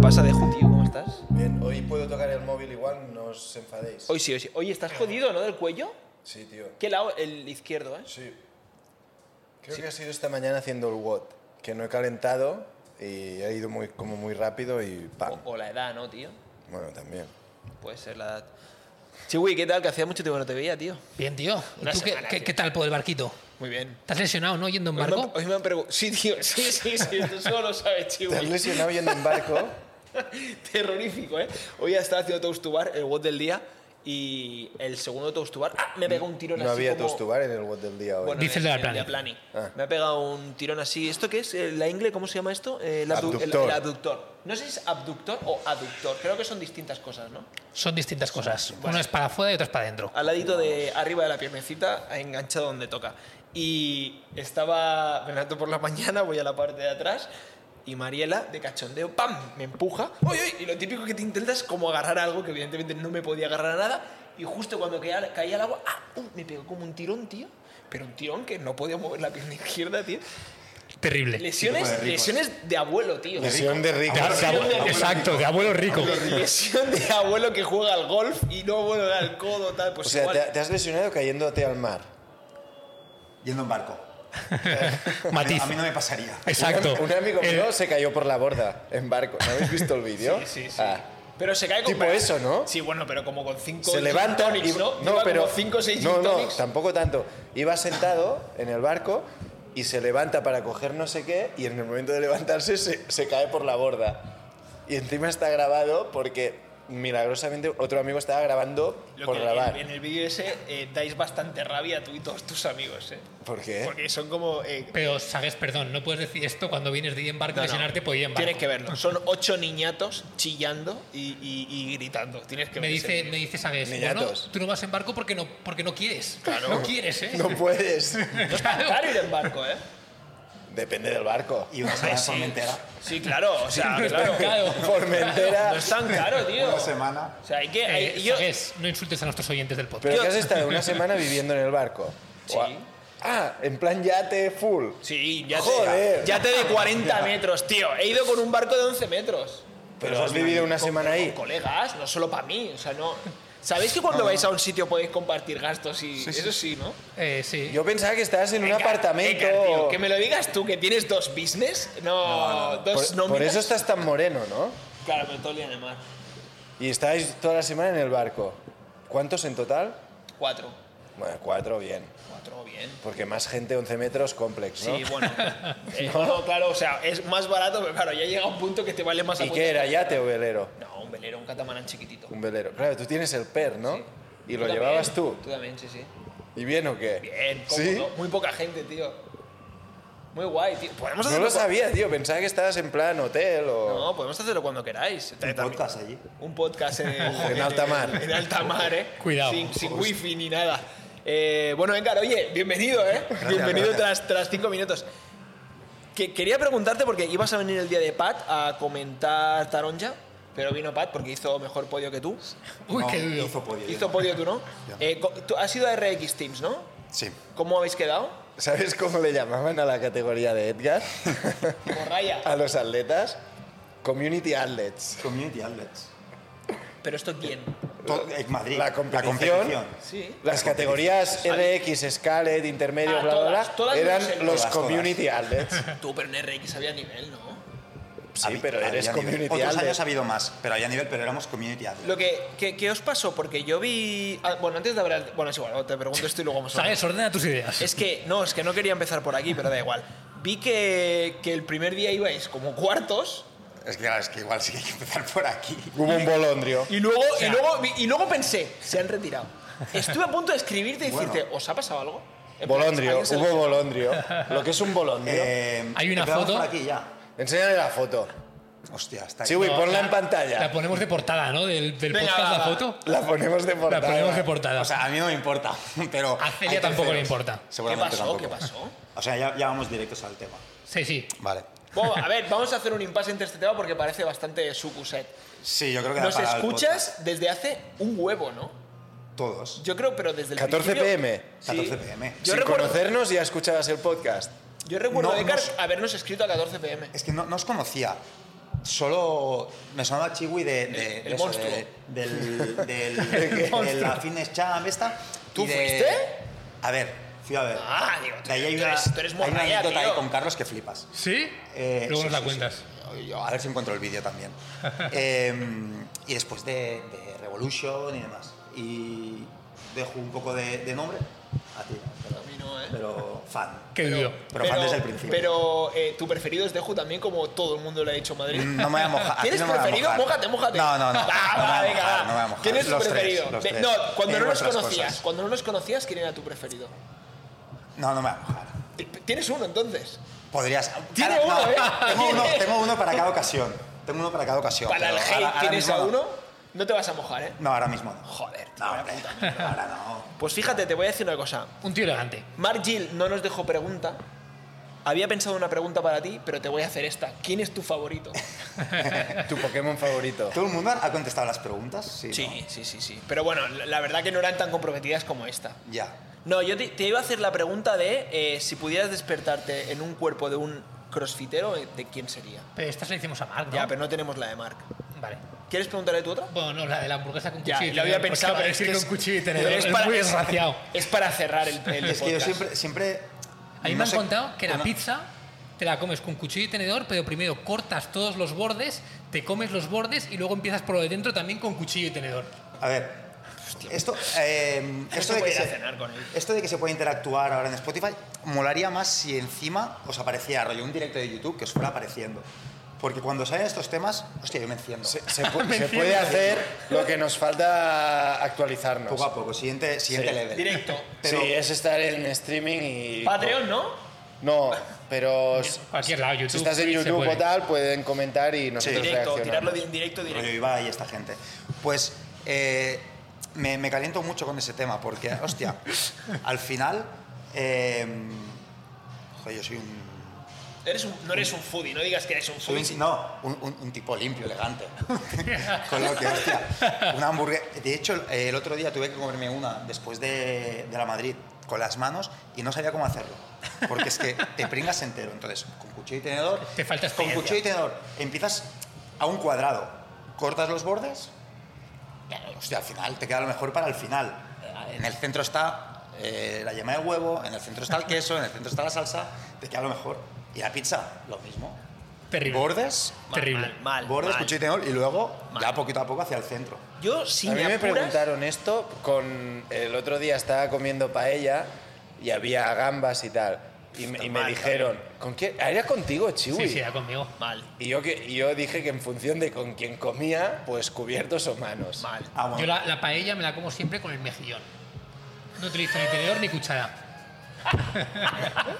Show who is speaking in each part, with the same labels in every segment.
Speaker 1: pasa, Deju, tío? ¿Cómo estás?
Speaker 2: Bien, hoy puedo tocar el móvil igual, no os enfadéis.
Speaker 1: Hoy sí, hoy sí. Oye, ¿estás jodido, no? ¿Del cuello?
Speaker 2: Sí, tío.
Speaker 1: ¿Qué lado? El izquierdo, ¿eh?
Speaker 2: Sí. Creo que ha sido esta mañana haciendo el WOT, que no he calentado y he ido muy, como muy rápido y ¡pam!
Speaker 1: O, o la edad, ¿no, tío?
Speaker 2: Bueno, también.
Speaker 1: Puede ser la edad. Chiwi, ¿qué tal? Que hacía mucho tiempo que no te veía, tío.
Speaker 3: Bien, tío.
Speaker 1: Una
Speaker 3: ¿Tú qué,
Speaker 1: semana,
Speaker 3: qué-
Speaker 1: tío.
Speaker 3: qué tal por el barquito?
Speaker 1: Muy bien.
Speaker 3: ¿Estás lesionado, no? Yendo en
Speaker 1: Hoy me han-
Speaker 3: barco.
Speaker 1: Hoy me han preguntado. Sí, tío, sí, sí, sí. Tú solo lo sabes,
Speaker 2: Te has
Speaker 1: Chiwi.
Speaker 2: lesionado yendo en barco.
Speaker 1: Terrorífico, ¿eh? Hoy estaba haciendo toast to bar, el WOD del día, y el segundo toast to bar. ¡Ah! Me pegó un tirón
Speaker 2: No
Speaker 1: así.
Speaker 2: había
Speaker 1: como-
Speaker 2: toast to bar en el WOT del día hoy.
Speaker 1: Bueno,
Speaker 3: Dice
Speaker 1: en-
Speaker 3: el de la
Speaker 1: en
Speaker 3: Plani.
Speaker 2: Ah.
Speaker 1: Me ha pegado un tirón así. ¿Esto qué es? Eh, ¿La ingle? ¿Cómo se llama esto? Eh, el, abdu- el-
Speaker 2: Abductor.
Speaker 1: el abductor. No sé si es abductor o aductor. Creo que son distintas cosas, ¿no?
Speaker 3: Son distintas cosas. Uno es para afuera y otro es para adentro.
Speaker 1: Al ladito de arriba de la piernecita, enganchado donde toca. Y estaba me levanto por la mañana, voy a la parte de atrás y Mariela, de cachondeo, ¡pam! Me empuja. ¡Uy, uy! Y lo típico que te intentas como agarrar algo, que evidentemente no me podía agarrar a nada. Y justo cuando caía, caía al agua, ¡ah! ¡Uh! Me pegó como un tirón, tío. Pero un tirón que no podía mover la pierna izquierda, tío.
Speaker 3: Terrible.
Speaker 2: Tipo de
Speaker 1: Lesiones,
Speaker 2: ricos.
Speaker 1: lesiones de abuelo, tío.
Speaker 2: Lesión de rico.
Speaker 3: Claro, de abuelo-
Speaker 1: abuelo rico.
Speaker 3: exacto, de abuelo rico.
Speaker 1: Lesión de abuelo que juega al golf y no abuelo al codo, tal. Pues
Speaker 2: O sea,
Speaker 1: igual.
Speaker 2: te, te has lesionado cayéndote al mar.
Speaker 4: Yendo en barco.
Speaker 3: Matiz.
Speaker 4: A mí no me pasaría.
Speaker 3: Exacto.
Speaker 2: Un amigo
Speaker 3: El-
Speaker 2: mío se cayó por la borda en barco. ¿No habéis visto el vídeo?
Speaker 1: Sí, sí, sí.
Speaker 2: Ah.
Speaker 1: Pero se cae con
Speaker 2: Tipo eso, ¿no?
Speaker 1: Sí, bueno, pero como con cinco
Speaker 2: se
Speaker 1: gin
Speaker 2: levanta
Speaker 1: tonics,
Speaker 2: y-
Speaker 1: ¿no? Lleva
Speaker 2: pero
Speaker 1: como cinco o seis
Speaker 2: no
Speaker 1: gin
Speaker 2: no
Speaker 1: tonics.
Speaker 2: tampoco tanto iba sentado en el barco y se levanta para coger no sé qué y en el momento de levantarse se, se cae por la borda y encima está grabado porque milagrosamente otro amigo estaba grabando
Speaker 1: Lo
Speaker 2: por
Speaker 1: que
Speaker 2: grabar
Speaker 1: En, en el vídeo ese eh, dais bastante rabia tú y todos tus amigos, ¿eh?
Speaker 2: ¿Por qué?
Speaker 1: Porque son como... eh,
Speaker 3: Pero, ¿sabes? Perdón, no puedes decir esto cuando vienes de ir en pues barco
Speaker 1: no, no.
Speaker 3: lesionarte por ir en barco.
Speaker 1: Tienes que verlo. Son ocho niñatos chillando y, y- y gritando. Tienes que
Speaker 3: Me
Speaker 1: ver ese
Speaker 3: dice,
Speaker 1: vídeo.
Speaker 3: me dice, ¿sabes?
Speaker 2: Niñatos.
Speaker 3: Bueno, tú no vas en barco porque no, porque no quieres. No quieres, ¿eh?
Speaker 2: no puedes
Speaker 3: Claro.
Speaker 1: Claro, ir en barco, ¿eh?
Speaker 2: depende del barco
Speaker 4: Y una semana en Formentera.
Speaker 1: Sí, claro. O sea,
Speaker 3: No es tan
Speaker 1: claro.
Speaker 3: caro.
Speaker 2: Formentera
Speaker 1: No es tan caro, tío.
Speaker 4: Una
Speaker 1: O
Speaker 4: semana.
Speaker 1: sea, hay que... hay-
Speaker 3: Eh,
Speaker 1: yo-
Speaker 3: ¿sabes? No insultes a nuestros oyentes del podcast.
Speaker 2: pero que has estado una semana viviendo en el barco
Speaker 1: Sí.
Speaker 2: O a- ah en plan yate full
Speaker 1: Sí, ya te,
Speaker 2: Joder.
Speaker 1: ya te de 40 metros, tío. He ido con un barco de 11 metros.
Speaker 2: pero has vivido una semana ahí
Speaker 1: Con colegas, no solo para mí. O sea, no. ¿Sabéis que cuando vais a un sitio podéis compartir gastos y eso sí, ¿no?
Speaker 3: Eh, sí.
Speaker 2: yo pensaba que estabas en un
Speaker 1: Venga,
Speaker 2: apartamento
Speaker 1: venga, tío, que me lo digas tú, que tienes dos business. No,
Speaker 2: Por-
Speaker 1: dos
Speaker 2: por,
Speaker 1: nóminas.
Speaker 2: eso estás tan moreno, ¿no?
Speaker 1: Claro, pero todo el día en el mar.
Speaker 2: Y estáis toda la semana en el barco. ¿Cuántos en total?
Speaker 1: Cuatro.
Speaker 2: Bueno, cuatro, bien.
Speaker 1: Cuatro, bien.
Speaker 2: Porque más gente, 11 metros, complex, ¿no?
Speaker 1: Sí, bueno. Eh, no, claro, o sea, es más barato, pero claro, ya llega un punto que te vale más a
Speaker 2: ¿Y
Speaker 1: cuenta
Speaker 2: qué era,
Speaker 1: que-
Speaker 2: yate o velero?
Speaker 1: No, un velero, un catamarán chiquitito.
Speaker 2: Un velero. Claro, tú tienes el PER, ¿no? Y lo
Speaker 1: también,
Speaker 2: llevabas tú.
Speaker 1: Tú también, sí, sí.
Speaker 2: ¿Y bien o qué?
Speaker 1: Bien,
Speaker 2: ¿Sí?
Speaker 1: cómodo. Muy poca gente, tío. Muy guay, tío. Podemos
Speaker 2: No
Speaker 1: hacerlo
Speaker 2: lo
Speaker 1: cu-
Speaker 2: sabía, tío. Pensaba que estabas en plan hotel o...
Speaker 1: No, podemos hacerlo cuando queráis.
Speaker 4: Un
Speaker 1: También-
Speaker 4: podcast allí.
Speaker 1: Un podcast en,
Speaker 2: en alta mar.
Speaker 1: En alta mar, eh.
Speaker 3: Cuidado.
Speaker 1: Sin, sin wifi ni nada. Eh, bueno, Encar, oye, bienvenido, eh. bienvenido Tras, tras cinco minutos. Que- quería preguntarte porque ibas a venir el día de Pat a comentar Taronja, pero vino Pat porque hizo mejor podio que tú.
Speaker 3: Uy,
Speaker 4: No,
Speaker 3: qué duro.
Speaker 4: Hizo podio.
Speaker 1: Hizo podio tú, ¿no?
Speaker 4: Ya.
Speaker 1: Eh, co- tú has ido a RX Teams, ¿no?
Speaker 4: Sí.
Speaker 1: ¿Cómo habéis quedado?
Speaker 2: ¿Sabes cómo le llamaban a la categoría de Edgar?
Speaker 1: Con Raya.
Speaker 2: a los atletas. Community Athletes.
Speaker 4: Community outlets.
Speaker 1: ¿Pero esto quién?
Speaker 4: To- en Madrid.
Speaker 2: La competición.
Speaker 1: Sí.
Speaker 2: Las categorías RX, Scaled, Intermedio,
Speaker 1: Ah,
Speaker 2: bla, bla,
Speaker 1: todas,
Speaker 2: bla,
Speaker 1: todas
Speaker 2: eran
Speaker 1: menos el-
Speaker 2: los
Speaker 4: Todas,
Speaker 2: community outlets.
Speaker 1: Tú, pero en RX había nivel, ¿no?
Speaker 2: Sí,
Speaker 4: Había-
Speaker 2: pero
Speaker 4: había
Speaker 2: eres
Speaker 4: nivel.
Speaker 2: community
Speaker 4: Otros
Speaker 2: outlet.
Speaker 4: años ha habido más, pero había nivel, pero éramos community outlets.
Speaker 1: Lo que, que- que os pasó, porque yo vi... ah, bueno, antes de hablar... Bueno, es igual, te pregunto esto y luego vamos a hablar.
Speaker 3: ¿Sabes? Ordena tus ideas.
Speaker 1: Es que, no, es que no quería empezar por aquí, pero da igual. Vi que, que el primer día ibais como cuartos
Speaker 4: Es que, claro, es que igual sí que hay que empezar por aquí.
Speaker 2: Hubo un bolondrio.
Speaker 1: y luego,
Speaker 3: sea-
Speaker 1: y luego, vi- y luego pensé, se han retirado. Estuve a punto de escribirte y
Speaker 4: Bueno.
Speaker 1: decirte, ¿os ha pasado algo? En plan,
Speaker 2: Bolondrio,
Speaker 1: ¿alguien se
Speaker 2: hubo
Speaker 1: le-
Speaker 2: bolondrio. Lo que es un bolondrio.
Speaker 4: Eh,
Speaker 3: Hay una
Speaker 4: empezamos
Speaker 3: foto.
Speaker 4: por aquí ya.
Speaker 2: Enséñale la foto.
Speaker 4: Hostia, está
Speaker 2: Sí, güey,
Speaker 3: No,
Speaker 2: ponla
Speaker 3: la-
Speaker 2: en pantalla.
Speaker 3: La
Speaker 2: La,
Speaker 3: ponemos de portada, ¿no? Del, del
Speaker 1: Venga,
Speaker 3: podcast
Speaker 1: va,
Speaker 3: la
Speaker 1: va.
Speaker 3: foto.
Speaker 2: ponemos de
Speaker 3: La
Speaker 2: portada.
Speaker 3: ponemos de portada.
Speaker 4: O sea, a mí no me importa, pero...
Speaker 3: A Celia
Speaker 4: hay
Speaker 3: tampoco le
Speaker 4: terceros.
Speaker 3: importa.
Speaker 1: ¿Qué
Speaker 4: Seguramente
Speaker 1: pasó? ¿Qué
Speaker 4: tampoco.
Speaker 1: pasó?
Speaker 4: O sea, ya, ya vamos directos al tema.
Speaker 3: sí, sí.
Speaker 4: Vale.
Speaker 1: Bueno, a ver, vamos a hacer un impasse entre este tema porque parece bastante sucuset.
Speaker 4: Sí, yo creo que da
Speaker 1: Nos
Speaker 4: para el
Speaker 1: escuchas desde hace un huevo, ¿no?
Speaker 4: podcast. Todos.
Speaker 1: Yo creo, pero desde el
Speaker 2: 14
Speaker 1: principio-
Speaker 2: pm.
Speaker 1: Sí.
Speaker 4: 14 pm.
Speaker 1: Yo
Speaker 2: Sin
Speaker 1: recuerdo-
Speaker 2: conocernos ya escuchabas el podcast.
Speaker 1: Yo recuerdo
Speaker 4: No,
Speaker 1: a Edgar
Speaker 4: no sé.
Speaker 1: habernos escrito a 14 pm.
Speaker 4: Es que no, no os conocía. Solo me sonaba Chiwi de, de-
Speaker 1: El-
Speaker 4: de
Speaker 1: el
Speaker 4: eso,
Speaker 1: monstruo.
Speaker 4: de- del, del- de la Fines Champ esta. y
Speaker 1: ¿Tú
Speaker 4: de-
Speaker 1: fuiste?
Speaker 4: A ver, fui a ver.
Speaker 1: Ah, digo, tú-
Speaker 4: De ahí hay
Speaker 1: tú
Speaker 4: una,
Speaker 1: eres- tú eres
Speaker 4: hay una
Speaker 1: morra ya,
Speaker 4: anécdota ahí
Speaker 1: tío.
Speaker 4: con Carlos que flipas.
Speaker 3: ¿Sí?
Speaker 4: Eh,
Speaker 3: Luego
Speaker 4: sí,
Speaker 3: nos la
Speaker 4: sí,
Speaker 3: cuentas.
Speaker 4: sí. Yo- a ver si encuentro el vídeo también. Eh, y después de, de Revolution y demás. Y dejo un poco de, de nombre a ti, pero,
Speaker 1: mí no, ¿eh?
Speaker 4: pero fan.
Speaker 3: Qué lío.
Speaker 4: Pero fan desde el principio.
Speaker 1: Pero eh, tu preferido es Deju también, como todo el mundo le ha dicho a Madrid.
Speaker 4: Mm, No me voy a mojar. aquí
Speaker 1: ¿Tienes
Speaker 4: no me voy a
Speaker 1: preferido?
Speaker 4: mojar.
Speaker 1: Mójate, mójate.
Speaker 4: No, no, no.
Speaker 1: Va,
Speaker 4: no me voy
Speaker 1: va,
Speaker 4: a
Speaker 1: venga,
Speaker 4: mojar,
Speaker 1: va.
Speaker 4: no me voy a mojar.
Speaker 1: ¿Quién es tu
Speaker 4: Los tres,
Speaker 1: preferido?
Speaker 4: los
Speaker 1: De-
Speaker 4: tres.
Speaker 1: no, cuando no
Speaker 4: En
Speaker 1: los
Speaker 4: vuestras
Speaker 1: conocías.
Speaker 4: cosas.
Speaker 1: Cuando no los conocías, ¿quién era tu preferido?
Speaker 4: No, no me voy a mojar.
Speaker 1: T- Tienes uno entonces.
Speaker 4: Podrías.
Speaker 1: Tiene
Speaker 4: Ahora-
Speaker 1: uno,
Speaker 4: no,
Speaker 1: ¿eh?
Speaker 4: Tengo
Speaker 1: Tiene-
Speaker 4: uno, tengo uno para cada ocasión. Tengo uno para cada ocasión.
Speaker 1: Para el
Speaker 4: pero
Speaker 1: hate,
Speaker 4: ahora- ahora
Speaker 1: ¿tienes
Speaker 4: mismo
Speaker 1: a
Speaker 4: no.
Speaker 1: uno? No te vas a mojar, ¿eh?
Speaker 4: No, ahora mismo no.
Speaker 1: Joder, tío,
Speaker 4: No,
Speaker 1: vaya
Speaker 4: hombre,
Speaker 1: puta.
Speaker 4: ahora no.
Speaker 1: Pues fíjate, te voy a decir una cosa.
Speaker 3: Un tío elegante.
Speaker 1: Mark Gill no nos dejó pregunta. Había pensado una pregunta para ti, pero te voy a hacer esta. ¿Quién es tu favorito?
Speaker 2: Tu Pokémon favorito.
Speaker 4: ¿Todo el mundo ha contestado las preguntas? Sí.
Speaker 1: Sí, sí, sí, sí. Pero bueno, la la verdad que no eran tan comprometidas como esta.
Speaker 4: ¿no? Ya.
Speaker 1: No, yo te, te iba a hacer la pregunta de eh, si pudieras despertarte en un cuerpo de un crossfitero, eh, ¿de quién sería?
Speaker 3: Pero esta se la hicimos a Marc, ¿no? Pues
Speaker 1: Ya, pero no tenemos la de Mark.
Speaker 3: Vale.
Speaker 1: ¿Quieres preguntarle tú otra?
Speaker 3: Bueno, no, la de la hamburguesa con
Speaker 1: Ya,
Speaker 3: cuchillo. y
Speaker 1: lo había
Speaker 3: tenedor, Pues
Speaker 1: pensado.
Speaker 3: porque
Speaker 1: es
Speaker 3: apareció
Speaker 1: que
Speaker 3: con cuchillo y tenedor.
Speaker 1: pero
Speaker 3: Es, muy desgraciado.
Speaker 1: Es para cerrar el, el
Speaker 4: Es que yo
Speaker 1: podcast.
Speaker 4: siempre. siempre
Speaker 3: A mí
Speaker 4: no
Speaker 3: me han
Speaker 4: sé-
Speaker 3: contado que la
Speaker 4: una-
Speaker 3: pizza te la comes con cuchillo y tenedor, pero primero cortas todos los bordes, te comes los bordes y luego empiezas por lo de dentro también con cuchillo y tenedor.
Speaker 4: A ver. Esto, eh, esto, de
Speaker 1: voy
Speaker 4: que
Speaker 1: a ir a
Speaker 4: se-
Speaker 1: cenar con él.
Speaker 4: esto de que se puede interactuar ahora en Spotify molaría más si encima os aparecía rollo un directo de YouTube que os fuera apareciendo. Porque cuando salen estos temas, hostia, yo me enciendo.
Speaker 2: Se, se pu- se puede hacer lo que nos falta actualizarnos.
Speaker 4: Poco a poco, siguiente, siguiente
Speaker 2: Sí.
Speaker 4: level.
Speaker 1: Directo.
Speaker 4: Pero-
Speaker 2: sí, es estar en streaming y.
Speaker 1: Patreon, ¿no?
Speaker 2: No, pero s-
Speaker 3: Cualquier lado, YouTube.
Speaker 2: si estás en
Speaker 3: Twitch, se
Speaker 2: YouTube
Speaker 3: puede.
Speaker 2: o tal, pueden comentar y nosotros
Speaker 1: Directo, tirarlo
Speaker 2: reaccionamos.
Speaker 1: de directo, directo.
Speaker 4: rollo Ibai y esta gente. Pues eh, me, me caliento mucho con ese tema porque, hostia, al final. eh, joder, yo soy un.
Speaker 1: Eres un- no eres un foodie, no digas que eres un
Speaker 4: soy
Speaker 1: foodie.
Speaker 4: un- no, un, un- un tipo limpio, elegante. con lo que, hostia, una hamburguesa. De hecho, el otro día tuve que comerme una después de, de la Madrid con las manos y no sabía cómo hacerlo. Porque es que te pringas entero. Entonces, con cuchillo y tenedor.
Speaker 3: Te falta
Speaker 4: Con
Speaker 3: experiencia.
Speaker 4: cuchillo y tenedor. Empiezas a un cuadrado. Cortas los bordes. eh, Hostia, al final te queda lo mejor para el final. Eh, En el centro está eh, la yema de huevo, en el centro está el queso, en el centro está la salsa. Te queda lo mejor. Y la pizza, lo mismo.
Speaker 3: Terrible.
Speaker 4: Bordes,
Speaker 1: Mal,
Speaker 3: Terrible.
Speaker 1: Mal, mal,
Speaker 4: bordes,
Speaker 1: mal.
Speaker 4: cuchillo y tenedor y luego
Speaker 1: Mal.
Speaker 4: ya poquito a poco hacia el centro.
Speaker 1: Yo, si
Speaker 2: a mí me
Speaker 1: apuras-
Speaker 2: preguntaron esto con el otro día estaba comiendo paella y había gambas y tal y, me- y me
Speaker 1: mal,
Speaker 2: dijeron ¿con quién? Ah, era contigo Chiwi
Speaker 3: Sí, sí, era conmigo.
Speaker 1: Mal,
Speaker 2: y yo que y yo dije que en función de con quién comía pues cubiertos o manos
Speaker 1: mal.
Speaker 4: Ah, bueno.
Speaker 3: Yo la, la paella me la como siempre con el mejillón. No utilizo ni tenedor ni cuchara.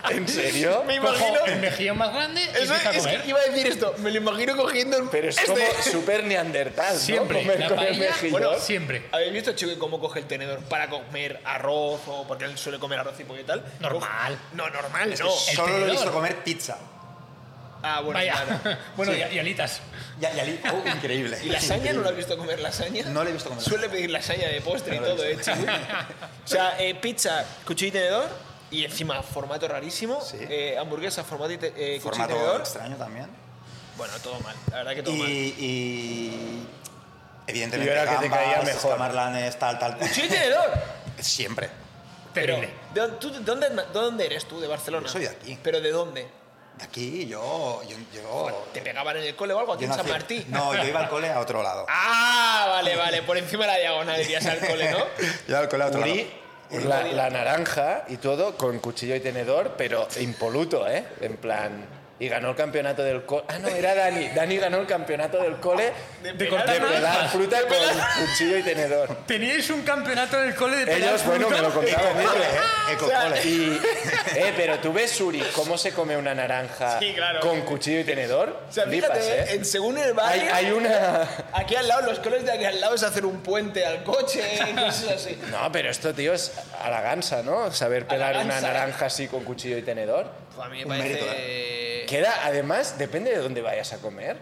Speaker 2: ¿en serio?
Speaker 1: Me
Speaker 3: Cojo
Speaker 1: imagino.
Speaker 3: el mejillón más grande y
Speaker 1: Eso
Speaker 3: empiezo a
Speaker 1: es
Speaker 3: comer.
Speaker 1: que iba a decir esto. Me lo imagino cogiendo el.
Speaker 2: pero es
Speaker 1: este.
Speaker 2: como súper neandertal ¿no?
Speaker 3: Siempre.
Speaker 2: comer
Speaker 3: La
Speaker 2: con el
Speaker 3: paella,
Speaker 2: mejillón.
Speaker 3: bueno, siempre.
Speaker 1: ¿Habéis visto, chico, cómo coge el tenedor para comer arroz o porque él suele comer arroz y pollo y tal?
Speaker 3: Normal.
Speaker 1: Coge- No, normal,
Speaker 4: Es que
Speaker 1: no.
Speaker 4: solo lo he
Speaker 3: tenedor.
Speaker 4: visto comer pizza.
Speaker 1: Ah, bueno, claro.
Speaker 3: Vaya. Bueno,
Speaker 4: Sí.
Speaker 3: y, y alitas.
Speaker 4: Y, y ali- oh, increíble.
Speaker 1: ¿Y lasaña? ¿No
Speaker 4: Increíble.
Speaker 1: lo has visto comer lasaña?
Speaker 4: No la he visto comer
Speaker 1: Suele pedir lasaña de postre y
Speaker 4: No la he
Speaker 1: todo, ¿eh, chico? o sea, eh, pizza, cuchillo y tenedor. Y encima, formato rarísimo.
Speaker 4: Sí.
Speaker 1: Eh, hamburguesa, formato y te- eh, cuchillo y
Speaker 4: Formato
Speaker 1: tenedor.
Speaker 4: extraño también.
Speaker 1: Bueno, todo mal. La verdad que
Speaker 4: Y,
Speaker 1: todo mal.
Speaker 4: y- Evidentemente,
Speaker 2: Y ahora que te
Speaker 4: gambas,
Speaker 2: caía mejor.
Speaker 4: escamarlanes, tal, tal.
Speaker 1: ¡Cuchillo y tenedor!
Speaker 4: Siempre.
Speaker 1: Pero,
Speaker 3: Terrible.
Speaker 1: ¿de dónde- tú- de dónde, de dónde eres tú? ¿De Barcelona?
Speaker 4: Yo soy de aquí.
Speaker 1: ¿Pero de dónde?
Speaker 4: De aquí yo. yo, yo
Speaker 1: ¿Te pegaban en el cole o algo aquí
Speaker 4: yo
Speaker 1: en San
Speaker 4: nací-
Speaker 1: Martín?
Speaker 4: No, yo iba al cole a otro lado.
Speaker 1: Ah, vale, vale. Por encima de la diagonal irías al cole, ¿no?
Speaker 4: Yo iba al cole a otro
Speaker 2: Uri,
Speaker 4: lado.
Speaker 2: la, la naranja y todo con cuchillo y tenedor, pero impoluto, ¿eh? En plan. Y ganó el campeonato del cole. Ah, no, era Dani. Dani ganó el campeonato del cole
Speaker 1: De
Speaker 2: de
Speaker 1: pelar
Speaker 2: pelar
Speaker 3: naranjas.
Speaker 2: fruta con cuchillo y tenedor.
Speaker 3: ¿Teníais un campeonato en el cole de pelar
Speaker 2: Ellos, bueno, me
Speaker 3: fruta?
Speaker 2: lo contaban
Speaker 4: Ecocole,
Speaker 2: ellos.
Speaker 4: ¿eh? Ecocole.
Speaker 2: Y, eh, pero tú ves, Uri, cómo se come una naranja
Speaker 1: Sí, claro.
Speaker 2: con cuchillo y tenedor.
Speaker 1: O sea, fíjate,
Speaker 2: Flipas, ¿eh?
Speaker 1: en- según el
Speaker 2: Hay,
Speaker 1: barrio,
Speaker 2: hay una.
Speaker 1: aquí al lado, los coles de aquí al lado es hacer un puente al coche, cosas así.
Speaker 2: No, pero esto, tío, es a la gansa, ¿no? Saber pelar una
Speaker 1: Alaganza.
Speaker 2: naranja así con cuchillo y tenedor.
Speaker 1: Pues a mí me
Speaker 4: Un mérito,
Speaker 1: parece...
Speaker 2: Queda, además, depende de dónde vayas a comer,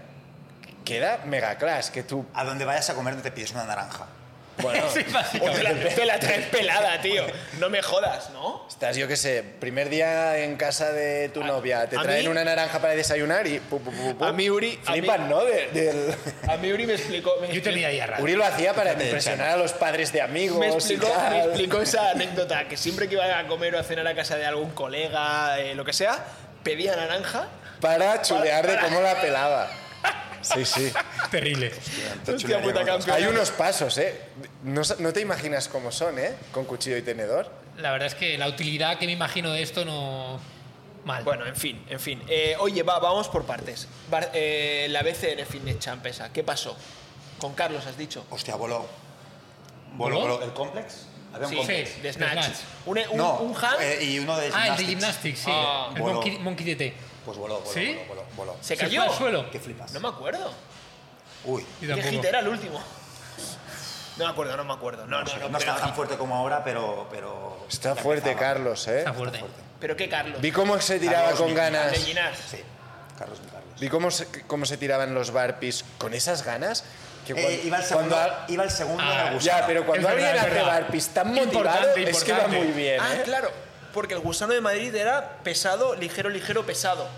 Speaker 2: queda mega clash que tú.
Speaker 4: A donde vayas a comer no te pides una naranja.
Speaker 2: Bueno,
Speaker 3: Sí,
Speaker 1: O
Speaker 3: básicamente.
Speaker 1: te la, te la traes pelada, tío. No me jodas, ¿no?
Speaker 2: estás, yo qué sé, primer día en casa de tu novia, te
Speaker 1: a
Speaker 2: traen
Speaker 1: mí-
Speaker 2: una naranja para desayunar y... pu, pu, pu, pu.
Speaker 1: A mí, Uri, a mí-
Speaker 2: Flipan, ¿no? De- del-
Speaker 1: A mí Uri me explicó... me
Speaker 3: Yo
Speaker 1: explicó-
Speaker 3: tenía ahí a rato.
Speaker 2: Uri lo hacía para
Speaker 4: Fíjate,
Speaker 2: impresionar a los padres de amigos
Speaker 1: me
Speaker 2: y
Speaker 1: explicó,
Speaker 2: tal.
Speaker 1: me explicó esa anécdota, que siempre que iba a comer o a cenar a casa de algún colega, eh, lo que sea, pedía naranja.
Speaker 2: Para chulear de cómo la pelaba. Sí, sí.
Speaker 3: Terrible.
Speaker 1: Hostia puta campeón.
Speaker 2: Hay unos pasos, ¿eh? No, sa- no te imaginas cómo son, ¿eh? Con cuchillo y tenedor.
Speaker 3: La verdad es que la utilidad que me imagino de esto no. Mal.
Speaker 1: Bueno, en fin, en fin. Eh, oye, va, vamos por partes. Bar- eh, la BCN Fitness Champ esa, ¿qué pasó? Con Carlos, has dicho.
Speaker 4: Hostia, voló. Voló,
Speaker 3: ¿Voló?
Speaker 4: voló. ¿El complex? Había un
Speaker 1: Sí,
Speaker 4: complex.
Speaker 3: sí,
Speaker 1: de snatch.
Speaker 3: de snatch.
Speaker 1: Un, un,
Speaker 4: No,
Speaker 1: un hang
Speaker 4: eh, y uno de
Speaker 3: ah, el de
Speaker 4: gymnastics.
Speaker 3: gymnastics, sí.
Speaker 1: Ah,
Speaker 3: el
Speaker 4: bueno.
Speaker 3: Monkey, Monkey DT.
Speaker 4: Pues voló, voló,
Speaker 3: ¿Sí?
Speaker 4: voló, voló, voló.
Speaker 1: se
Speaker 3: ¿se
Speaker 1: cayó.
Speaker 3: fue al suelo?
Speaker 4: Que flipas.
Speaker 1: No me acuerdo.
Speaker 4: Uy.
Speaker 3: Yo
Speaker 1: Y
Speaker 3: tampoco.
Speaker 1: hit era el último. No me acuerdo, no me acuerdo. No, no, no.
Speaker 4: No está
Speaker 1: pero,
Speaker 4: tan fuerte como ahora, pero... pero
Speaker 2: Está
Speaker 4: ya
Speaker 2: fuerte,
Speaker 4: empezaba.
Speaker 2: Carlos, ¿eh?
Speaker 3: Está fuerte.
Speaker 1: pero qué Carlos.
Speaker 2: Vi cómo se tiraba
Speaker 4: Carlos
Speaker 2: con
Speaker 4: Miguel.
Speaker 2: ganas.
Speaker 1: De Llinars.
Speaker 4: Sí, Carlos mi Carlos.
Speaker 2: Vi cómo se, cómo se tiraban los barpis con esas ganas. Que cuan-
Speaker 4: Eh, iba el
Speaker 2: cuando
Speaker 4: segundo,
Speaker 2: al-
Speaker 4: iba el segundo
Speaker 3: Ah,
Speaker 4: en el gusano.
Speaker 2: ya, pero cuando
Speaker 3: Es verdad,
Speaker 2: alguien
Speaker 3: es
Speaker 2: hace
Speaker 3: verdad.
Speaker 2: barpis tan
Speaker 3: Importante,
Speaker 2: motivado, es que va
Speaker 3: importante.
Speaker 2: muy bien,
Speaker 1: Ah,
Speaker 2: ¿eh?
Speaker 1: claro. Porque el gusano de Madrid era pesado, ligero, ligero, pesado.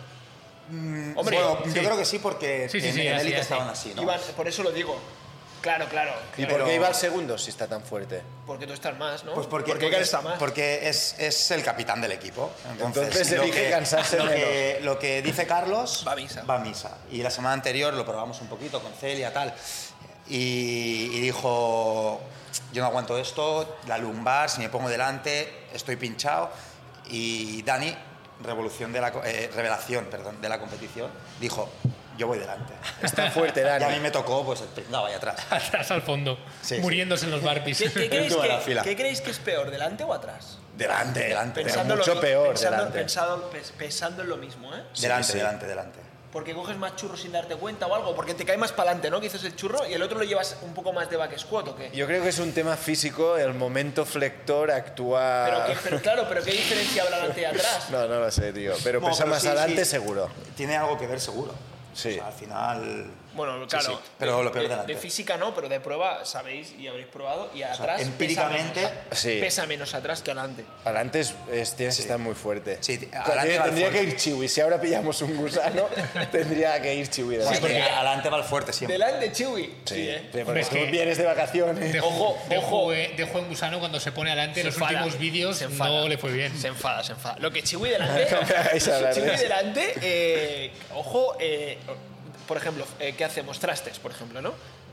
Speaker 1: Hombre,
Speaker 4: Mm, bueno,
Speaker 3: sí.
Speaker 4: yo creo que sí porque
Speaker 3: Sí, sí,
Speaker 4: en,
Speaker 3: sí,
Speaker 4: en
Speaker 3: así,
Speaker 4: élite
Speaker 3: así.
Speaker 4: estaban así, ¿no?
Speaker 1: Iban- por eso lo digo. Claro, claro.
Speaker 2: ¿Y
Speaker 1: claro.
Speaker 2: por qué
Speaker 4: Pero-
Speaker 2: iba al segundo si está tan fuerte?
Speaker 1: Porque tú estás más, ¿no?
Speaker 4: Pues
Speaker 1: porque
Speaker 4: porque, porque,
Speaker 1: Edgar está más.
Speaker 4: porque es, es el capitán del equipo. Entonces,
Speaker 2: Entonces
Speaker 4: lo
Speaker 2: elige
Speaker 4: que-
Speaker 2: cansarse
Speaker 4: lo que, lo que dice Carlos
Speaker 1: Va a misa.
Speaker 4: Va a misa. Y la semana anterior lo probamos un poquito con Celia, tal. Y, y dijo, yo no aguanto esto, la lumbar, si me pongo delante, estoy pinchado. Y Dani, revolución de la, co- eh, revelación perdón, de la competición, dijo, yo voy delante.
Speaker 2: Está fuerte,
Speaker 4: Y a mí
Speaker 2: Dani.
Speaker 4: me tocó, pues, el pringao ahí atrás.
Speaker 3: Atrás al fondo,
Speaker 4: Sí, sí.
Speaker 3: muriéndose en los barbies.
Speaker 1: ¿Qué, qué creéis
Speaker 4: Último de la
Speaker 1: que-
Speaker 4: fila.
Speaker 1: qué creéis que es peor, delante o atrás?
Speaker 4: Delante, delante.
Speaker 2: Pensando-
Speaker 1: lo
Speaker 4: Delante,
Speaker 2: mucho
Speaker 1: mi-
Speaker 2: peor,
Speaker 1: pensando,
Speaker 2: delante.
Speaker 1: pensado- pes- pensando en lo mismo, ¿eh?
Speaker 2: Sí,
Speaker 4: delante,
Speaker 2: sí.
Speaker 4: delante, delante.
Speaker 1: Porque coges más churro sin darte cuenta o algo, porque te cae más para adelante, ¿no? Que dices el churro y el otro lo llevas un poco más de back squat o qué.
Speaker 2: Yo creo que es un tema físico, el momento flector actúa...
Speaker 1: Pero, que- pero claro, pero qué diferencia habrá delante y atrás.
Speaker 2: No, no lo sé, tío. Pero
Speaker 4: No,
Speaker 2: pesa
Speaker 4: pero
Speaker 2: más
Speaker 4: sí,
Speaker 2: adelante
Speaker 4: sí.
Speaker 2: seguro.
Speaker 4: Tiene algo que ver seguro.
Speaker 2: Sí.
Speaker 4: O sea, al final.
Speaker 1: Bueno,
Speaker 4: Sí,
Speaker 1: claro. eh,
Speaker 4: sí, Pero lo peor
Speaker 1: de,
Speaker 4: delante.
Speaker 1: de física no, pero de prueba sabéis y habréis probado y atrás. pesa
Speaker 4: empíricamente,
Speaker 1: menos a-
Speaker 2: sí.
Speaker 1: pesa menos atrás que adelante.
Speaker 2: Adelante es, es- tienes que
Speaker 4: Sí.
Speaker 2: estar muy fuerte.
Speaker 4: Sí,
Speaker 2: O sea,
Speaker 4: adelante
Speaker 2: tiene-
Speaker 4: va el
Speaker 2: tendría que
Speaker 4: fuerte.
Speaker 2: ir chiwi. Si ahora pillamos un gusano, tendría que ir chiwi.
Speaker 4: Bueno,
Speaker 2: delante.
Speaker 4: es que adelante va el fuerte siempre.
Speaker 1: Delante, Chiwi.
Speaker 2: Sí,
Speaker 1: Sí, ¿eh?
Speaker 2: sí, porque
Speaker 3: Es
Speaker 2: tú
Speaker 3: que-
Speaker 2: vienes de vacaciones.
Speaker 3: Dejó,
Speaker 1: Ojo, ojo.
Speaker 3: Dejó en gusano cuando se pone adelante en
Speaker 1: Se
Speaker 3: los
Speaker 1: enfada,
Speaker 3: últimos vídeos.
Speaker 1: se enfada.
Speaker 3: No le fue bien.
Speaker 1: Se enfada, se enfada. Lo que Chiwi delante.
Speaker 2: vais a hablar de
Speaker 1: Chiwi
Speaker 2: eso.
Speaker 1: delante, eh, ojo, eh, por ejemplo, eh, ¿qué hacemos? Trastes, por ejemplo, ¿no?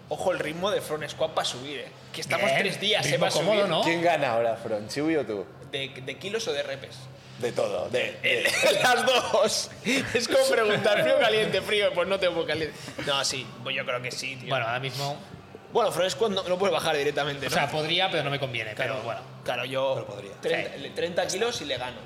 Speaker 1: Ojo el ritmo de front squat para subir, eh. Que estamos
Speaker 3: Bien,
Speaker 1: tres días, se
Speaker 3: ritmo
Speaker 1: va a
Speaker 3: cómodo,
Speaker 1: subir.
Speaker 3: ¿no?
Speaker 2: ¿Quién gana ahora, Fron? ¿Chiwi o tú?
Speaker 1: De, de kilos o de repes?
Speaker 2: De todo. De,
Speaker 3: Eh,
Speaker 2: de-
Speaker 1: Las dos. Es como preguntar frío, caliente, frío. Pues no tengo caliente. No, sí, pues yo creo que sí, tío.
Speaker 3: Bueno, ahora mismo.
Speaker 1: Bueno, front squat no, no puedes bajar directamente,
Speaker 3: O
Speaker 1: ¿no?
Speaker 3: sea, podría, pero no me conviene. Pero bueno.
Speaker 1: Claro, yo
Speaker 4: Pero podría.
Speaker 1: 30, le- 30 kilos y le gano.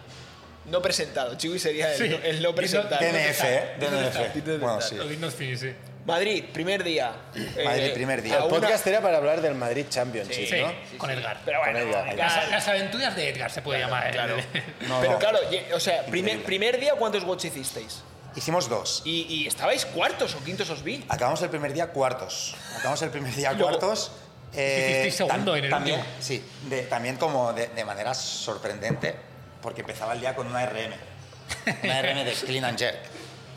Speaker 1: No presentado. Chiwi sería el,
Speaker 3: Sí.
Speaker 1: no, el no
Speaker 3: Y no-
Speaker 1: presentado.
Speaker 4: DNF, ¿eh?
Speaker 1: ¿Dónde
Speaker 4: DNF.
Speaker 1: está?
Speaker 4: Bueno, sí.
Speaker 3: Lo digno es fin, sí.
Speaker 1: Madrid, primer día. Eh,
Speaker 4: Madrid, primer día.
Speaker 1: a
Speaker 2: El
Speaker 1: una-
Speaker 2: podcast era para hablar del Madrid Championship,
Speaker 1: Sí,
Speaker 3: Sí,
Speaker 2: ¿no?
Speaker 1: sí,
Speaker 3: con
Speaker 1: sí.
Speaker 3: Edgar.
Speaker 1: Pero bueno,
Speaker 2: Con Edgar.
Speaker 3: Las, las aventuras de Edgar se puede llamar. ¿eh?
Speaker 1: claro.
Speaker 4: No,
Speaker 1: Pero
Speaker 4: no.
Speaker 1: claro, ye- o sea, primer, primer día, ¿cuántos watch hicisteis?
Speaker 4: Hicimos dos.
Speaker 1: Y, y estabais cuartos o quintos, os vi.
Speaker 4: Acabamos el primer día cuartos. Acabamos el primer día
Speaker 1: Luego-
Speaker 4: cuartos. eh,
Speaker 3: Hicisteis segundo en el
Speaker 4: también,
Speaker 3: último.
Speaker 4: Sí, de- también como de, de manera sorprendente, porque empezaba el día con una RM. Una RM de Clean and Jerk.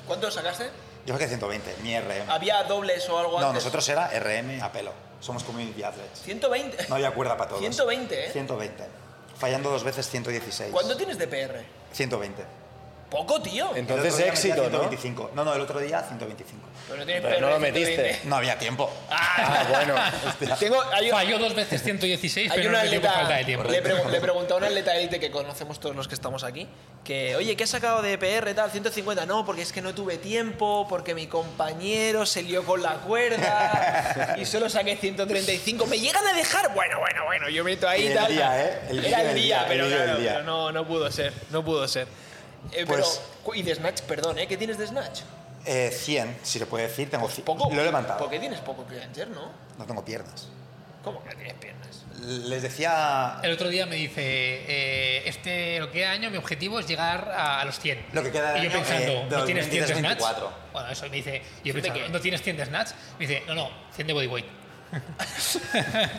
Speaker 1: ¿Cuántos sacaste?
Speaker 4: Yo creo que 120, mi RM.
Speaker 1: ¿Había dobles o algo
Speaker 4: No,
Speaker 1: Ah, antes?
Speaker 4: nosotros era RM a pelo. Somos community athletes.
Speaker 1: 120.
Speaker 4: No había cuerda para todos.
Speaker 1: 120, ¿eh?
Speaker 4: 120. Fallando dos veces 116.
Speaker 1: ¿Cuánto tienes de PR?
Speaker 4: 120.
Speaker 1: Poco, tío.
Speaker 2: En-
Speaker 4: El otro
Speaker 2: Entonces,
Speaker 4: día metí
Speaker 2: éxito, ¿no?
Speaker 4: a 125. ¿no? No, el otro día 125.
Speaker 1: Pero no, tienes
Speaker 2: Pero no lo
Speaker 1: de
Speaker 2: metiste.
Speaker 1: 120.
Speaker 4: No había tiempo.
Speaker 2: Ah, bueno.
Speaker 1: Tengo, hay,
Speaker 3: Falló dos veces 116,
Speaker 1: Hay
Speaker 3: pero
Speaker 1: una
Speaker 3: no le dio por
Speaker 1: atleta-
Speaker 3: falta de tiempo.
Speaker 1: Le, pregun- le pregunté a una atleta élite que conocemos todos los que estamos aquí, que, oye, ¿qué has sacado de PR tal? 150, no, porque es que no tuve tiempo, porque mi compañero se lió con la cuerda y solo saqué 135. ¿Me llegan a dejar? Bueno, bueno, bueno, yo meto ahí
Speaker 4: Y el
Speaker 1: tal.
Speaker 4: día, ¿eh? El
Speaker 1: Era
Speaker 4: vídeo
Speaker 1: el
Speaker 4: del
Speaker 1: día,
Speaker 4: día,
Speaker 1: pero
Speaker 4: el vídeo del
Speaker 1: claro,
Speaker 4: día.
Speaker 1: pero no, no pudo ser, no pudo ser. Eh,
Speaker 4: Pues-
Speaker 1: pero, cu- y de Snatch, perdón, ¿eh? ¿Qué tienes de Snatch?
Speaker 4: Eh, 100, si se puede decir. Tengo cien.
Speaker 1: Pues Poco.
Speaker 4: Lo he levantado.
Speaker 1: Porque tienes poco que ayer, ¿no?
Speaker 4: No tengo piernas.
Speaker 1: ¿Cómo que tienes piernas?
Speaker 4: Les decía
Speaker 3: El otro día me dice, eh, este, lo que queda de año, mi objetivo es llegar a, a los 100.
Speaker 4: Lo que queda de
Speaker 3: y yo
Speaker 4: año,
Speaker 3: pensando,
Speaker 4: eh,
Speaker 3: ¿no tienes 100 de snatch?
Speaker 4: 2023-24.
Speaker 3: Bueno, eso me dice, y yo
Speaker 1: ¿Cien de
Speaker 3: pensando,
Speaker 1: qué?
Speaker 3: ¿no tienes 100 de snatch? Me dice, no, no, 100 de bodyweight.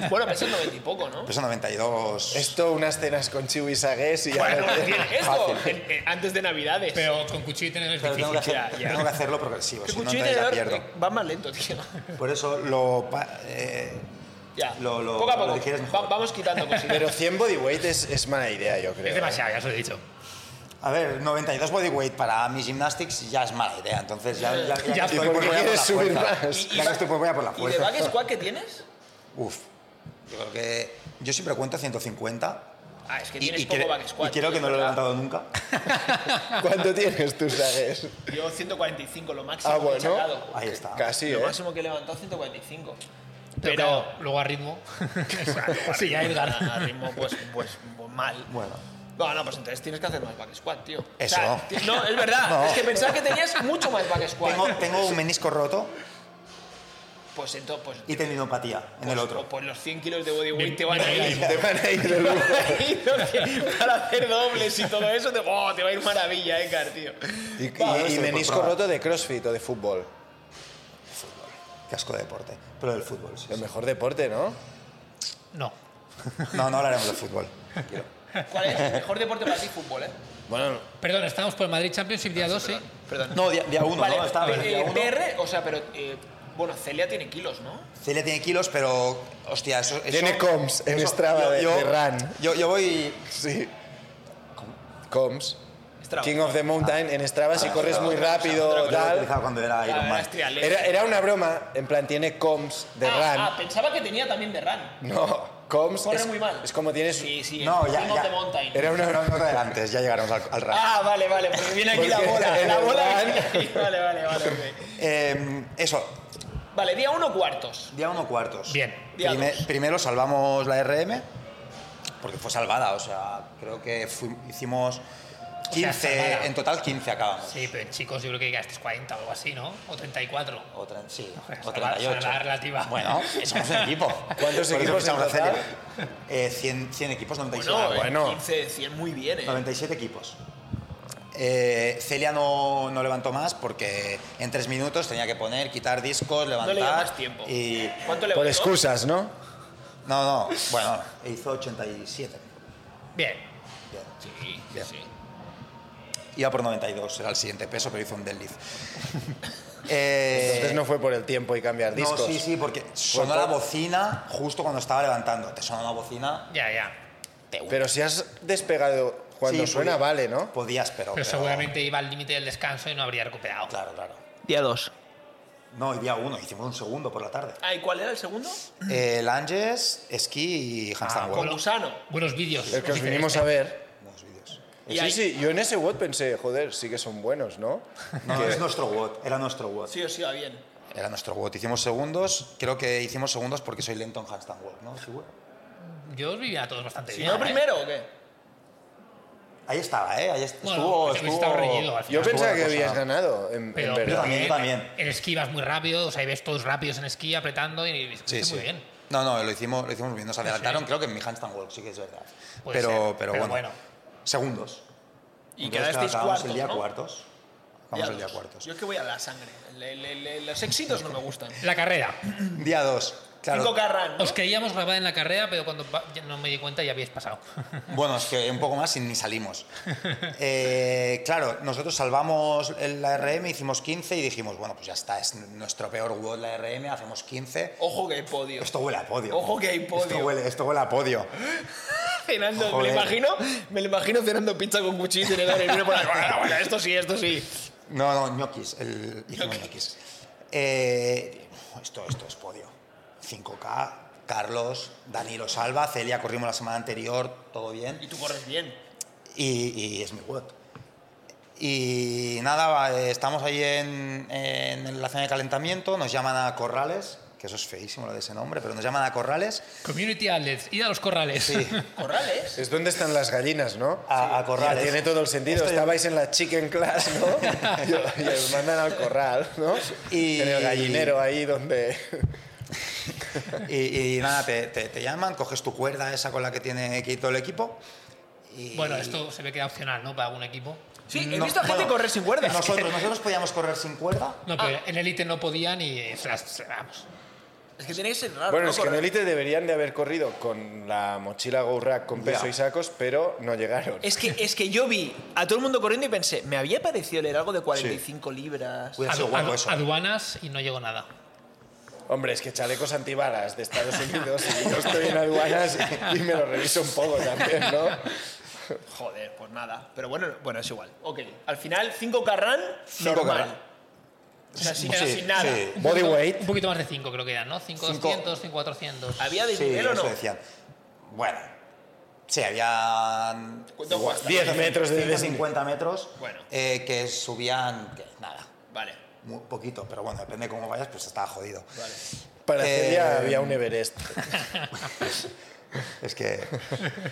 Speaker 1: Bueno, pesa 90 y poco, ¿no?
Speaker 4: Peso 92.
Speaker 2: Esto, unas cenas con Chiwi y Sagués y ya
Speaker 1: Bueno,
Speaker 2: lo tienes.
Speaker 1: tiene eso.
Speaker 4: Fácil.
Speaker 1: en- en- antes de Navidades.
Speaker 3: Pero con cuchillo y tenedor es
Speaker 4: Pero tengo
Speaker 3: difícil.
Speaker 4: que, hacer-
Speaker 1: ya, ya.
Speaker 4: tengo que hacerlo progresivo,
Speaker 1: Que
Speaker 4: si no,
Speaker 1: cuchillo y
Speaker 4: entonces ya
Speaker 1: tenedor
Speaker 4: pierdo.
Speaker 1: eh, van más lento, tío.
Speaker 4: Por eso lo. pa- eh,
Speaker 1: Ya.
Speaker 4: Lo- lo-
Speaker 1: poco a
Speaker 4: lo
Speaker 1: poco.
Speaker 4: digieres
Speaker 1: Va-
Speaker 4: mejor.
Speaker 1: vamos quitando cositas.
Speaker 2: Pero 100 bodyweight es, es mala idea, yo creo.
Speaker 3: Es demasiado, ya os lo he dicho.
Speaker 4: A ver, 92 bodyweight para mis gymnastics ya es mala idea, entonces ya, ya, ya,
Speaker 3: Ya,
Speaker 4: estoy
Speaker 2: ¿y por
Speaker 4: por
Speaker 2: qué
Speaker 4: voy a por la
Speaker 2: quieres subir
Speaker 4: fuerza.
Speaker 2: más?
Speaker 4: Ya que estoy por voy a por la
Speaker 1: ¿Y de
Speaker 4: fuerza.
Speaker 1: back squat qué tienes?
Speaker 4: Uf, yo creo que yo siempre cuento 150
Speaker 1: Ah, es que
Speaker 4: y,
Speaker 1: tienes
Speaker 4: y
Speaker 1: poco
Speaker 4: cre-
Speaker 1: back squat.
Speaker 4: y creo
Speaker 1: tío,
Speaker 4: que no lo he
Speaker 1: ¿verdad?
Speaker 4: levantado nunca.
Speaker 2: ¿Cuánto tienes tú, Sagués?
Speaker 1: Yo 145, lo máximo
Speaker 2: Ah,
Speaker 1: que he
Speaker 2: bueno.
Speaker 1: sacado.
Speaker 4: Ahí está.
Speaker 2: Casi,
Speaker 1: Lo
Speaker 2: ¿eh?
Speaker 1: máximo que he levantado 145.
Speaker 3: Pero
Speaker 1: Pero.
Speaker 3: luego a ritmo. sí, ya
Speaker 1: A
Speaker 3: Edgar.
Speaker 1: ritmo, pues, pues, pues, mal.
Speaker 4: Bueno,
Speaker 1: No, no, pues entonces tienes que hacer más back squat, tío.
Speaker 4: Eso.
Speaker 1: ti- no, es verdad.
Speaker 4: No.
Speaker 1: Es que pensaba que tenías mucho más back squat.
Speaker 4: tengo, tengo un menisco roto
Speaker 1: Pues entonces, pues.
Speaker 4: y tendinopatía en el
Speaker 1: Pues,
Speaker 4: otro.
Speaker 1: pues los 100 kilos de bodyweight
Speaker 3: Bien,
Speaker 1: te van a
Speaker 3: bien ahí.
Speaker 1: ir.
Speaker 2: Te van a ir de lujo.
Speaker 1: ahí, los que- Para hacer dobles y todo eso, te, oh, te va a ir maravilla, eh, Car, tío.
Speaker 2: Y, y-
Speaker 4: Va,
Speaker 2: y
Speaker 4: eso,
Speaker 2: menisco
Speaker 4: por probar.
Speaker 2: roto de crossfit o de fútbol.
Speaker 4: Casco de deporte, pero del fútbol. sí,
Speaker 2: El
Speaker 4: sí.
Speaker 2: mejor deporte, ¿no?
Speaker 3: No.
Speaker 4: No, no hablaremos del fútbol. Quiero.
Speaker 1: ¿Cuál es el mejor deporte para ti? Fútbol, ¿eh?
Speaker 2: Bueno,
Speaker 3: Perdón, estamos por el Madrid Championship
Speaker 4: Ah,
Speaker 3: día 12.
Speaker 1: Perdón.
Speaker 4: No, día, día uno,
Speaker 1: vale,
Speaker 4: ¿no? Estaba en el día
Speaker 1: eh,
Speaker 4: uno.
Speaker 1: PR, o sea, pero. eh, bueno, Celia tiene kilos, ¿no?
Speaker 4: Celia tiene kilos, pero. Hostia, eso. eso-
Speaker 2: Tiene comms en Strava de- de run.
Speaker 4: Yo, yo voy.
Speaker 2: sí. Coms.
Speaker 1: Strava.
Speaker 2: King of the Mountain en Ah, Strava, si corres muy
Speaker 1: otra cosa, otra
Speaker 2: rápido,
Speaker 1: cosa.
Speaker 4: Yo lo
Speaker 2: tal.
Speaker 4: utilizaba cuando era Iron
Speaker 1: Ah,
Speaker 4: Man.
Speaker 1: es triatleta.
Speaker 2: Era, era una broma, en plan, tiene comms de
Speaker 1: Ah, ah,
Speaker 2: run.
Speaker 1: pensaba que tenía también de run.
Speaker 2: No, comms
Speaker 1: Corre
Speaker 2: es,
Speaker 1: muy mal.
Speaker 2: es como tienes...
Speaker 1: Sí, sí,
Speaker 4: No,
Speaker 1: el
Speaker 4: ya,
Speaker 1: King of
Speaker 4: ya.
Speaker 1: the Mountain.
Speaker 4: Era una nota de antes, ya llegaremos al, al rap.
Speaker 1: Ah, vale, vale, porque viene aquí la
Speaker 2: Porque
Speaker 1: bola.
Speaker 2: en
Speaker 1: La
Speaker 2: el
Speaker 1: bola
Speaker 2: run-
Speaker 1: viene aquí. Vale, vale, vale. ok.
Speaker 4: Eh, eso,
Speaker 1: Vale, día uno cuartos.
Speaker 4: día uno cuartos.
Speaker 3: Bien.
Speaker 1: Día
Speaker 4: Prime-
Speaker 1: dos.
Speaker 4: primero salvamos la RM, porque fue salvada, o sea, creo que fui- hicimos
Speaker 3: sea,
Speaker 4: 15,
Speaker 3: salvada.
Speaker 4: en total 15 acabamos.
Speaker 3: Sí, pero en chicos yo creo que gastes 40 o algo así, ¿no? O 34.
Speaker 4: O tre- sí, o
Speaker 3: Salvada-
Speaker 4: 38.
Speaker 3: salvada relativa.
Speaker 4: Bueno, somos un equipo.
Speaker 2: ¿Cuántos
Speaker 4: Por eso
Speaker 2: equipos en
Speaker 4: fichamos a Celia.
Speaker 2: total?
Speaker 4: Eh, 100, 100 equipos, 97.
Speaker 1: No,
Speaker 4: Ah,
Speaker 2: bueno.
Speaker 1: 15, 100, eh, muy bien, eh.
Speaker 4: 97 equipos. Eh, Celia no, no levantó más porque en tres minutos tenía que poner, quitar discos,
Speaker 1: No
Speaker 4: levantar.
Speaker 1: le dio más tiempo.
Speaker 4: Y.
Speaker 1: ¿Cuánto le
Speaker 2: Por
Speaker 1: votó?
Speaker 2: excusas, ¿no?
Speaker 4: No, no, bueno, hizo 87.
Speaker 3: Bien.
Speaker 4: Bien.
Speaker 1: Sí, sí,
Speaker 4: Bien.
Speaker 1: sí.
Speaker 4: Iba por 92, era el siguiente peso, pero hizo un deadlift. Eh,
Speaker 2: Entonces no fue por el tiempo y cambiar
Speaker 4: no,
Speaker 2: discos.
Speaker 4: sí, sí, porque sonó
Speaker 2: Por-
Speaker 4: la bocina justo cuando estaba levantando. Te sonó la bocina.
Speaker 3: Ya, ya.
Speaker 4: Te hunde.
Speaker 2: Pero si has despegado cuando
Speaker 4: Sí, pues
Speaker 2: suena,
Speaker 4: podía-
Speaker 2: vale, ¿no?
Speaker 4: Podías, pero.
Speaker 3: Pero seguramente iba al límite del descanso y no habría recuperado.
Speaker 4: Claro, claro.
Speaker 1: Día 2.
Speaker 4: No, el día uno, hicimos un segundo por la tarde.
Speaker 1: Ah, ¿y cuál era el segundo?
Speaker 4: Eh, lunges, esquí y handstand
Speaker 1: Con
Speaker 4: walk.
Speaker 1: gusano.
Speaker 3: Buenos vídeos. Este,
Speaker 2: El que os
Speaker 3: Dice,
Speaker 2: vinimos a ver.
Speaker 4: Buenos vídeos.
Speaker 1: Y
Speaker 2: sí,
Speaker 1: ahí-
Speaker 2: sí, yo en ese WOD pensé, joder, sí que son buenos, ¿no?
Speaker 4: No, es nuestro WOT, era nuestro WOT.
Speaker 1: Sí o sí, va bien.
Speaker 4: Era nuestro WOT. Hicimos segundos, creo que hicimos segundos porque soy lento en handstand walk, ¿no? Sí, güey.
Speaker 3: Yo os vivía a todos bastante
Speaker 1: ¿Si
Speaker 3: bien.
Speaker 1: no
Speaker 3: ¿eh?
Speaker 1: primero o qué?
Speaker 4: Ahí estaba, ¿eh? Ahí est-
Speaker 3: Bueno,
Speaker 4: estuvo.
Speaker 3: pues habéis
Speaker 4: estuvo...
Speaker 3: estado reñido al
Speaker 2: Yo
Speaker 3: final.
Speaker 4: estuvo
Speaker 2: pensaba
Speaker 4: la
Speaker 2: que
Speaker 4: cosa.
Speaker 2: habías ganado, en, en
Speaker 3: Pero,
Speaker 2: verdad.
Speaker 4: Yo también, yo también.
Speaker 3: En esquí vas muy rápido, o sea, ahí ves todos rápidos en esquí, apretando y y
Speaker 4: Sí,
Speaker 3: muy
Speaker 4: sí.
Speaker 3: bien.
Speaker 4: No, no, lo hicimos, lo hicimos muy bien. Nos adelantaron,
Speaker 3: Sí.
Speaker 4: creo que en mi handstand walk, sí que es verdad.
Speaker 3: Puede
Speaker 4: pero,
Speaker 3: ser,
Speaker 4: pero,
Speaker 3: pero
Speaker 4: bueno.
Speaker 3: bueno.
Speaker 4: Segundos.
Speaker 1: Y
Speaker 4: Entonces,
Speaker 1: quedasteis
Speaker 4: acabamos
Speaker 1: cuartos,
Speaker 4: el día
Speaker 1: ¿no?
Speaker 4: cuartos. Acabamos el día
Speaker 1: dos.
Speaker 4: cuartos.
Speaker 1: Yo es que voy a la sangre. Le- le- le- los éxitos no me gustan.
Speaker 3: La carrera.
Speaker 4: Día dos. Claro.
Speaker 1: 5K run, ¿no?
Speaker 3: Os creíamos grabada en la carrera, pero cuando pa- ya no me di cuenta ya habíais pasado.
Speaker 4: Bueno, es que un poco más y ni salimos. Eh, claro, nosotros salvamos el- la RM, hicimos 15 y dijimos, bueno, pues ya está, es nuestro peor WOD la RM, hacemos 15.
Speaker 1: Ojo que hay podio.
Speaker 4: Esto huele a podio.
Speaker 1: Ojo que hay
Speaker 4: Esto
Speaker 1: podio.
Speaker 4: huele, esto huele a podio.
Speaker 1: Cenando, me
Speaker 4: Joder.
Speaker 1: lo imagino, me lo imagino cenando pizza con cuchillo y tenedor y vino por ahí. Bueno, bueno, esto sí, esto sí.
Speaker 4: No, no, ñoquis, el hicimos ñoquis. Eh, esto, esto es podio. 5K, Carlos, Dani lo salva, Celia corrimos la semana anterior, todo bien.
Speaker 1: Y tú corres bien.
Speaker 4: y, y es mi web. Y nada, va, eh, estamos ahí en, en la zona de calentamiento, nos llaman a Corrales, que eso es feísimo lo de ese nombre, pero nos llaman a Corrales,
Speaker 3: Community Outlets, id a los corrales.
Speaker 4: sí,
Speaker 1: Corrales.
Speaker 2: Es donde están las gallinas, ¿no?
Speaker 4: a, a Ah, Corrales.
Speaker 2: Tiene todo el sentido.
Speaker 4: Esto yo-
Speaker 2: Estabais en la chicken class, ¿no? y, y os mandan al corral, ¿no?
Speaker 4: Y-
Speaker 2: En el gallinero ahí donde...
Speaker 4: Y, y nada, te, te- te llaman, coges tu cuerda esa con la que tiene que ir todo el equipo. y-
Speaker 3: Bueno, esto se ve que era opcional, ¿no? Para algún equipo.
Speaker 1: Sí, he
Speaker 4: No,
Speaker 1: visto a gente
Speaker 4: bueno,
Speaker 1: correr sin cuerda.
Speaker 3: Ah.
Speaker 4: Nosotros, nosotros podíamos correr sin cuerda.
Speaker 3: No, pero en élite no podían y eh, se las, se- vamos.
Speaker 1: Es que tiene que ser raro.
Speaker 2: Bueno,
Speaker 1: ¿no?
Speaker 2: es que en
Speaker 1: Correr.
Speaker 2: Elite deberían de haber corrido con la mochila Go Rack con peso
Speaker 4: Ya.
Speaker 2: y sacos, pero no llegaron.
Speaker 1: Es que, es que yo vi a todo el mundo corriendo y pensé, me había parecido leer algo de 45 libras.
Speaker 4: Hubiera sido
Speaker 3: Adu-
Speaker 4: guapo
Speaker 3: adu-
Speaker 4: eso.
Speaker 3: Aduanas y no llegó nada.
Speaker 2: Hombre, es que chalecos antibalas de Estados Unidos y yo estoy en aduanas y me lo reviso un poco también, ¿no?
Speaker 1: Joder, pues nada. Pero bueno, bueno, es igual. Ok. Al final, 5 carrán,
Speaker 2: Cinco
Speaker 1: normal.
Speaker 2: carrán.
Speaker 1: O sea, sin,
Speaker 4: Sí,
Speaker 1: sin nada.
Speaker 4: sí.
Speaker 2: Body
Speaker 3: Un
Speaker 2: weight.
Speaker 3: poquito más de 5 creo que eran, ¿no? 5,
Speaker 4: Cinco.
Speaker 3: 200, 5, 400.
Speaker 1: ¿Había
Speaker 4: Sí,
Speaker 1: desnivel o
Speaker 4: eso
Speaker 1: no?
Speaker 4: decían. Bueno, sí, había
Speaker 1: ¿Cuánto cuesta?
Speaker 2: 10 metros de
Speaker 4: 50 metros
Speaker 1: Bueno.
Speaker 4: eh, que subían, que nada,
Speaker 1: Vale,
Speaker 4: muy poquito, pero bueno, depende de cómo vayas, pues estaba jodido.
Speaker 1: vale.
Speaker 2: Para hacer
Speaker 4: Eh,
Speaker 2: ya había un Everest.
Speaker 4: Es que...
Speaker 2: es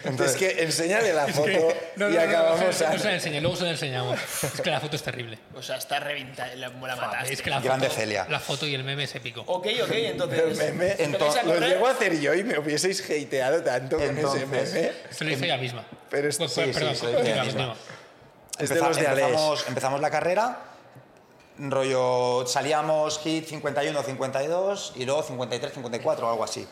Speaker 4: Entonces,
Speaker 2: que enséñale la foto y acabamos
Speaker 3: no,
Speaker 2: a...
Speaker 3: no se la enseñé, luego se la enseñamos. Es que la foto es terrible.
Speaker 1: O sea, está reventada, la, la
Speaker 3: Ah, Es
Speaker 1: mataste.
Speaker 3: que la
Speaker 4: Grande
Speaker 3: foto,
Speaker 4: Celia.
Speaker 3: la foto y el meme es épico.
Speaker 1: Ok, ok, entonces.
Speaker 2: El meme.
Speaker 1: ¿Te vais a
Speaker 4: Entonces-
Speaker 2: Lo
Speaker 1: correr?
Speaker 2: llego a hacer yo y me hubieseis hateado tanto con ese
Speaker 4: Entonces,
Speaker 2: meme.
Speaker 3: Se lo hizo ella misma.
Speaker 2: pero es-
Speaker 3: Pues,
Speaker 4: sí, sí,
Speaker 3: perdón,
Speaker 4: se lo hizo ella
Speaker 3: continúa,
Speaker 4: misma.
Speaker 3: continúa.
Speaker 2: Es de
Speaker 4: empeza-
Speaker 2: los de Aleix.
Speaker 4: empezamos, empezamos la carrera, rollo, salíamos hit 51, 52 y luego 53, 54 o algo así.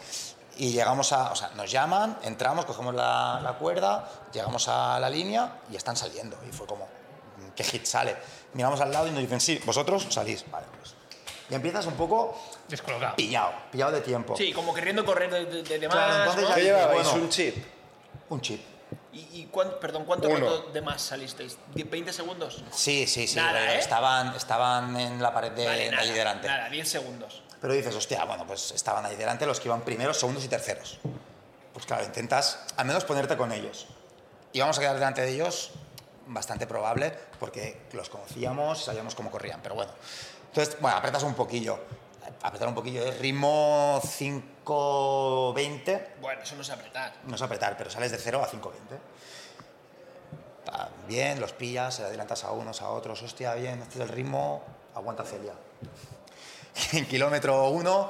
Speaker 4: Y llegamos a, o sea, nos llaman, entramos, cogemos la, la cuerda, llegamos a la línea y están saliendo. Y fue como, mm, ¿qué hit sale? Miramos al lado y nos dicen, sí, vosotros salís. Vale, pues. Y empiezas un poco
Speaker 3: Descolocado.
Speaker 4: pillado, pillado de tiempo.
Speaker 1: Sí, como queriendo correr de, de, de más.
Speaker 4: Claro, entonces
Speaker 1: ¿no?
Speaker 4: ya-
Speaker 2: ¿Qué llevabais?
Speaker 4: Bueno.
Speaker 2: ¿Un chip?
Speaker 4: Un chip.
Speaker 1: ¿Y, y cuán- perdón, cuánto
Speaker 2: Uno.
Speaker 1: rato de más salisteis? ¿Die- ¿20 segundos?
Speaker 4: Sí, sí, sí.
Speaker 1: Nada,
Speaker 4: rollo,
Speaker 1: ¿eh?
Speaker 4: estaban, estaban en la pared de,
Speaker 1: Vale,
Speaker 4: de
Speaker 1: nada,
Speaker 4: allí Eh, delante.
Speaker 1: Nada, 10 segundos.
Speaker 4: Pero dices, hostia, bueno, pues estaban ahí delante los que iban primeros, segundos y terceros. Pues claro, intentas al menos ponerte con ellos. Y vamos a quedar delante de ellos, bastante probable, porque los conocíamos y sabíamos cómo corrían, pero bueno. Entonces, bueno, apretas un poquillo. Apretar un poquillo es ritmo 5.20,
Speaker 1: Bueno, eso no es apretar.
Speaker 4: no es apretar, pero sales de 0 a 5.20. Pa, Bien, los pillas, se adelantas a unos, a otros, hostia, bien, este es el ritmo, aguanta Celia. En kilómetro 1,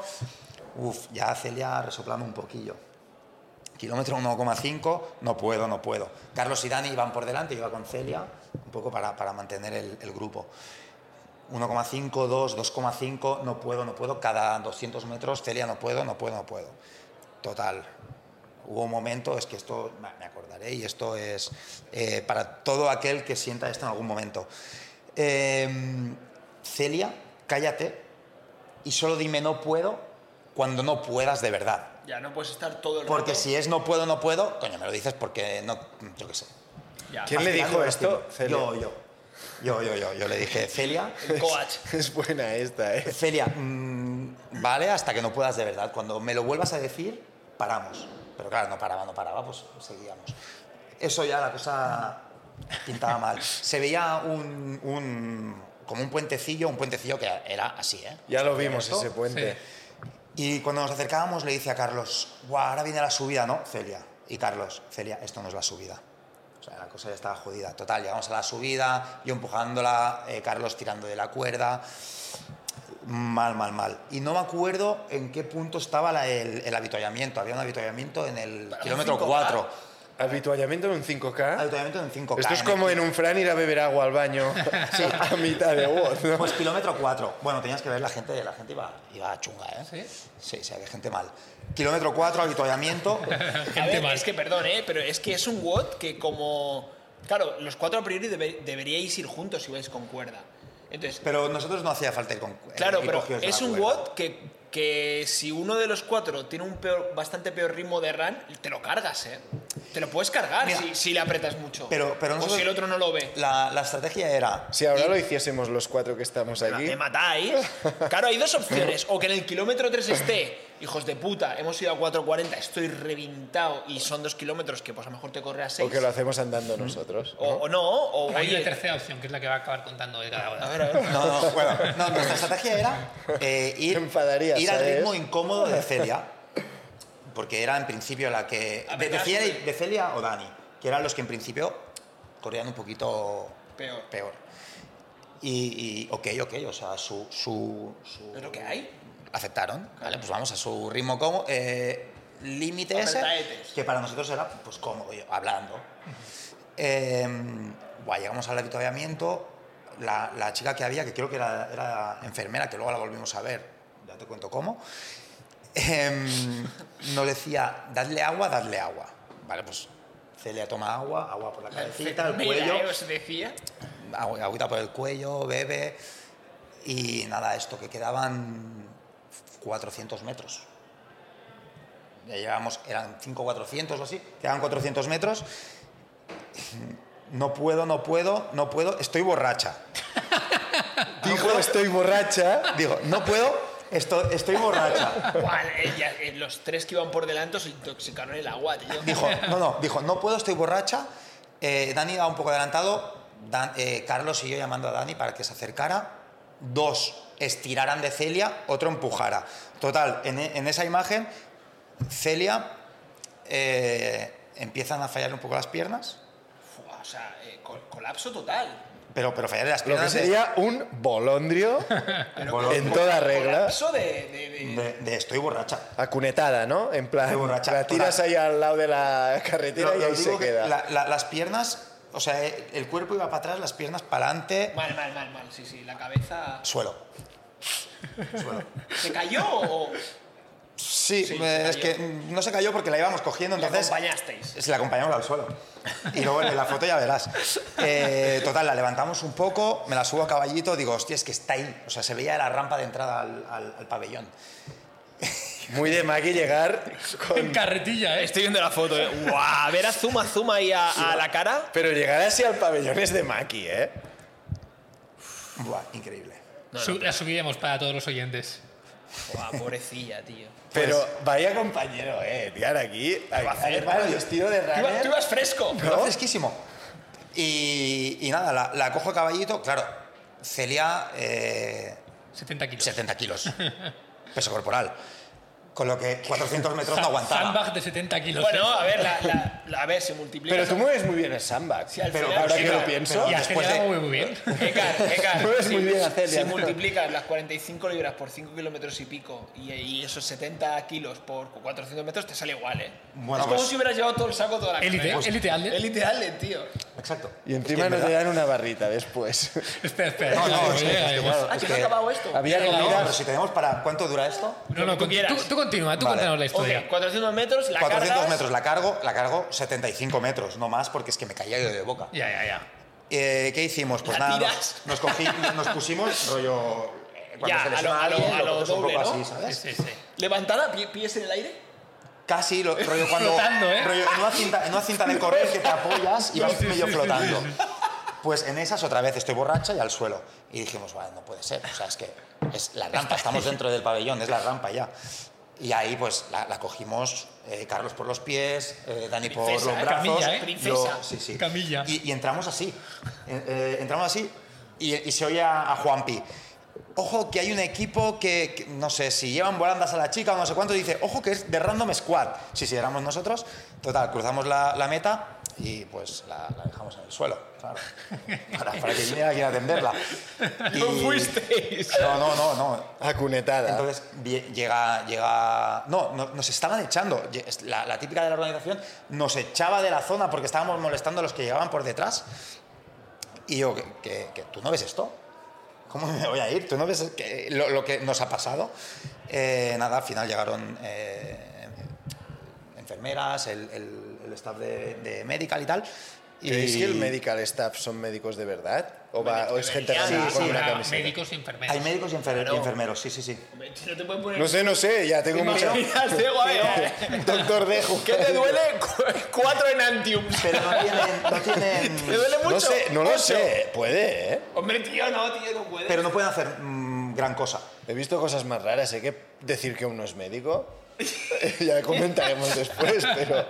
Speaker 4: uff, ya Celia resoplando un poquillo. Kilómetro 1,5, no puedo, no puedo. Carlos y Dani van por delante, yo iba con Celia, un poco para, para mantener el, el grupo. 1,5, 2, 2,5, no puedo, no puedo. Cada 200 metros, Celia, no puedo, no puedo, no puedo. Total. Hubo un momento, es que esto me me acordaré, y esto es eh, para todo aquel que sienta esto en algún momento. Em, Celia, cállate y solo dime no puedo cuando no puedas de verdad.
Speaker 1: Ya no puedes estar todo el
Speaker 4: Porque
Speaker 1: rato.
Speaker 4: si es no puedo, no puedo, coño, me lo dices porque no, yo qué sé.
Speaker 1: Ya.
Speaker 2: ¿Quién
Speaker 4: Al
Speaker 2: le
Speaker 4: final
Speaker 2: dijo
Speaker 4: yo lo
Speaker 2: esto?
Speaker 4: explico.
Speaker 2: Celia.
Speaker 4: Yo, yo. Yo, yo, yo, yo le dije, Celia,
Speaker 1: El coach.
Speaker 2: Es buena esta, ¿eh?
Speaker 4: Celia, mm, vale, hasta que no puedas de verdad. Cuando me lo vuelvas a decir, paramos. Pero claro, no paraba, no paraba, pues seguíamos. Eso ya la cosa pintaba mal. Se veía un, un- como un puentecillo, un puentecillo que era así, ¿eh?
Speaker 2: Ya lo vimos
Speaker 4: Esto.
Speaker 2: ese puente.
Speaker 3: Sí.
Speaker 4: Y cuando nos acercábamos le dice a Carlos, guau, ahora viene la subida, ¿no? Celia. Y Carlos, Celia, esto no es la subida. O sea, la cosa ya estaba jodida. Total, llegamos a la subida, yo empujándola, eh, Carlos tirando de la cuerda. Mal, mal, mal. Y no me acuerdo en qué punto estaba la- el, el avituallamiento. Había un avituallamiento en el kilómetro
Speaker 1: 5K.
Speaker 4: 4.
Speaker 2: Habituallamiento en un 5K.
Speaker 4: Avituallamiento en 5K.
Speaker 2: Esto es como
Speaker 4: el-
Speaker 2: en un Fran ir a beber agua al baño a mitad de WOD, ¿no?
Speaker 4: Pues kilómetro 4. Bueno, tenías que ver la gente, la gente iba, iba chunga, ¿eh?
Speaker 3: ¿Sí?
Speaker 4: Sí, sí, había gente mal. Kilómetro 4, avituallamiento.
Speaker 1: A
Speaker 3: Gente
Speaker 1: ver,
Speaker 3: mal.
Speaker 1: es que perdón, ¿eh? pero es que es un WOD que como... Claro, los cuatro a priori debe- deberíais ir juntos si vais con cuerda. Entonces,
Speaker 4: Pero nosotros no hacía falta ir con. eh,
Speaker 1: claro,
Speaker 4: ir
Speaker 1: pero
Speaker 4: cogidos de
Speaker 1: es
Speaker 4: la
Speaker 1: un
Speaker 4: cuerda.
Speaker 1: WOD que, que si uno de los cuatro tiene un peor, bastante peor ritmo de run, te lo cargas, ¿eh? Te lo puedes cargar
Speaker 4: Mira,
Speaker 1: si, si le apretas mucho.
Speaker 4: pero- pero
Speaker 1: o
Speaker 4: nosotros-
Speaker 1: si el otro no lo ve.
Speaker 4: La, la estrategia era.
Speaker 2: Si ahora lo hiciésemos los cuatro que estamos
Speaker 1: Ma-
Speaker 2: aquí.
Speaker 1: Me matáis. Claro, hay dos opciones. O que en el kilómetro 3 esté, hijos de puta, hemos ido a 4.40, estoy reventado y son dos kilómetros que pues a lo mejor te corre a 6.
Speaker 2: O que lo hacemos andando nosotros.
Speaker 1: O, o no, o
Speaker 3: Hay una
Speaker 1: oye,
Speaker 3: tercera opción, que es la que va a acabar contando hoy cada hora.
Speaker 1: a ver, a ver.
Speaker 4: No, no, bueno, no, nuestra estrategia era eh, ir,
Speaker 2: Te enfadarías,
Speaker 4: ir al
Speaker 2: ¿sabes?
Speaker 4: ritmo incómodo de Celia. Porque era en principio la que.
Speaker 1: A
Speaker 4: De,
Speaker 1: ver,
Speaker 4: de Celia,
Speaker 1: Ashley.
Speaker 4: de Celia o Dani, que eran los que en principio corrían un poquito
Speaker 1: Peor.
Speaker 4: peor. Y, y, ok, ok, o sea, su, su, su-
Speaker 1: ¿Es lo que hay?
Speaker 4: Aceptaron, ¿vale? Pues vamos a su ritmo como eh, límite ese,
Speaker 1: Apretaetes.
Speaker 4: que para nosotros era pues cómodo, yo, hablando. Eh, buah, llegamos al avituallamiento, la, la chica que había, que creo que era, era enfermera, que luego la volvimos a ver, ya te cuento cómo, Em, nos decía, dadle agua, dadle agua. Vale, pues Celia toma agua, agua por la cabecita, el
Speaker 1: Mira,
Speaker 4: cuello,
Speaker 1: eh, os decía.
Speaker 4: agü- agüita por el cuello, bebe. Y nada, esto, que quedaban 400 metros. Ya llevábamos, eran 5 400 o así, quedaban 400 metros. No puedo, no puedo, no puedo, estoy borracha.
Speaker 2: Dijo, estoy borracha.
Speaker 4: Digo, no puedo, esto- estoy borracha.
Speaker 1: Buah, eh, ya, eh, los tres que iban por delante se intoxicaron el agua, tío.
Speaker 4: Dijo, no, no, dijo, no puedo, estoy borracha. Eh, Dani va un poco adelantado. Dan- eh, Carlos y yo llamando a Dani para que se acercara. Dos estiraran de Celia, otro empujara. Total, en, e- en esa imagen, Celia eh, empiezan a fallar un poco las piernas,
Speaker 1: Fua, o sea, eh, col- colapso total.
Speaker 4: pero, pero fallar las
Speaker 2: Lo que
Speaker 4: piernas de-
Speaker 2: sería un bolondrio en toda regla.
Speaker 1: Colapso de. de- de-
Speaker 4: de- de estoy borracha.
Speaker 2: Acunetada, ¿no? En plan,
Speaker 4: Estoy borracha.
Speaker 2: la tiras
Speaker 4: Total.
Speaker 2: ahí al lado de la
Speaker 4: Lo-
Speaker 2: carretera y
Speaker 4: lo
Speaker 2: ahí se
Speaker 4: digo que
Speaker 2: queda.
Speaker 4: la- la- las piernas, o sea, eh, el cuerpo iba para atrás, las piernas para adelante,
Speaker 1: Mal, mal, mal, mal. Sí, sí, la cabeza.
Speaker 4: suelo. Suelo.
Speaker 1: ¿Se cayó o.?
Speaker 4: Sí,
Speaker 1: Sí,
Speaker 4: eh,
Speaker 1: se
Speaker 4: es
Speaker 1: cayó.
Speaker 4: que mm, no se cayó porque la íbamos cogiendo,
Speaker 1: ¿La
Speaker 4: entonces
Speaker 1: acompañasteis?
Speaker 4: se la acompañamos al suelo. Y luego en la foto ya verás. Eh, total, la levantamos un poco, me la subo a caballito, digo, hostia, es que está ahí. O sea, se veía la rampa de entrada al, al- al pabellón.
Speaker 2: Muy de maqui llegar
Speaker 3: En
Speaker 2: con...
Speaker 3: carretilla, ¿eh?
Speaker 1: Estoy viendo la foto, eh. Guau, ver a Zuma Zuma ahí a, a la cara.
Speaker 2: Pero llegar así al pabellón es de maqui, ¿eh?
Speaker 4: Buah, increíble.
Speaker 3: Su- La subiremos para todos los oyentes.
Speaker 1: Guau, pobrecilla, tío.
Speaker 2: Pero vaya compañero, ¿eh? Tirar aquí...
Speaker 1: va a hacer?
Speaker 2: Hermano, yo estiro de
Speaker 1: Tú, iba- tú
Speaker 2: runner.
Speaker 1: ibas fresco.
Speaker 4: Pero fresquísimo. Y, y nada, la, la cojo a caballito, claro, Celia... eh,
Speaker 3: 70 kilos.
Speaker 4: 70 kilos. Peso corporal. Con lo que 400 metros no aguantaba.
Speaker 3: Sandbag de 70 kilos.
Speaker 1: Bueno,
Speaker 3: ¿eh?
Speaker 1: a ver, la- la- la- a ver, se multiplica.
Speaker 2: Pero tú mueves muy bien el sandbag.
Speaker 1: Sí, al
Speaker 2: pero
Speaker 1: final-
Speaker 2: ahora
Speaker 1: sí,
Speaker 2: que lo
Speaker 1: claro,
Speaker 2: pienso...
Speaker 3: y
Speaker 4: pero-
Speaker 3: has
Speaker 4: después
Speaker 3: quedado
Speaker 4: de-
Speaker 3: muy bien.
Speaker 1: Ecar, Ecar,
Speaker 4: Pues
Speaker 2: Mueves
Speaker 1: si,
Speaker 2: muy bien, Acelia.
Speaker 1: si multiplicas las 45 libras por 5 kilómetros y pico y, y esos 70 kilos por 400 metros, te sale igual, ¿eh?
Speaker 4: Bueno,
Speaker 1: es como
Speaker 4: pues-
Speaker 1: si hubieras llevado todo el saco toda la
Speaker 3: Élite,
Speaker 1: carrera. Pues
Speaker 3: élite ¿eh? Alde.
Speaker 1: Élite Alde, eh, tío.
Speaker 4: Exacto.
Speaker 2: Y encima nos dan una barrita después.
Speaker 3: Espera, espera.
Speaker 4: No, no,
Speaker 3: que
Speaker 4: es que-
Speaker 3: llega,
Speaker 4: es que
Speaker 3: igual.
Speaker 4: claro,
Speaker 1: Ah,
Speaker 4: es
Speaker 1: que no ha
Speaker 4: que-
Speaker 1: acabado esto.
Speaker 2: Había
Speaker 3: Pero
Speaker 4: No,
Speaker 2: comidas-
Speaker 4: pero si tenemos para... ¿Cuánto dura esto?
Speaker 3: No, no,
Speaker 1: Lo que tú
Speaker 3: con-
Speaker 1: quieras.
Speaker 3: tú, tú continúa, tú
Speaker 4: Vale.
Speaker 3: contanos la historia.
Speaker 1: Ok, 400 metros, la
Speaker 4: 400
Speaker 1: cargas,
Speaker 4: metros, la cargo, la cargo 75 metros, no más, porque es que me caía yo de boca.
Speaker 3: Ya, ya, ya.
Speaker 4: Eh, ¿Qué hicimos? Pues
Speaker 1: ¿La
Speaker 4: nada,
Speaker 1: tiras?
Speaker 4: nos, nos cogí- nos pusimos rollo... eh, cuando
Speaker 1: Ya,
Speaker 4: se
Speaker 1: a lo-
Speaker 4: lesiona
Speaker 1: a lo-
Speaker 4: alguien,
Speaker 1: a lo
Speaker 4: coges un
Speaker 1: doble,
Speaker 4: poco
Speaker 1: ¿no?
Speaker 4: así, ¿sabes?
Speaker 3: Sí, sí.
Speaker 1: levantada, pie- pies en el aire.
Speaker 4: Casi, lo- rollo cuando.
Speaker 3: Flotando, ¿eh?
Speaker 4: rollo en, una cinta, en una cinta de correr que te apoyas y vas medio flotando. Pues en esas otra vez estoy borracha y al suelo. Y dijimos, vale, no puede ser. O sea, es que es la rampa, estamos dentro del pabellón, es la rampa ya. Y ahí pues la, la cogimos, eh, Carlos por los pies, eh, Dani por
Speaker 1: Princesa,
Speaker 4: los
Speaker 1: ¿eh?
Speaker 4: brazos.
Speaker 3: Camilla, ¿eh?
Speaker 4: yo-
Speaker 1: Princesa.
Speaker 4: sí, sí.
Speaker 3: Camilla.
Speaker 4: Y, y entramos así. Eh, eh, entramos así y, y se oye a, a Juanpi. Ojo, que hay un equipo que, que no sé si llevan volandas a la chica o no sé cuánto. Dice, ojo, que es de Random Squad. Sí, sí, éramos nosotros. Total, cruzamos la, la meta y pues la, la dejamos en el suelo, claro. Para, para que viniera alguien a atenderla. Y-
Speaker 1: No fuisteis.
Speaker 4: No, no, no, no.
Speaker 2: Acunetada.
Speaker 4: Entonces vie- llega, llega, no, no- nos estaban echando. Lle- es La, la típica de la organización nos echaba de la zona porque estábamos molestando a los que llegaban por detrás. Y yo, que, que- que tú no ves esto. ¿Cómo me voy a ir? ¿Tú no ves que- lo, lo que nos ha pasado? Eh, nada, al final llegaron eh, enfermeras, el, el- el staff de, de medical y tal. Y
Speaker 2: ¿Creéis que el medical staff son médicos de verdad? ¿O, va- o es gente
Speaker 1: Sí,
Speaker 2: random con
Speaker 4: sí,
Speaker 2: una
Speaker 3: Habrá
Speaker 2: camiseta?
Speaker 3: médicos y enfermeros.
Speaker 4: Hay médicos y, enfer-
Speaker 1: Claro.
Speaker 4: y enfermeros, sí, sí, sí.
Speaker 1: Hombre, tío, No te pueden poner.
Speaker 2: No sé, no sé, ya tengo mucho...
Speaker 1: Mira, ciego, eh.
Speaker 2: Doctor Dejo.
Speaker 1: ¿Qué te duele? Cu- Cuatro enantiums.
Speaker 4: Pero no tienen... No
Speaker 1: ¿Te
Speaker 4: tienen
Speaker 1: duele mucho?
Speaker 2: No sé, no lo
Speaker 1: Ocho.
Speaker 2: sé. Puede, ¿eh?
Speaker 1: Hombre, tío, no, tío, no puedes.
Speaker 4: pero no pueden hacer mm, gran cosa.
Speaker 2: He visto cosas más raras, ¿eh? Que decir que uno es médico. ya comentaremos después, pero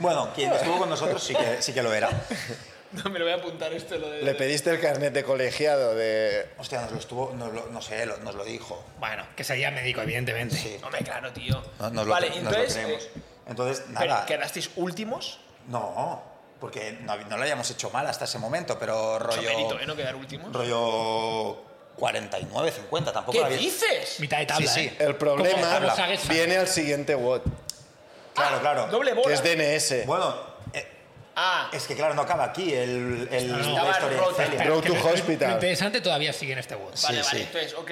Speaker 4: Bueno, quien estuvo con nosotros sí que, sí que lo era.
Speaker 1: No, me lo voy a apuntar esto, lo de.
Speaker 2: le pediste el carnet de colegiado de...
Speaker 4: Hostia, nos lo estuvo, nos lo- no sé, lo- nos lo dijo.
Speaker 3: Bueno, que sería médico, evidentemente.
Speaker 4: Sí.
Speaker 1: Hombre, claro, tío.
Speaker 4: No- nos lo
Speaker 1: vale,
Speaker 4: cre- nos lo
Speaker 1: entonces.
Speaker 4: creemos.
Speaker 1: eh,
Speaker 4: Entonces,
Speaker 1: pero
Speaker 4: nada.
Speaker 1: ¿Quedasteis últimos?
Speaker 4: No, porque no, hab- no lo habíamos hecho mal hasta ese momento, pero
Speaker 1: Mucho mérito,
Speaker 4: rollo.
Speaker 1: ¿eh? No quedar últimos.
Speaker 4: Rollo 49, 50, tampoco
Speaker 1: ¿Qué
Speaker 4: lo había-
Speaker 1: dices?
Speaker 3: Mitad de tabla.
Speaker 4: Sí, sí.
Speaker 3: ¿eh?
Speaker 2: El
Speaker 3: Como-
Speaker 2: problema
Speaker 3: como Sagues-
Speaker 2: viene al siguiente WOT,
Speaker 4: Claro, claro.
Speaker 1: Ah, Doble bola.
Speaker 2: que es DNS.
Speaker 4: Bueno, eh,
Speaker 1: Ah,
Speaker 4: es que claro, no acaba aquí el, el-
Speaker 3: No,
Speaker 4: la
Speaker 3: estaba
Speaker 4: historia de
Speaker 1: rota.
Speaker 4: Celia.
Speaker 3: Espera,
Speaker 2: Road
Speaker 3: que
Speaker 2: to
Speaker 3: lo- lo-
Speaker 2: Hospital.
Speaker 3: Lo interesante todavía sigue en este WOT.
Speaker 1: vale,
Speaker 4: sí,
Speaker 1: vale.
Speaker 4: sí.
Speaker 1: Entonces, ok.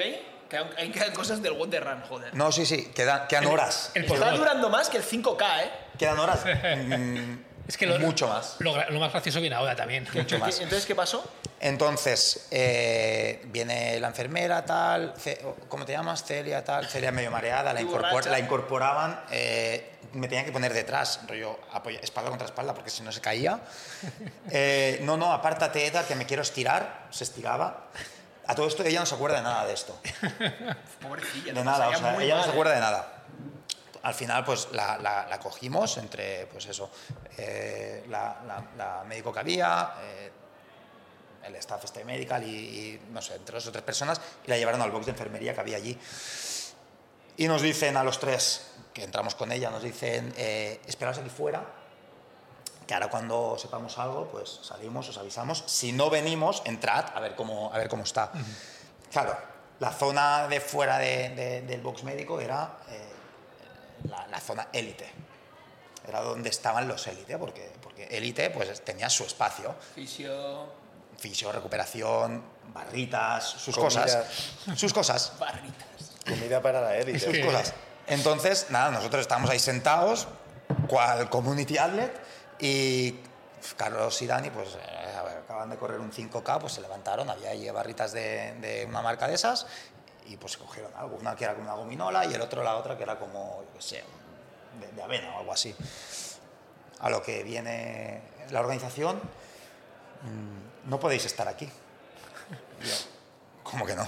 Speaker 1: Que aún, ahí quedan cosas del What the Run, joder.
Speaker 4: No, sí, sí, quedan, quedan horas.
Speaker 3: El
Speaker 1: Está
Speaker 3: portavoz.
Speaker 1: durando más que el 5K, ¿eh?
Speaker 4: Quedan horas. mm,
Speaker 3: Es que lo,
Speaker 4: mucho más.
Speaker 3: Lo, gra- lo más gracioso viene ahora también.
Speaker 4: Mucho más.
Speaker 1: ¿Qué- Entonces, ¿qué pasó?
Speaker 4: Entonces, eh, viene la enfermera, tal, Ce- ¿cómo te llamas? Celia, tal, Celia medio mareada, la,
Speaker 1: Y
Speaker 4: incorpor-
Speaker 1: borracha.
Speaker 4: la incorporaban, eh, me tenían que poner detrás, rollo, apoya- espalda contra espalda, porque si no se caía. Eh, no, no, apártate, Eda, que me quiero estirar, se estiraba. A todo esto ella no se acuerda de nada de esto,
Speaker 1: Pobrecilla.
Speaker 4: de
Speaker 1: lo
Speaker 4: nada, o
Speaker 1: pasaría
Speaker 4: sea,
Speaker 1: muy
Speaker 4: ella no
Speaker 1: mal,
Speaker 4: se
Speaker 1: ¿eh?
Speaker 4: acuerda de nada. Al final, pues la, la- la cogimos entre, pues eso, eh, la, la- la médico que había, eh, el staff este medical y, y, no sé, entre dos o tres personas, y la llevaron al box de enfermería que había allí. Y nos dicen a los tres que entramos con ella, nos dicen, eh, esperaos aquí fuera, que ahora cuando sepamos algo, pues salimos, os avisamos. Si no venimos, entrad a ver cómo, a ver cómo está. Claro, la zona de fuera de- de- del box médico era eh, la- la zona élite era donde estaban los élite, porque, porque élite pues tenía su espacio,
Speaker 1: Fisio,
Speaker 4: fisio, recuperación, barritas, sus
Speaker 2: Comida.
Speaker 4: cosas, sus cosas,
Speaker 1: barritas.
Speaker 2: Comida para la
Speaker 4: sus
Speaker 2: élite.
Speaker 3: que-
Speaker 4: cosas. Entonces, nada, nosotros estábamos ahí sentados, cual community outlet, y Carlos y Dani, pues eh, a ver, acaban de correr un 5K, pues se levantaron, había ahí barritas de, de una marca de esas, y pues cogieron algo, una que era como una gominola y el otro la otra que era como, yo qué sé, de- de avena o algo así a lo que viene la organización, mm, no podéis estar aquí. Y yo, ¿Cómo que no?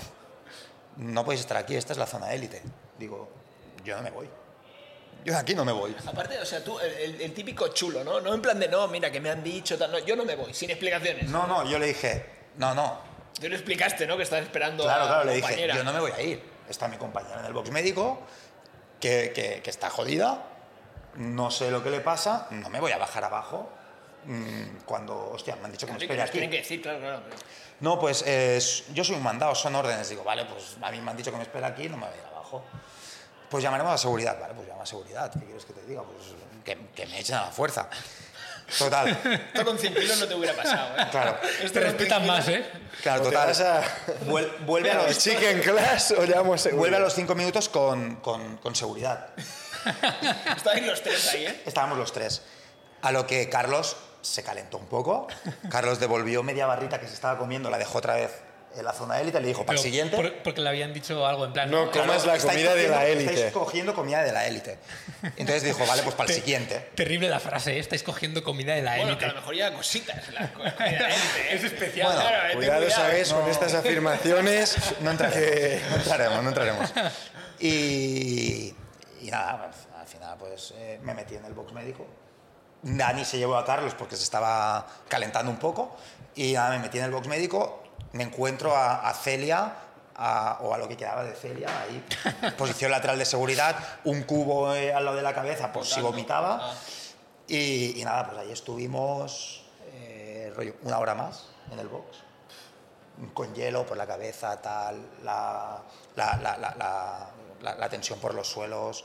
Speaker 4: No podéis estar aquí, esta es la zona élite. Digo, yo no me voy. Yo de aquí no me voy.
Speaker 1: Aparte, o sea, tú, el, el- el típico chulo, ¿no? No en plan de, no, mira, que me han dicho, tal. No, yo no me voy, sin explicaciones.
Speaker 4: No, no, yo le dije, no, no,
Speaker 1: Tú le explicaste, ¿no? Que estás esperando
Speaker 4: Claro,
Speaker 1: a
Speaker 4: claro,
Speaker 1: la
Speaker 4: le dije,
Speaker 1: compañera.
Speaker 4: yo no me voy a ir. Está mi compañera en el box médico, que, que- que está jodida, no sé lo que le pasa, no me voy a bajar abajo. mm, Cuando, hostia, me han dicho que me
Speaker 1: Claro, que
Speaker 4: espere
Speaker 1: nos
Speaker 4: aquí.
Speaker 1: tienen que decir, claro, claro. pero-
Speaker 4: No, pues eh, s- yo soy un mandado, son órdenes. Digo, vale, pues a mí me han dicho que me espera aquí, no me voy a ir abajo. Pues llamaremos a seguridad, vale, pues llama a seguridad. ¿Qué quieres que te diga? Pues que, que me echen a la fuerza. Total,
Speaker 1: Esto con 100 kilos no te hubiera pasado, ¿eh?
Speaker 4: claro,
Speaker 1: Esto
Speaker 3: Te
Speaker 1: con
Speaker 3: respetan
Speaker 1: 100
Speaker 3: más, ¿eh?
Speaker 4: claro,
Speaker 2: O te
Speaker 4: total.
Speaker 2: vas a
Speaker 4: Vuel- vuelve a
Speaker 2: a
Speaker 4: los
Speaker 2: Chicken Class o llamo a
Speaker 4: Vuelve a los cinco minutos con, con- con seguridad.
Speaker 1: kilos- Estáis los tres ahí, ¿eh?
Speaker 4: Estábamos los tres. A lo que Carlos se calentó un poco. Carlos devolvió media barrita que se estaba comiendo, la dejó otra vez en la zona élite y le dijo, para
Speaker 3: Pero
Speaker 4: el siguiente...
Speaker 3: por- porque le habían dicho algo en plan. "Eh,
Speaker 2: No,
Speaker 3: te-
Speaker 2: claro, Comas la
Speaker 4: estáis
Speaker 2: comida de la
Speaker 4: cogiendo- Estáis
Speaker 2: élite.
Speaker 4: cogiendo comida de la élite. Entonces dijo, vale, pues para el siguiente.
Speaker 3: Terrible la frase, ¿eh? estáis cogiendo comida de la
Speaker 1: Bueno,
Speaker 3: élite.
Speaker 1: que a lo mejor ya cositas. La co- la élite, ¿eh?
Speaker 3: Es especial.
Speaker 1: Bueno, claro, eh, ten
Speaker 2: Cuidado, ¿sabes? Con estas afirmaciones.
Speaker 4: No entraremos, no entraremos, no entraremos. Y, y nada, al final pues eh, me metí en el box médico. Dani se llevó a Carlos porque se estaba calentando un poco. Y nada, me metí en el box médico, me encuentro a, a Celia, a- o a lo que quedaba de Celia, ahí, posición lateral de seguridad, un cubo eh, al lado de la cabeza por si
Speaker 1: Votando.
Speaker 4: vomitaba.
Speaker 1: Ah.
Speaker 4: Y, y nada, pues ahí estuvimos eh, rollo, una hora más en el box, con hielo por la cabeza, tal, la, la, la- la- la- la- la tensión por los suelos.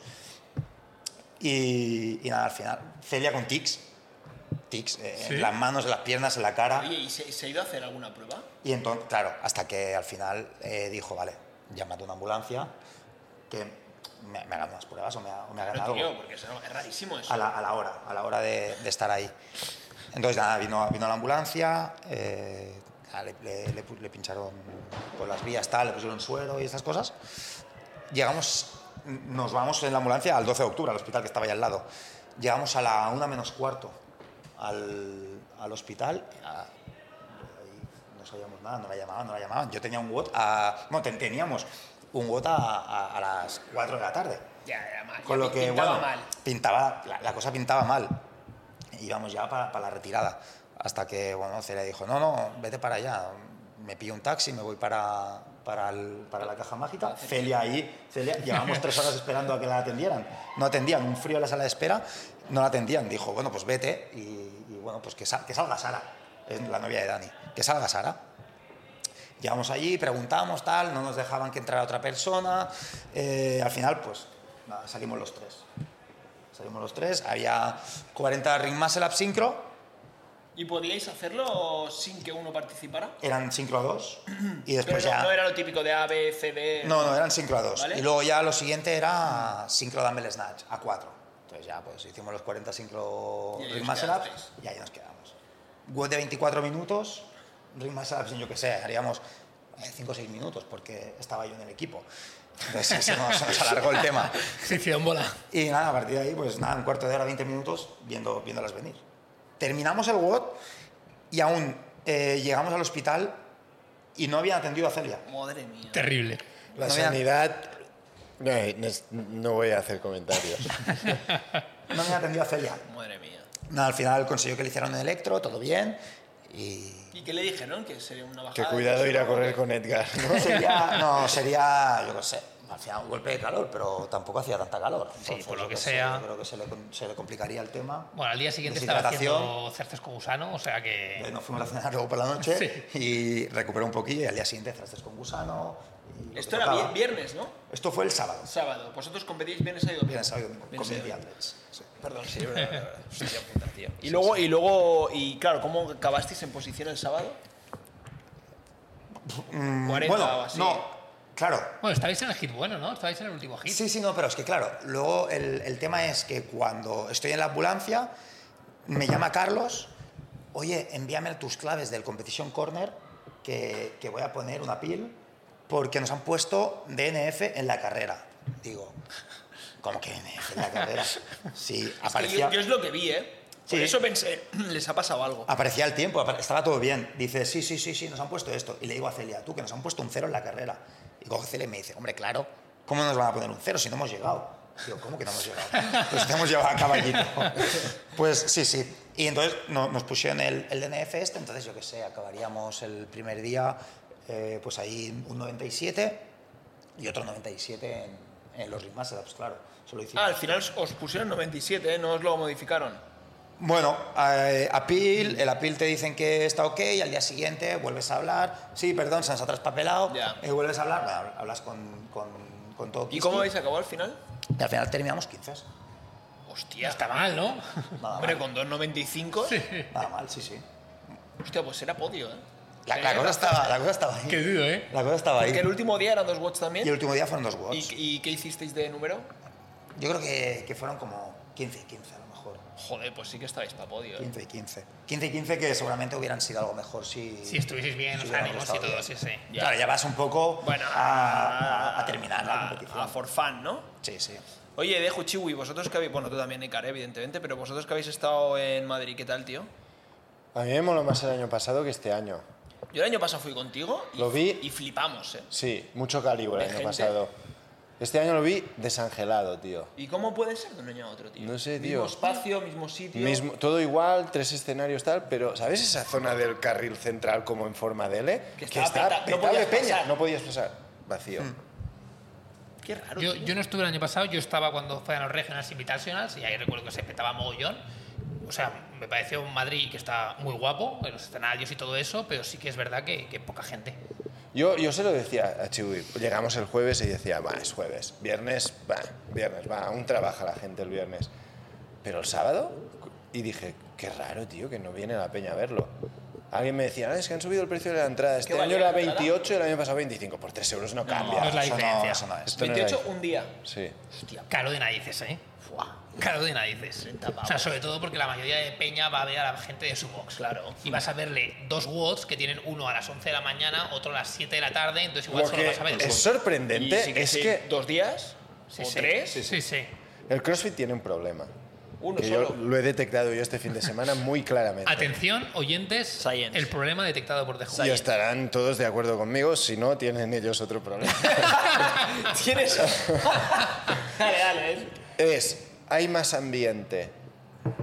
Speaker 4: Y, y nada, al final, Celia con tics, tics eh,
Speaker 3: ¿Sí?
Speaker 4: en las manos, en las piernas, en la cara.
Speaker 1: Oye, ¿y se, se ha ido a hacer alguna prueba?
Speaker 4: Y entonces, claro, hasta que al final eh, dijo, vale, llámate a una ambulancia, que me, me hagan unas pruebas o me, ha- o me hagan
Speaker 1: Pero,
Speaker 4: algo
Speaker 1: tío, porque eso no- es rarísimo Pues eso.
Speaker 4: a la, a la hora, a la hora de, de estar ahí. Entonces, nada, vino, vino la ambulancia, eh, nada, le, le- le pu- le pincharon con las vías, tal, le pusieron suero y estas cosas. Llegamos, nos vamos en la ambulancia al 12 de octubre, al hospital que estaba ahí al lado. Llegamos a la 1 menos cuarto al, al hospital. a- y no sabíamos nada, no la llamaban, no la llamaban. Yo tenía un WOT a... Bueno, ten- teníamos un WOT a- a- a las 4 de la tarde.
Speaker 1: Ya, ya, mal.
Speaker 4: Con
Speaker 1: ya
Speaker 4: lo que,
Speaker 1: pintaba
Speaker 4: bueno,
Speaker 1: mal.
Speaker 4: pintaba, la, la cosa pintaba mal. Íbamos ya para la retirada. Hasta que, bueno, Celia dijo, no, no, vete para allá. Me pillo un taxi, me voy para, para, el- para la caja mágica. Celia ahí, Celia, llevamos tres horas esperando a que la atendieran. No atendían, un frío en la sala de espera, no la atendían. Dijo, bueno, pues vete y, y bueno, pues que, sal- que salga Sara, es la novia de Dani, que salga Sara. Llegamos allí, preguntamos, tal, no nos dejaban que entrara otra persona. Eh, al final, pues, nada, salimos los tres. Salimos los tres, había 40 ring más el absincro
Speaker 1: ¿Y podíais hacerlo sin que uno participara?
Speaker 4: Eran sincro a dos y
Speaker 1: Pero
Speaker 4: después
Speaker 1: no,
Speaker 4: ya...
Speaker 1: no era lo típico de A, B, C, D.
Speaker 4: No, no, eran sincro a dos.
Speaker 1: Ah, ¿Vale?
Speaker 4: Y luego ya lo siguiente era sincro dumbbell snatch a cuatro. Entonces ya pues hicimos los 40 sincro
Speaker 1: Y ahí
Speaker 4: ring
Speaker 1: os
Speaker 4: muscle ups
Speaker 1: quedasteis.
Speaker 4: y ahí nos quedamos. WOD de 24 minutos, ring muscle ups, yo qué sé, haríamos 5 o 6 minutos porque estaba yo en el equipo. Entonces se nos, se nos alargó el tema.
Speaker 3: Se hicieron bola.
Speaker 4: Y nada, a partir de ahí, pues nada, un cuarto de hora, 20 minutos, viendo, viéndolas venir. Terminamos el WOD y aún eh, llegamos al hospital y no habían atendido a Celia.
Speaker 1: Madre mía.
Speaker 3: Terrible.
Speaker 2: La
Speaker 4: No habían-
Speaker 2: sanidad... No, no es- no voy a hacer comentarios.
Speaker 4: No habían atendido a Celia.
Speaker 1: Madre mía.
Speaker 4: Nada, al final consiguió que le hicieran un electro, todo bien. Y
Speaker 1: ¿Y qué le dijeron? Que sería una bajada.
Speaker 2: que cuidado ir a correr con Edgar. ¿no?
Speaker 4: no sería, no, sería, yo qué sé, al final un golpe de calor, pero tampoco hacía tanta calor. Entonces,
Speaker 3: por lo
Speaker 4: yo
Speaker 3: que
Speaker 4: qué sé,
Speaker 3: sea.
Speaker 4: yo creo que se le, com- se le complicaría el tema.
Speaker 3: Bueno, al día siguiente estaba
Speaker 4: Deshidratación.
Speaker 3: haciendo cerces con gusano, o sea que...
Speaker 4: Eh, Nos fuimos a cenar luego por la noche y recuperó un poquillo y al día siguiente trastes con gusano. y lo que
Speaker 1: Esto era
Speaker 4: tocaba.
Speaker 1: vi- viernes, ¿no?
Speaker 4: Esto fue el sábado.
Speaker 1: Sábado. Vosotros competís viernes, sábado.
Speaker 4: Viernes, sábado y domingo,
Speaker 1: Viernes,
Speaker 4: con
Speaker 1: sábado.
Speaker 4: mediates. Sí.
Speaker 1: Perdón, sí, verdad, verdad. Hostia puta, tío. Y luego, y luego, y claro, ¿cómo acabasteis en posición el sábado? 40 o
Speaker 4: Mm, Bueno,
Speaker 1: así.
Speaker 4: no, claro,
Speaker 3: Bueno, estabais en el hit bueno, ¿no? Estabais en el último hit.
Speaker 4: Sí, sí, no, pero es que claro, luego el, el tema es que cuando estoy en la ambulancia, me llama Carlos, oye, envíame tus claves del Competition Corner, que, que voy a poner una pil, porque nos han puesto DNF en la carrera. Digo, ¿cómo que DNF en la carrera? Sí,
Speaker 1: Es que
Speaker 4: aparecía,
Speaker 1: yo, yo es lo que vi, ¿eh? Por
Speaker 4: Sí. Ah,
Speaker 1: eso pensé, les ha pasado algo.
Speaker 4: aparecía el tiempo, apare- estaba todo bien. Dice, sí, sí, sí, sí, nos han puesto esto. Y le digo a Celia, tú, que nos han puesto un cero en la carrera. Y coge Celia y me dice, hombre, claro, ¿cómo nos van a poner un cero si no hemos llegado? Digo, ¿cómo que no hemos llegado? Pues te hemos llevado a caballito. Pues sí, sí. Y entonces no- nos pusieron el, el DNF este, entonces yo qué sé, acabaríamos el primer día, eh, pues ahí un 97 y otro 97 en, en los Ring Masters, pues claro. Solo hicimos.
Speaker 1: Ah, al final os- os pusieron 97, ¿eh? No os lo modificaron.
Speaker 4: Bueno, eh, appeal, el appeal te dicen que está ok y al día siguiente vuelves a hablar. Sí, perdón, se nos ha traspapelado.
Speaker 1: Ya.
Speaker 4: Eh, vuelves a hablar, bueno, hablas con, con, con todo.
Speaker 1: ¿Y
Speaker 4: Kiski.
Speaker 1: cómo habéis acabado al final?
Speaker 4: Y al final terminamos 15.
Speaker 1: Hostia.
Speaker 3: Está mal, ¿no?
Speaker 4: Nada
Speaker 1: Hombre,
Speaker 4: mal,
Speaker 1: con 2.95.
Speaker 4: nada mal, sí, sí.
Speaker 1: Hostia, pues era podio, ¿eh?
Speaker 4: La,
Speaker 1: Sí,
Speaker 4: la cosa estaba, la cosa estaba ahí.
Speaker 3: Qué duro, ¿eh?
Speaker 4: La cosa estaba ahí.
Speaker 1: Porque el último día eran dos watts
Speaker 4: Y el
Speaker 1: también.
Speaker 4: último día fueron dos
Speaker 1: ¿Y,
Speaker 4: watts.
Speaker 1: y qué hicisteis de número?
Speaker 4: Yo creo que, que fueron como 15 y 15 a lo mejor.
Speaker 1: Joder, pues sí que estabais para podio, ¿eh?
Speaker 4: 15 y 15. 15 y 15 que seguramente hubieran sido algo mejor si...
Speaker 3: Si estuvieseis bien,
Speaker 4: si
Speaker 3: los
Speaker 4: hubiéramos
Speaker 3: ánimos y
Speaker 4: estado
Speaker 3: todo,
Speaker 4: bien.
Speaker 3: sí, sí.
Speaker 1: Ya.
Speaker 4: Claro, ya vas un poco
Speaker 1: Bueno,
Speaker 4: a, a- a terminar la
Speaker 1: a-
Speaker 4: competición.
Speaker 1: A Ah, for fun, ¿no?
Speaker 4: Sí, sí.
Speaker 1: Oye, Deju Chiwi, vosotros que habéis. Bueno, tú también, Icar, evidentemente, pero vosotros que habéis estado en Madrid, ¿qué tal, tío?
Speaker 2: A mí me moló más el año pasado que este año.
Speaker 1: Yo el año pasado fui contigo y,
Speaker 2: Lo vi.
Speaker 1: y flipamos, ¿eh?
Speaker 2: Sí, mucho calibre
Speaker 1: De
Speaker 2: el año
Speaker 1: gente.
Speaker 2: pasado. Este año lo vi desangelado, tío.
Speaker 1: ¿Y cómo puede ser de un año a otro, tío?
Speaker 2: No sé,
Speaker 1: Mismo
Speaker 2: tío.
Speaker 1: espacio, mismo sitio.
Speaker 2: Mismo, todo igual, tres escenarios tal, pero ¿sabes esa zona del carril central como en forma de L?
Speaker 1: Que estaba peta- no
Speaker 2: petado de
Speaker 1: podías
Speaker 2: peña.
Speaker 1: pasar. Hmm.
Speaker 2: No podías pasar. Vacío.
Speaker 1: Qué raro.
Speaker 3: Yo,
Speaker 1: tío.
Speaker 3: yo no estuve el año pasado, yo estaba cuando fueron los Regionals Invitationals y ahí recuerdo que se petaba mogollón. O sea, me pareció un Madrid que está muy guapo, en los escenarios y todo eso, pero sí que es verdad que, que poca gente.
Speaker 2: Yo, yo se lo decía a Chiwi. Llegamos el jueves y decía, va, es jueves. Viernes, va, viernes, va. Aún trabaja la gente el viernes. Pero el sábado, y dije, qué raro, tío, que no viene la peña a verlo. Alguien me decía, "Ah, es que han subido el precio de la entrada. Este año
Speaker 1: valía
Speaker 2: era
Speaker 1: la entrada?
Speaker 2: 28, el año pasado 25. Por 3 euros no cambia.
Speaker 3: no es la
Speaker 4: Eso
Speaker 3: diferencia.
Speaker 4: eso no es.
Speaker 2: esto no era
Speaker 1: 28,
Speaker 2: ahí.
Speaker 1: un día.
Speaker 2: Sí.
Speaker 1: Hostia,
Speaker 3: Caro de narices, ¿eh?
Speaker 1: fuá.
Speaker 3: Caro de narices.
Speaker 1: 30 pavos.
Speaker 3: O sea, sobre todo porque la mayoría de Peña va a ver a la gente de su box.
Speaker 1: Claro.
Speaker 3: Y vas a verle dos watts que tienen uno a las 11 de la mañana, otro a las 7 de la tarde, entonces igual
Speaker 2: Lo
Speaker 3: solo
Speaker 2: que
Speaker 3: vas a ver
Speaker 2: es
Speaker 3: dos.
Speaker 2: sorprendente
Speaker 1: Y sí
Speaker 2: es
Speaker 1: sí,
Speaker 2: que
Speaker 1: dos días
Speaker 3: Sí,
Speaker 1: o
Speaker 3: sí.
Speaker 1: tres
Speaker 3: Sí, sí.
Speaker 2: el CrossFit tiene un problema.
Speaker 1: Uno
Speaker 2: que
Speaker 1: solo.
Speaker 2: yo lo he detectado yo este fin de semana muy claramente.
Speaker 3: Atención, oyentes,
Speaker 1: Science.
Speaker 3: el problema detectado por The Who.
Speaker 2: y estarán todos de acuerdo conmigo, si no, tienen ellos otro problema.
Speaker 1: tienes dale dale eh.
Speaker 2: es, hay más ambiente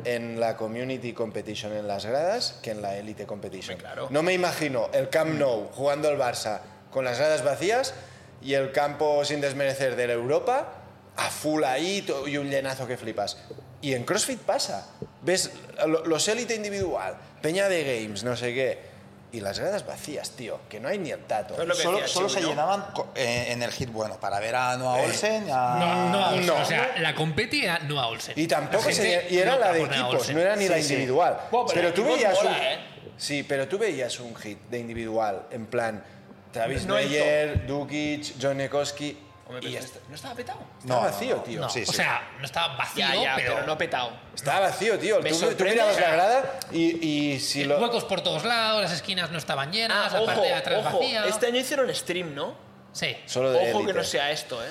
Speaker 2: en la community competition en las gradas que en la elite competition.
Speaker 1: Hombre, claro.
Speaker 2: No me imagino el Camp Nou jugando al Barça con las gradas vacías y el campo sin desmerecer de la Europa a full ahí to- y un llenazo que flipas. Y en CrossFit pasa. Ves lo- los élite individual, peña de games, no sé qué. Y las gradas vacías, tío, que no hay ni el tato.
Speaker 1: Pero lo que
Speaker 4: Solo,
Speaker 1: decía
Speaker 4: solo
Speaker 1: Chiwi,
Speaker 4: se
Speaker 1: ¿no?
Speaker 4: llenaban co- eh, en el hit bueno para ver a Noah
Speaker 2: Eh,
Speaker 4: Olsen. A...
Speaker 3: No, no a Olsen.
Speaker 2: no.
Speaker 3: O sea, la competi era no a Olsen.
Speaker 2: Y
Speaker 3: La
Speaker 2: tampoco
Speaker 3: gente
Speaker 2: se, y era
Speaker 3: no
Speaker 2: la de
Speaker 3: trajo a
Speaker 2: equipos,
Speaker 3: Olsen.
Speaker 2: no era ni la
Speaker 4: Sí, sí.
Speaker 2: individual.
Speaker 1: Bueno, pero
Speaker 2: pero tú
Speaker 1: equipos
Speaker 2: veías
Speaker 1: mola,
Speaker 2: un,
Speaker 1: ¿eh?
Speaker 2: Sí, pero tú veías un hit de individual en plan Travis
Speaker 1: No hay
Speaker 2: Neuer, Dukic, John Nekoski
Speaker 1: Hombre,
Speaker 2: y
Speaker 1: pero
Speaker 2: est-
Speaker 1: este- ¿No estaba petado?
Speaker 2: estaba
Speaker 4: No, no,
Speaker 2: vacío,
Speaker 4: no.
Speaker 2: tío.
Speaker 3: No,
Speaker 4: Sí,
Speaker 3: o
Speaker 4: sí.
Speaker 3: sea, no estaba vacío,
Speaker 1: Ya, ya, pero,
Speaker 3: pero
Speaker 1: no petado.
Speaker 2: Estaba vacío, tío.
Speaker 1: Me
Speaker 2: Tú, tú
Speaker 1: sorprende, Ah. Eh,
Speaker 2: mirabas
Speaker 1: o sea,
Speaker 2: la grada y, y si lo
Speaker 3: Huecos por todos lados, las esquinas no estaban
Speaker 1: Ah,
Speaker 3: llenas, la parte
Speaker 1: ojo,
Speaker 3: de atrás
Speaker 1: ojo.
Speaker 3: vacía.
Speaker 1: Este año hicieron stream, ¿no?
Speaker 3: Sí.
Speaker 2: solo
Speaker 1: Ojo
Speaker 2: de
Speaker 1: que
Speaker 2: élite.
Speaker 1: no sea esto, ¿eh?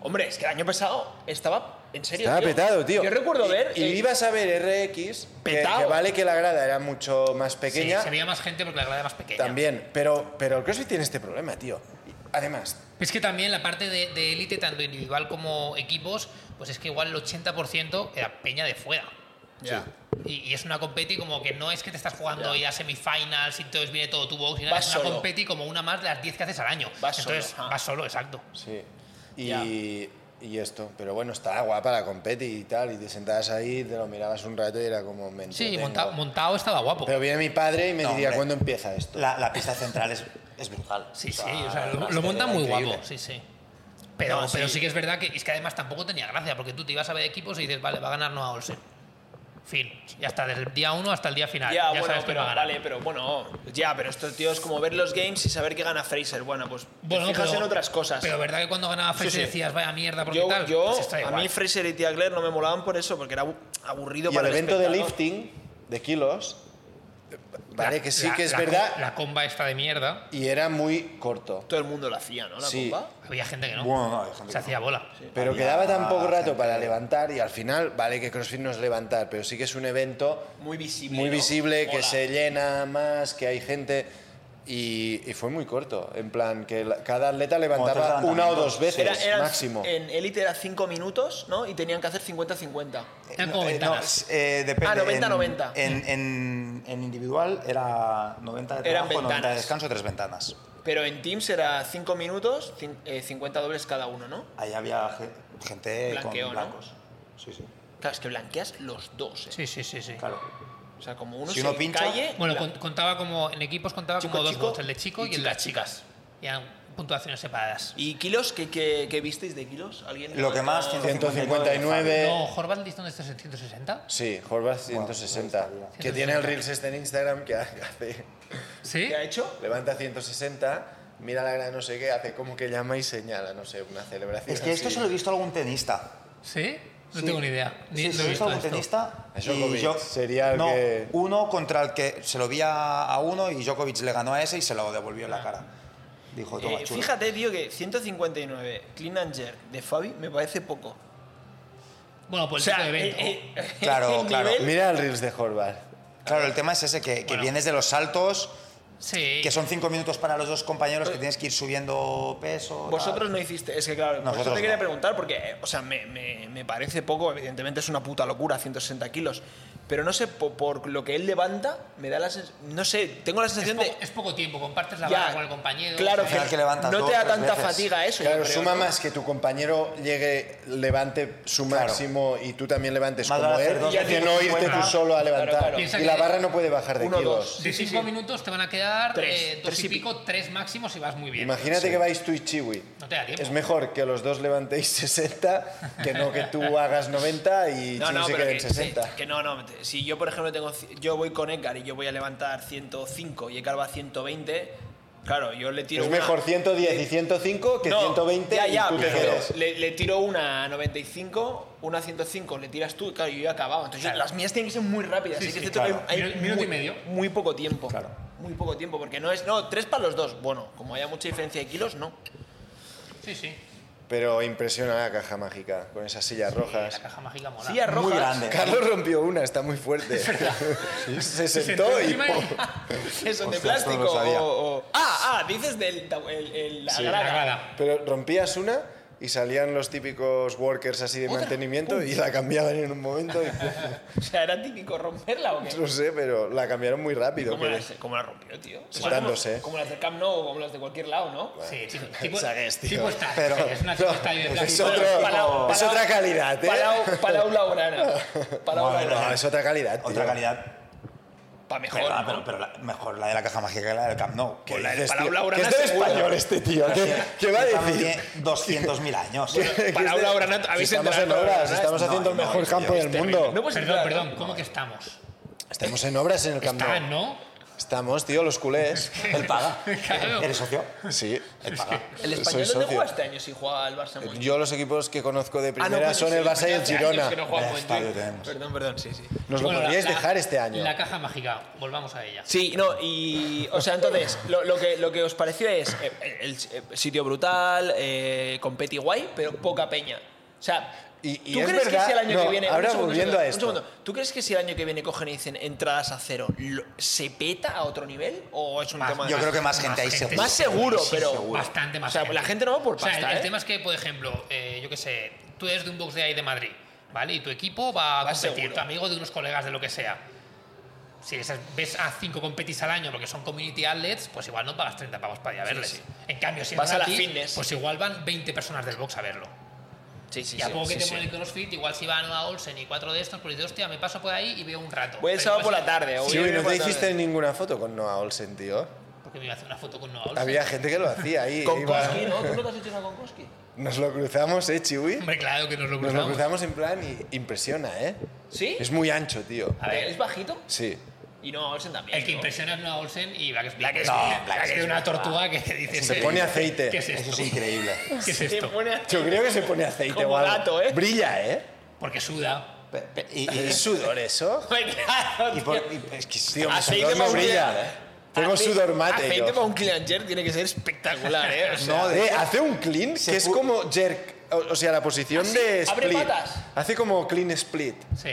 Speaker 1: Hombre, es que el año pasado estaba... En serio,
Speaker 2: Estaba
Speaker 1: tío.
Speaker 2: petado, tío.
Speaker 1: Yo recuerdo
Speaker 2: Y-
Speaker 1: ver...
Speaker 2: Y
Speaker 1: eh,
Speaker 2: ibas a ver RX, que,
Speaker 1: Petao.
Speaker 2: que vale que la grada era mucho más
Speaker 3: Sí,
Speaker 2: pequeña.
Speaker 3: se veía más gente porque la grada era más pequeña.
Speaker 2: También, pero, pero el CrossFit tiene este problema, tío. Y Además,
Speaker 3: Es que también la parte de de élite, tanto individual como equipos, pues es que igual el 80% era peña de fuera.
Speaker 1: ya.
Speaker 3: Y, y es una competi como que no es que te estás jugando
Speaker 1: Ya.
Speaker 3: ya, semifinals y entonces viene todo tu box. y nada,
Speaker 1: Vas
Speaker 3: es una
Speaker 1: solo.
Speaker 3: competi como una más de las 10 que haces al año.
Speaker 1: Vas
Speaker 3: entonces
Speaker 1: solo, ajá.
Speaker 3: vas solo, exacto.
Speaker 2: Sí. Y, y esto, pero bueno, estaba guapa la competi y tal, y te sentabas ahí, te lo mirabas un rato y era como mentira.
Speaker 3: Sí, monta- montado estaba guapo.
Speaker 2: Pero viene mi padre y me
Speaker 4: No,
Speaker 2: diría,
Speaker 4: hombre.
Speaker 2: ¿cuándo empieza esto?
Speaker 4: La, la pista central es, es brutal.
Speaker 3: Sí, sí,
Speaker 1: Ah,
Speaker 3: o sea, lo,
Speaker 4: además,
Speaker 3: lo montan
Speaker 4: era
Speaker 3: muy
Speaker 4: increíble.
Speaker 3: guapo, sí, sí. Pero,
Speaker 1: No, sí.
Speaker 3: pero sí que es verdad que es que además tampoco tenía gracia, porque tú te ibas a ver equipos y dices, vale, va a ganar Noah Olsen. Fin. Y hasta desde el día 1 hasta el día final.
Speaker 1: Ya,
Speaker 3: Ya,
Speaker 1: bueno,
Speaker 3: sabes quién
Speaker 1: pero
Speaker 3: va a ganar.
Speaker 1: vale, pero bueno, ya, pero esto, tío, es como ver los games y saber que gana Fraser. Bueno, pues te
Speaker 3: Bueno,
Speaker 1: fijas
Speaker 3: pero-
Speaker 1: en otras cosas.
Speaker 3: Pero verdad que cuando ganaba Fraser
Speaker 1: sí.
Speaker 3: decías, vaya mierda, porque
Speaker 1: yo,
Speaker 3: tal.
Speaker 1: yo-
Speaker 3: Pues está
Speaker 1: a
Speaker 3: igual.
Speaker 1: mí Fraser y Tia Claire no me molaban por eso, porque era abu- aburrido
Speaker 2: Y el
Speaker 1: para
Speaker 2: evento de
Speaker 1: espectador.
Speaker 2: lifting de kilos,
Speaker 3: La-
Speaker 2: vale, que sí
Speaker 3: la-
Speaker 2: que es
Speaker 3: la-
Speaker 2: verdad,
Speaker 3: La comba esta de mierda,
Speaker 2: y era muy corto.
Speaker 1: Todo el mundo lo hacía, ¿no? La
Speaker 2: Sí.
Speaker 1: comba.
Speaker 3: había gente que no.
Speaker 4: Bueno, no, hay gente
Speaker 3: se
Speaker 4: que
Speaker 3: hacía bola.
Speaker 2: Pero
Speaker 4: Había
Speaker 2: quedaba tan poco rato
Speaker 4: gente
Speaker 2: para
Speaker 4: que-
Speaker 2: levantar y al final, vale que CrossFit no es levantar, pero sí que es un evento
Speaker 1: Muy visible.
Speaker 2: muy
Speaker 1: ¿no?
Speaker 2: visible, que
Speaker 1: Mola.
Speaker 2: se llena más, que hay gente. Y, y fue muy corto, en plan que la- cada atleta levantaba
Speaker 4: Como tres
Speaker 2: una o
Speaker 4: levantamientos.
Speaker 2: dos veces
Speaker 1: Era, eran-
Speaker 2: máximo.
Speaker 1: En élite era 5 minutos, ¿no? Y tenían que hacer 50-50.
Speaker 3: Eran como
Speaker 4: eh,
Speaker 3: ventanas.
Speaker 4: es- eh, depende.
Speaker 1: Ah, 90,
Speaker 4: En-
Speaker 1: 90.
Speaker 4: En, en- en individual era 90 de
Speaker 1: Eran
Speaker 4: trabajo, 90 de
Speaker 1: ventanas.
Speaker 4: descanso, tres ventanas.
Speaker 1: Pero en Teams era 5 minutos, cin- eh, 50 dobles cada uno, ¿no?
Speaker 4: Ahí había ge- gente
Speaker 1: Blanqueo,
Speaker 4: con
Speaker 1: ¿no?
Speaker 4: blancos. Sí, sí,
Speaker 1: Claro, es que blanqueas los dos, ¿eh?
Speaker 3: Sí, sí, sí, sí.
Speaker 4: claro.
Speaker 1: O sea, como uno
Speaker 4: Si
Speaker 1: se
Speaker 4: uno pincha-
Speaker 1: calle...
Speaker 3: Bueno,
Speaker 1: bla-
Speaker 3: con- contaba como, en equipos contaba
Speaker 1: Chico,
Speaker 3: como dos
Speaker 1: chico
Speaker 3: votos, el de chico y,
Speaker 1: y
Speaker 3: el de las
Speaker 1: chicas,
Speaker 3: chicas. Y eran puntuaciones separadas.
Speaker 1: ¿Y kilos? ¿Qué, qué, qué visteis de kilos? ¿Alguien?
Speaker 4: Lo que más,
Speaker 2: 159. Eh,
Speaker 3: No, Horvath listó de estos 160.
Speaker 2: Sí, Horvath 160.
Speaker 4: Bueno, pues,
Speaker 2: que tiene el Reels este en Instagram que hace.
Speaker 3: ¿Sí?
Speaker 1: ¿Qué ha hecho?
Speaker 2: Levanta 160, mira la gran no sé qué, hace como que llama y señala, no sé, una celebración.
Speaker 4: Es que esto
Speaker 2: así.
Speaker 4: se lo he visto a algún tenista.
Speaker 3: ¿Sí? No
Speaker 4: Sí.
Speaker 3: tengo ni idea. Ni
Speaker 4: Sí,
Speaker 3: no
Speaker 4: se
Speaker 3: he
Speaker 4: lo he visto a
Speaker 3: visto
Speaker 4: algún
Speaker 3: esto.
Speaker 4: tenista.
Speaker 2: A
Speaker 4: y
Speaker 2: Djokovic.
Speaker 4: Djok-
Speaker 2: Sería el
Speaker 4: no,
Speaker 2: que-
Speaker 4: uno contra el que se lo vi a, a uno y Djokovic le ganó a ese y se lo devolvió en la cara. Dijo, toma,
Speaker 1: Eh,
Speaker 4: chulo.
Speaker 1: fíjate, tío, que 159 Clean and Jerk de Fabi me parece poco.
Speaker 3: Bueno,
Speaker 1: O
Speaker 3: pues el
Speaker 1: sea,
Speaker 3: tipo de evento.
Speaker 1: eh, eh,
Speaker 4: Claro,
Speaker 1: el
Speaker 4: claro.
Speaker 1: nivel-
Speaker 2: Mira el Reels de Horvath.
Speaker 4: Claro, el tema es ese, que, que
Speaker 3: Bueno. Eh.
Speaker 4: vienes de los saltos,
Speaker 3: sí.
Speaker 4: que son cinco minutos para los dos compañeros, que tienes que ir subiendo peso.
Speaker 1: Vosotros
Speaker 4: tal.
Speaker 1: no hiciste, es que claro, por eso
Speaker 4: Nosotros
Speaker 1: te quería
Speaker 4: no.
Speaker 1: preguntar, porque, eh, o sea, me, me- me parece poco, evidentemente es una puta locura, 160 kilos, pero no sé, po- por, lo que él levanta, me da la sensación, no sé, tengo la
Speaker 3: es,
Speaker 1: sensación
Speaker 3: poco,
Speaker 1: de...
Speaker 3: es poco tiempo, compartes la
Speaker 1: ya,
Speaker 3: barra con el compañero.
Speaker 1: Claro,
Speaker 3: o
Speaker 1: que,
Speaker 3: sea,
Speaker 4: Al final que levantas
Speaker 1: no
Speaker 4: dos,
Speaker 1: te da
Speaker 4: tres
Speaker 1: tanta
Speaker 4: veces.
Speaker 1: fatiga eso. yo
Speaker 2: Claro,
Speaker 1: creo,
Speaker 2: suma
Speaker 1: ¿no?
Speaker 2: más que tu compañero llegue, levante su
Speaker 4: Claro.
Speaker 2: máximo y tú también levantes
Speaker 4: Más
Speaker 2: como
Speaker 4: vale
Speaker 2: él,
Speaker 4: hacer dos
Speaker 2: que
Speaker 4: veces
Speaker 2: no irte tú
Speaker 4: 50.
Speaker 2: solo a levantar.
Speaker 1: Claro, claro.
Speaker 3: Piensa
Speaker 2: Y la
Speaker 3: que-
Speaker 2: barra no puede bajar de
Speaker 1: Uno,
Speaker 2: kilos.
Speaker 1: dos.
Speaker 3: de
Speaker 1: sí, sí,
Speaker 3: cinco
Speaker 1: sí.
Speaker 3: minutos te van a quedar
Speaker 1: Tres,
Speaker 3: eh, dos
Speaker 1: tres
Speaker 3: y
Speaker 1: y pico.
Speaker 3: pico, tres máximos y vas muy bien.
Speaker 2: Imagínate que vais tú y Chiwi.
Speaker 3: No te da tiempo.
Speaker 2: Es mejor que los dos levantéis 60 que no que tú hagas 90 y
Speaker 1: No,
Speaker 2: Chiwi
Speaker 1: no,
Speaker 2: se
Speaker 1: pero
Speaker 2: quede
Speaker 1: que,
Speaker 2: en 60.
Speaker 1: que no, no. te- Si yo, por ejemplo, tengo, ci- yo voy con Edgar y yo voy a levantar 105 y Edgar va a 120, claro, yo le tiro
Speaker 2: es
Speaker 1: una-
Speaker 2: mejor 110 y 105 que
Speaker 1: No,
Speaker 2: 120
Speaker 1: ya, ya,
Speaker 2: y tú te
Speaker 1: pero
Speaker 2: quedas.
Speaker 1: le, le tiro una a 95, una a 105, le tiras tú, y claro, yo ya he acabado. Entonces yo-
Speaker 3: Claro.
Speaker 1: las mías tienen que ser muy rápidas.
Speaker 3: Sí,
Speaker 1: así
Speaker 3: sí,
Speaker 1: que es cierto
Speaker 4: claro.
Speaker 1: que hay, hay
Speaker 3: Minu- minuto
Speaker 1: muy,
Speaker 3: y medio.
Speaker 1: Muy poco tiempo.
Speaker 4: Claro.
Speaker 1: Muy poco tiempo, porque no es, no, tres para los dos. Bueno, como haya mucha diferencia de kilos, no.
Speaker 3: Sí, sí.
Speaker 2: Pero impresiona la caja mágica con esas sillas rojas.
Speaker 3: La caja mágica mola.
Speaker 1: Sillas
Speaker 4: Muy
Speaker 1: rojas.
Speaker 4: grande.
Speaker 2: Carlos rompió una, está muy fuerte. Se sentó y...
Speaker 3: encima
Speaker 2: ¡pum!
Speaker 1: Eso, de
Speaker 4: Ostras,
Speaker 1: plástico.
Speaker 4: no lo sabía.
Speaker 1: o- o- Ah, ah, dices del. ta- el- el- la
Speaker 3: la
Speaker 1: grada.
Speaker 3: grada.
Speaker 2: Pero rompías una y salían los típicos workers así de mantenimiento y la cambiaban en un momento. y-
Speaker 1: O sea, era típico romperla o qué.
Speaker 2: no sé, pero la cambiaron muy rápido.
Speaker 1: ¿Cómo la,
Speaker 2: pero-
Speaker 1: cómo la rompió, tío?
Speaker 2: Sentándose.
Speaker 1: Como, como las del Camp Nou o como las de cualquier lado, ¿no?
Speaker 3: Sí, tipo, tipo,
Speaker 2: Sagues, tío.
Speaker 3: tipo está.
Speaker 4: Pero-
Speaker 3: sí, es una tipo estadio de
Speaker 2: es,
Speaker 3: plástico.
Speaker 2: otro,
Speaker 1: Palau-
Speaker 2: es
Speaker 1: Palau-
Speaker 2: otra calidad, ¿eh?
Speaker 1: Palau, Palau Laurana. Palau
Speaker 4: Madre
Speaker 1: Laurana.
Speaker 2: No, es otra Ah, calidad, tío.
Speaker 4: Otra calidad.
Speaker 1: para mejor.
Speaker 4: pero, la-
Speaker 1: ¿no?
Speaker 4: pero- pero la- mejor la de la caja mágica que la del Camp Nou. Que
Speaker 1: Pues la del
Speaker 4: dices,
Speaker 1: Palau
Speaker 4: tío,
Speaker 1: Laurana
Speaker 2: Que es del
Speaker 1: seguro.
Speaker 2: español este tío. ¿Qué, qué va a
Speaker 4: que también
Speaker 2: decir?
Speaker 4: Tiene 200.000 años.
Speaker 1: Bueno,
Speaker 2: Que es
Speaker 1: Palau
Speaker 2: de-
Speaker 1: Laurana,
Speaker 2: si
Speaker 1: habéis
Speaker 2: estamos
Speaker 1: entrado
Speaker 2: en
Speaker 1: en
Speaker 2: obras,
Speaker 1: Laurana,
Speaker 2: estamos
Speaker 1: es-
Speaker 2: haciendo el
Speaker 4: no,
Speaker 2: mejor
Speaker 4: no,
Speaker 2: campo
Speaker 4: tío,
Speaker 2: del
Speaker 1: es terrible.
Speaker 2: mundo.
Speaker 1: No, pues
Speaker 3: Perdón,
Speaker 1: claro,
Speaker 3: perdón,
Speaker 1: no,
Speaker 3: ¿cómo
Speaker 1: no.
Speaker 3: que estamos?
Speaker 2: Estamos en obras en el Camp
Speaker 3: Están,
Speaker 2: Nou.
Speaker 3: ¿no?
Speaker 2: Estamos, tío, los culés.
Speaker 4: Él paga.
Speaker 3: Claro.
Speaker 4: ¿Eres socio?
Speaker 2: Sí,
Speaker 4: Él paga.
Speaker 1: El
Speaker 2: Soy
Speaker 1: español
Speaker 2: socio.
Speaker 1: dónde juega este año si juega al Barça Montjuic?
Speaker 2: Yo los equipos que conozco de
Speaker 1: Ah,
Speaker 2: primera
Speaker 1: coño,
Speaker 2: son
Speaker 1: sí,
Speaker 2: el Barça y
Speaker 1: hace
Speaker 2: el
Speaker 1: años
Speaker 2: Girona.
Speaker 1: que no juega
Speaker 4: Vaya
Speaker 1: Montjuic.
Speaker 3: pues
Speaker 4: estadio tenemos.
Speaker 1: Perdón, perdón, sí, sí.
Speaker 2: Nos lo
Speaker 3: Bueno, la-
Speaker 2: podríais
Speaker 3: la-
Speaker 2: dejar este año.
Speaker 3: La caja mágica, volvamos a ella.
Speaker 1: Sí, no, y. O sea, entonces, lo, lo que, lo que os pareció es eh, el, eh, sitio brutal, eh, competi guay, pero poca peña. O sea.
Speaker 2: Y- y
Speaker 1: ¿Tú
Speaker 2: es
Speaker 1: crees
Speaker 2: verdad-
Speaker 1: que si el año
Speaker 2: no,
Speaker 1: que viene.
Speaker 2: ahora
Speaker 1: un segundo, un
Speaker 2: volviendo
Speaker 1: segundo,
Speaker 2: a
Speaker 1: un
Speaker 2: esto.
Speaker 1: segundo. ¿Tú crees que si el año que viene cogen y dicen entradas a cero, lo- se peta a otro nivel? ¿O es un
Speaker 3: Más,
Speaker 1: tema
Speaker 4: Yo creo que más gente ahí seguro.
Speaker 1: Más seguro,
Speaker 4: Sí,
Speaker 1: pero.
Speaker 4: seguro.
Speaker 3: Bastante más.
Speaker 1: O sea, la gente no va por
Speaker 3: O sea, el-
Speaker 1: pasta,
Speaker 3: el,
Speaker 1: ¿eh?
Speaker 3: tema es que, por ejemplo, eh, yo qué sé, tú eres de un box de ahí de Madrid, ¿vale? Y tu equipo va a
Speaker 1: Vas
Speaker 3: competir,
Speaker 1: seguro.
Speaker 3: tu amigo de unos colegas de lo que sea. Si esas- ves a cinco competis al año porque son community outlets, pues igual no pagas 30 pavos para ir a verles.
Speaker 1: sí.
Speaker 3: En cambio, si
Speaker 1: Vas
Speaker 3: entran
Speaker 1: a la
Speaker 3: ti,
Speaker 1: fitness.
Speaker 3: pues igual van 20 personas del box a verlo.
Speaker 1: Sí, sí,
Speaker 3: y a
Speaker 1: sí,
Speaker 3: poco que
Speaker 1: sí,
Speaker 3: te
Speaker 1: sí.
Speaker 3: ponen el crossfit, igual si van a Olsen y cuatro de estos, pues dices, hostia, me paso por ahí y veo un rato.
Speaker 1: Voy el
Speaker 3: Pero
Speaker 1: sábado por la
Speaker 3: igual si-
Speaker 1: tarde, o voy
Speaker 2: Sí,
Speaker 1: el
Speaker 2: uy, no te
Speaker 1: viernes por la tarde.
Speaker 2: hiciste ninguna foto con Noah Olsen, tío.
Speaker 3: Porque me iba a hacer una foto con Noah Olsen.
Speaker 2: Había gente que lo hacía ahí.
Speaker 1: Con
Speaker 2: iba-
Speaker 1: Koski, ¿no? ¿Tú no te has hecho una con Koski?
Speaker 2: Nos lo cruzamos, ¿eh, Chiwi?
Speaker 3: Hombre, claro que nos lo
Speaker 2: Nos lo
Speaker 3: cruzamos.
Speaker 2: cruzamos en plan y impresiona, ¿eh?
Speaker 1: ¿Sí?
Speaker 2: Es muy ancho, tío.
Speaker 3: A ver.
Speaker 1: ¿Es bajito?
Speaker 2: Sí.
Speaker 1: Y no, Olsen también.
Speaker 3: El que
Speaker 1: ¿no?
Speaker 3: impresiona es Noah Olsen y Black Smith.
Speaker 4: No, Black
Speaker 3: Black
Speaker 4: Smith.
Speaker 3: es una tortuga que dices.
Speaker 2: Se
Speaker 3: eh,
Speaker 2: pone aceite.
Speaker 3: ¿Qué es
Speaker 4: Eso
Speaker 3: esto?
Speaker 4: es increíble.
Speaker 3: ¿Qué es
Speaker 1: Se
Speaker 3: esto?
Speaker 1: pone a-
Speaker 2: Yo creo que se pone aceite
Speaker 1: Como
Speaker 2: o algo.
Speaker 1: gato, ¿eh?
Speaker 2: Brilla, ¿eh?
Speaker 3: Porque suda.
Speaker 4: Pe- pe- y- y-
Speaker 2: ¿Es sudor eso?
Speaker 4: y
Speaker 1: Claro,
Speaker 4: por-
Speaker 1: tío.
Speaker 4: y- es que,
Speaker 2: Tío, mi
Speaker 1: Aceite
Speaker 2: sudor no
Speaker 1: para un
Speaker 2: brilla.
Speaker 1: día.
Speaker 2: ¿eh? Tengo
Speaker 1: Ace-
Speaker 2: sudor mate
Speaker 1: Aceite
Speaker 2: yo.
Speaker 1: para un cleanger tiene que ser espectacular, ¿eh? O sea,
Speaker 2: No, de- hace un clean
Speaker 4: Se
Speaker 2: que es
Speaker 4: pu-
Speaker 2: como jerk, o, o sea, la posición
Speaker 1: Así,
Speaker 2: de
Speaker 1: abre
Speaker 2: split.
Speaker 1: patas.
Speaker 2: Hace como clean split.
Speaker 3: Sí.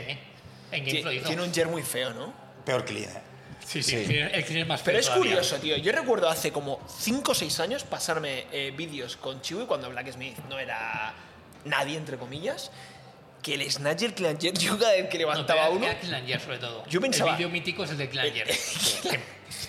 Speaker 3: En Game lo
Speaker 1: ti-
Speaker 3: hizo.
Speaker 1: tiene un jer muy feo, ¿no?
Speaker 4: peor cliente.
Speaker 3: Sí,
Speaker 2: sí.
Speaker 3: sí. tiene- El clean es más
Speaker 1: Pero
Speaker 3: feo
Speaker 1: es
Speaker 3: todavía.
Speaker 1: curioso, tío. Yo recuerdo hace como 5 o 6 años pasarme eh, vídeos con Chiwi cuando Black Smith no era nadie, entre comillas, que el Snatcher Cleanger, yo cada vez que
Speaker 3: No, pero
Speaker 1: levantaba
Speaker 3: era-
Speaker 1: uno...
Speaker 3: era Clanger, sobre todo.
Speaker 1: Yo pensaba-
Speaker 3: El vídeo mítico es el de Clanger. es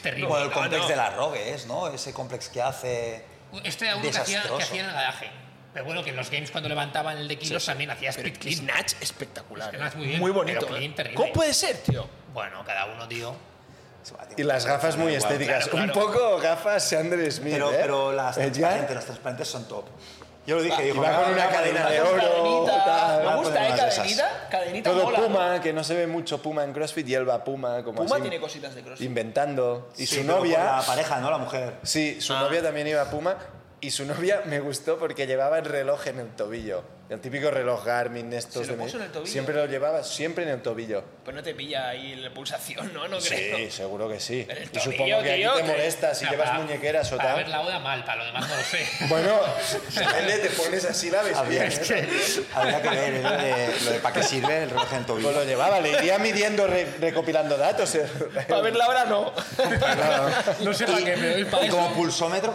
Speaker 3: terrible.
Speaker 4: O el complex
Speaker 1: no.
Speaker 4: de las rogues, ¿no? Ese complex que hace.
Speaker 3: este era uno que hacía, que
Speaker 4: Desastroso.
Speaker 3: hacía en el garaje. Pero bueno, que en los games cuando levantaban el de kilos
Speaker 1: Sí, sí.
Speaker 3: también hacía
Speaker 1: Pero
Speaker 3: split clean.
Speaker 1: Snatch espectacular.
Speaker 3: Es que
Speaker 1: ¿eh?
Speaker 3: Snatch muy bien,
Speaker 1: bonito.
Speaker 3: pero
Speaker 1: ¿eh?
Speaker 3: clean terrible.
Speaker 1: ¿Cómo puede ser, tío?
Speaker 3: Bueno, cada uno, tío.
Speaker 2: Y las gafas muy
Speaker 4: Igual,
Speaker 2: estéticas.
Speaker 1: claro,
Speaker 2: Un
Speaker 1: claro.
Speaker 2: poco gafas Sandra Smith.
Speaker 4: Pero,
Speaker 2: ¿eh?
Speaker 4: pero las
Speaker 2: Eh, ya,
Speaker 4: transparentes, las transparentes son top. Yo lo dije,
Speaker 2: Y
Speaker 4: digo,
Speaker 2: va
Speaker 4: me
Speaker 2: con
Speaker 4: voy a
Speaker 2: una
Speaker 4: poner
Speaker 2: cadena
Speaker 4: una
Speaker 2: de
Speaker 4: cadena.
Speaker 2: oro. tal,
Speaker 1: Me
Speaker 2: va a
Speaker 1: gusta,
Speaker 2: poner
Speaker 1: ¿eh?
Speaker 2: unas de esas.
Speaker 1: Cadenita. Cadenita
Speaker 2: Todo
Speaker 1: mola, ¿no?
Speaker 2: Puma, que no se ve mucho Puma en CrossFit y él va Puma, como
Speaker 1: Puma
Speaker 2: así,
Speaker 1: tiene cositas de crossfit.
Speaker 2: Inventando. Y
Speaker 4: Sí,
Speaker 2: su
Speaker 4: pero con
Speaker 2: novia.
Speaker 4: La pareja, ¿no? La mujer.
Speaker 2: Sí, su
Speaker 1: Ah.
Speaker 2: novia también iba a Puma y su novia me gustó porque llevaba el reloj en el tobillo. El típico reloj Garmin, estos
Speaker 1: ¿Se lo
Speaker 2: de
Speaker 1: puso en el tobillo?
Speaker 2: Siempre lo llevaba, siempre en el tobillo.
Speaker 1: Pues no te pilla ahí la pulsación, ¿no? No creo.
Speaker 2: Sí, seguro que sí.
Speaker 1: En el
Speaker 2: Y
Speaker 1: tobillo,
Speaker 2: supongo que
Speaker 1: tío,
Speaker 2: a ti te
Speaker 1: que-
Speaker 2: molesta si
Speaker 3: No,
Speaker 2: llevas
Speaker 3: para-
Speaker 2: muñequeras o
Speaker 3: Para ver
Speaker 2: tal.
Speaker 3: la boda mal, para lo demás no lo sé.
Speaker 2: Bueno, depende, te pones así, la ves bien. ¿eh?
Speaker 4: Habría que ver ¿eh? lo de, lo de para qué sirve el reloj en el tobillo.
Speaker 2: Pues lo llevaba, le iría midiendo, re- recopilando datos. eh.
Speaker 1: Para verla ahora no.
Speaker 3: no sé para qué, pero es para
Speaker 4: Y como pulsómetro,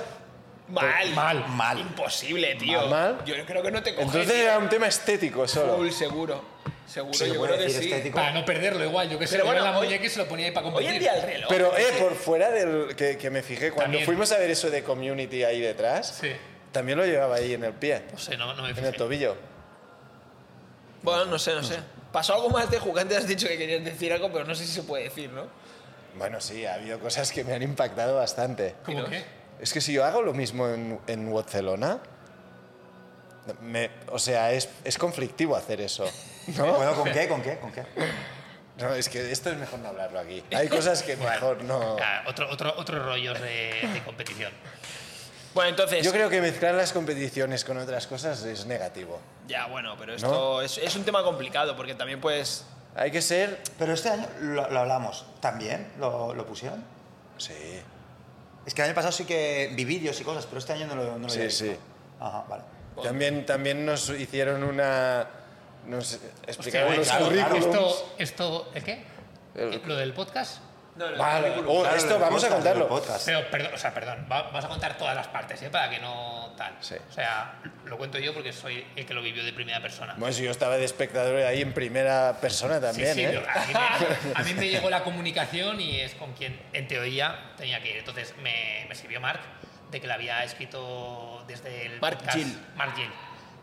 Speaker 1: Mal.
Speaker 3: Mal.
Speaker 4: mal.
Speaker 1: Imposible, tío.
Speaker 2: Pues Mal, mal.
Speaker 1: Yo creo que no te coge.
Speaker 2: Entonces
Speaker 1: tío.
Speaker 2: era un tema estético solo.
Speaker 1: Full, seguro. Seguro,
Speaker 4: Si se
Speaker 1: yo
Speaker 4: puede
Speaker 1: creo que
Speaker 4: decir
Speaker 1: sí.
Speaker 2: este
Speaker 4: estético.
Speaker 3: Para no perderlo, igual, yo que sé.
Speaker 1: Pero
Speaker 3: Pero bueno,
Speaker 1: bueno,
Speaker 3: la
Speaker 1: hoy-
Speaker 3: muñeca que se lo ponía ahí para
Speaker 1: Hoy
Speaker 3: competir.
Speaker 1: en día el reloj.
Speaker 2: Pero, eh, por fuera del que, que me fijé, cuando
Speaker 3: También.
Speaker 2: fuimos a ver eso de community ahí detrás,
Speaker 3: Sí. Pues
Speaker 2: también lo llevaba ahí en el pie,
Speaker 3: No sé, no, no me
Speaker 2: en el
Speaker 3: fijé.
Speaker 2: tobillo.
Speaker 1: Bueno, no sé, no sé. Pasó algo más de jugante, has dicho que querías decir algo, pero no sé si se puede decir, ¿no?
Speaker 2: Bueno, sí, ha habido cosas que me han impactado bastante.
Speaker 3: ¿Cómo
Speaker 1: Tiros.
Speaker 3: qué?
Speaker 2: Es que si yo hago lo mismo en, en Barcelona, me- o sea, es, es conflictivo hacer eso.
Speaker 4: Bueno, ¿con qué? ¿Con qué? ¿Con qué?
Speaker 2: No, es que esto es mejor no hablarlo aquí. Hay cosas que mejor no...
Speaker 3: Ah, otro, otro, otro rollo de, de competición.
Speaker 1: Bueno, entonces.
Speaker 2: Yo creo que mezclar las competiciones con otras cosas es negativo.
Speaker 1: Ya, bueno, pero esto es, es un tema complicado porque también puedes.
Speaker 2: Hay que ser...
Speaker 4: Pero este año lo, lo hablamos. ¿También lo, lo pusieron?
Speaker 2: Sí.
Speaker 4: Es que el año pasado sí que vi vídeos y cosas, pero este año no lo, no lo
Speaker 2: Sí,
Speaker 4: había visto.
Speaker 2: sí.
Speaker 4: Ajá, vale.
Speaker 2: También, también nos hicieron una... Nos explicaron
Speaker 3: Hostia,
Speaker 2: los
Speaker 3: claro, claro.
Speaker 2: currículums.
Speaker 3: Esto, esto, ¿el qué? ¿Lo del podcast?
Speaker 1: No, no,
Speaker 2: Vale.
Speaker 1: no, no,
Speaker 2: Oh,
Speaker 4: Claro,
Speaker 2: esto
Speaker 4: del
Speaker 2: vamos a
Speaker 4: podcast, del
Speaker 2: contarlo.
Speaker 4: podcast.
Speaker 3: Pero, perdón, o sea, perdón, va- vas a contar todas las partes, ¿eh? Para que no tal.
Speaker 2: Sí.
Speaker 3: O sea, lo cuento yo porque soy el que lo vivió de primera persona.
Speaker 2: Bueno, si yo estaba de espectador ahí en primera persona también,
Speaker 3: sí, sí,
Speaker 2: ¿eh?
Speaker 3: yo- a, mí me, a mí me llegó la comunicación y es con quien en teoría tenía que ir. Entonces me, me sirvió Mark de que la había escrito desde el
Speaker 1: Mark
Speaker 3: podcast.
Speaker 1: Gill.
Speaker 3: Mark Gill,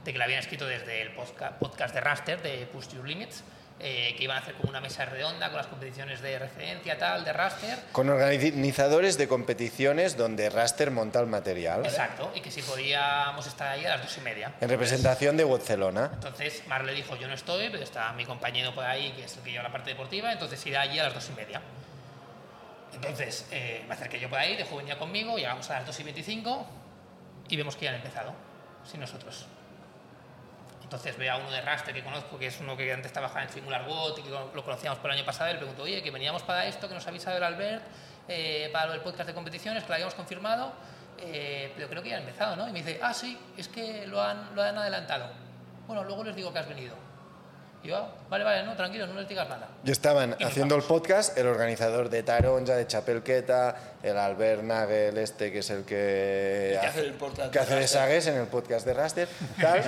Speaker 3: De que la habían escrito desde el posca- podcast de Raster de Push Your Limits. eh, que iban a hacer como una mesa redonda con las competiciones de referencia, tal, de raster.
Speaker 2: Con organizadores de competiciones donde Raster monta el material.
Speaker 3: Exacto, y que si podíamos estar ahí a las dos y media.
Speaker 2: En representación de Barcelona.
Speaker 3: Entonces Mar le dijo, yo no estoy, pero está mi compañero por ahí, que es el que lleva la parte deportiva, entonces irá allí a las dos y media. Entonces eh, me acerqué yo por ahí, dejó venir conmigo, llegamos a las 2 y 25 y vemos que ya han empezado, sin nosotros. Entonces veo a uno de Raster que conozco, que es uno que antes trabajaba en Singular Bot y que lo conocíamos por el año pasado, y le pregunto, oye, que veníamos para esto, que nos ha avisado el Albert, eh, para lo del podcast de competiciones, que lo habíamos confirmado, eh, pero creo que ya ha empezado, ¿no? Y me dice, ah, sí, es que lo han, lo han adelantado. Bueno, luego les digo que has venido. Y yo, "Ah, vale, vale, no, tranquilo, no les digas nada.
Speaker 2: Y estaban
Speaker 3: Y nos
Speaker 2: haciendo el podcast el organizador de Taronja, de Chapelqueta, el Albert Nagel, este que es el que,
Speaker 1: hace el podcast
Speaker 2: Oh, que
Speaker 1: de
Speaker 2: hace de
Speaker 1: Raster.
Speaker 2: Sagues en el podcast de Raster. tal.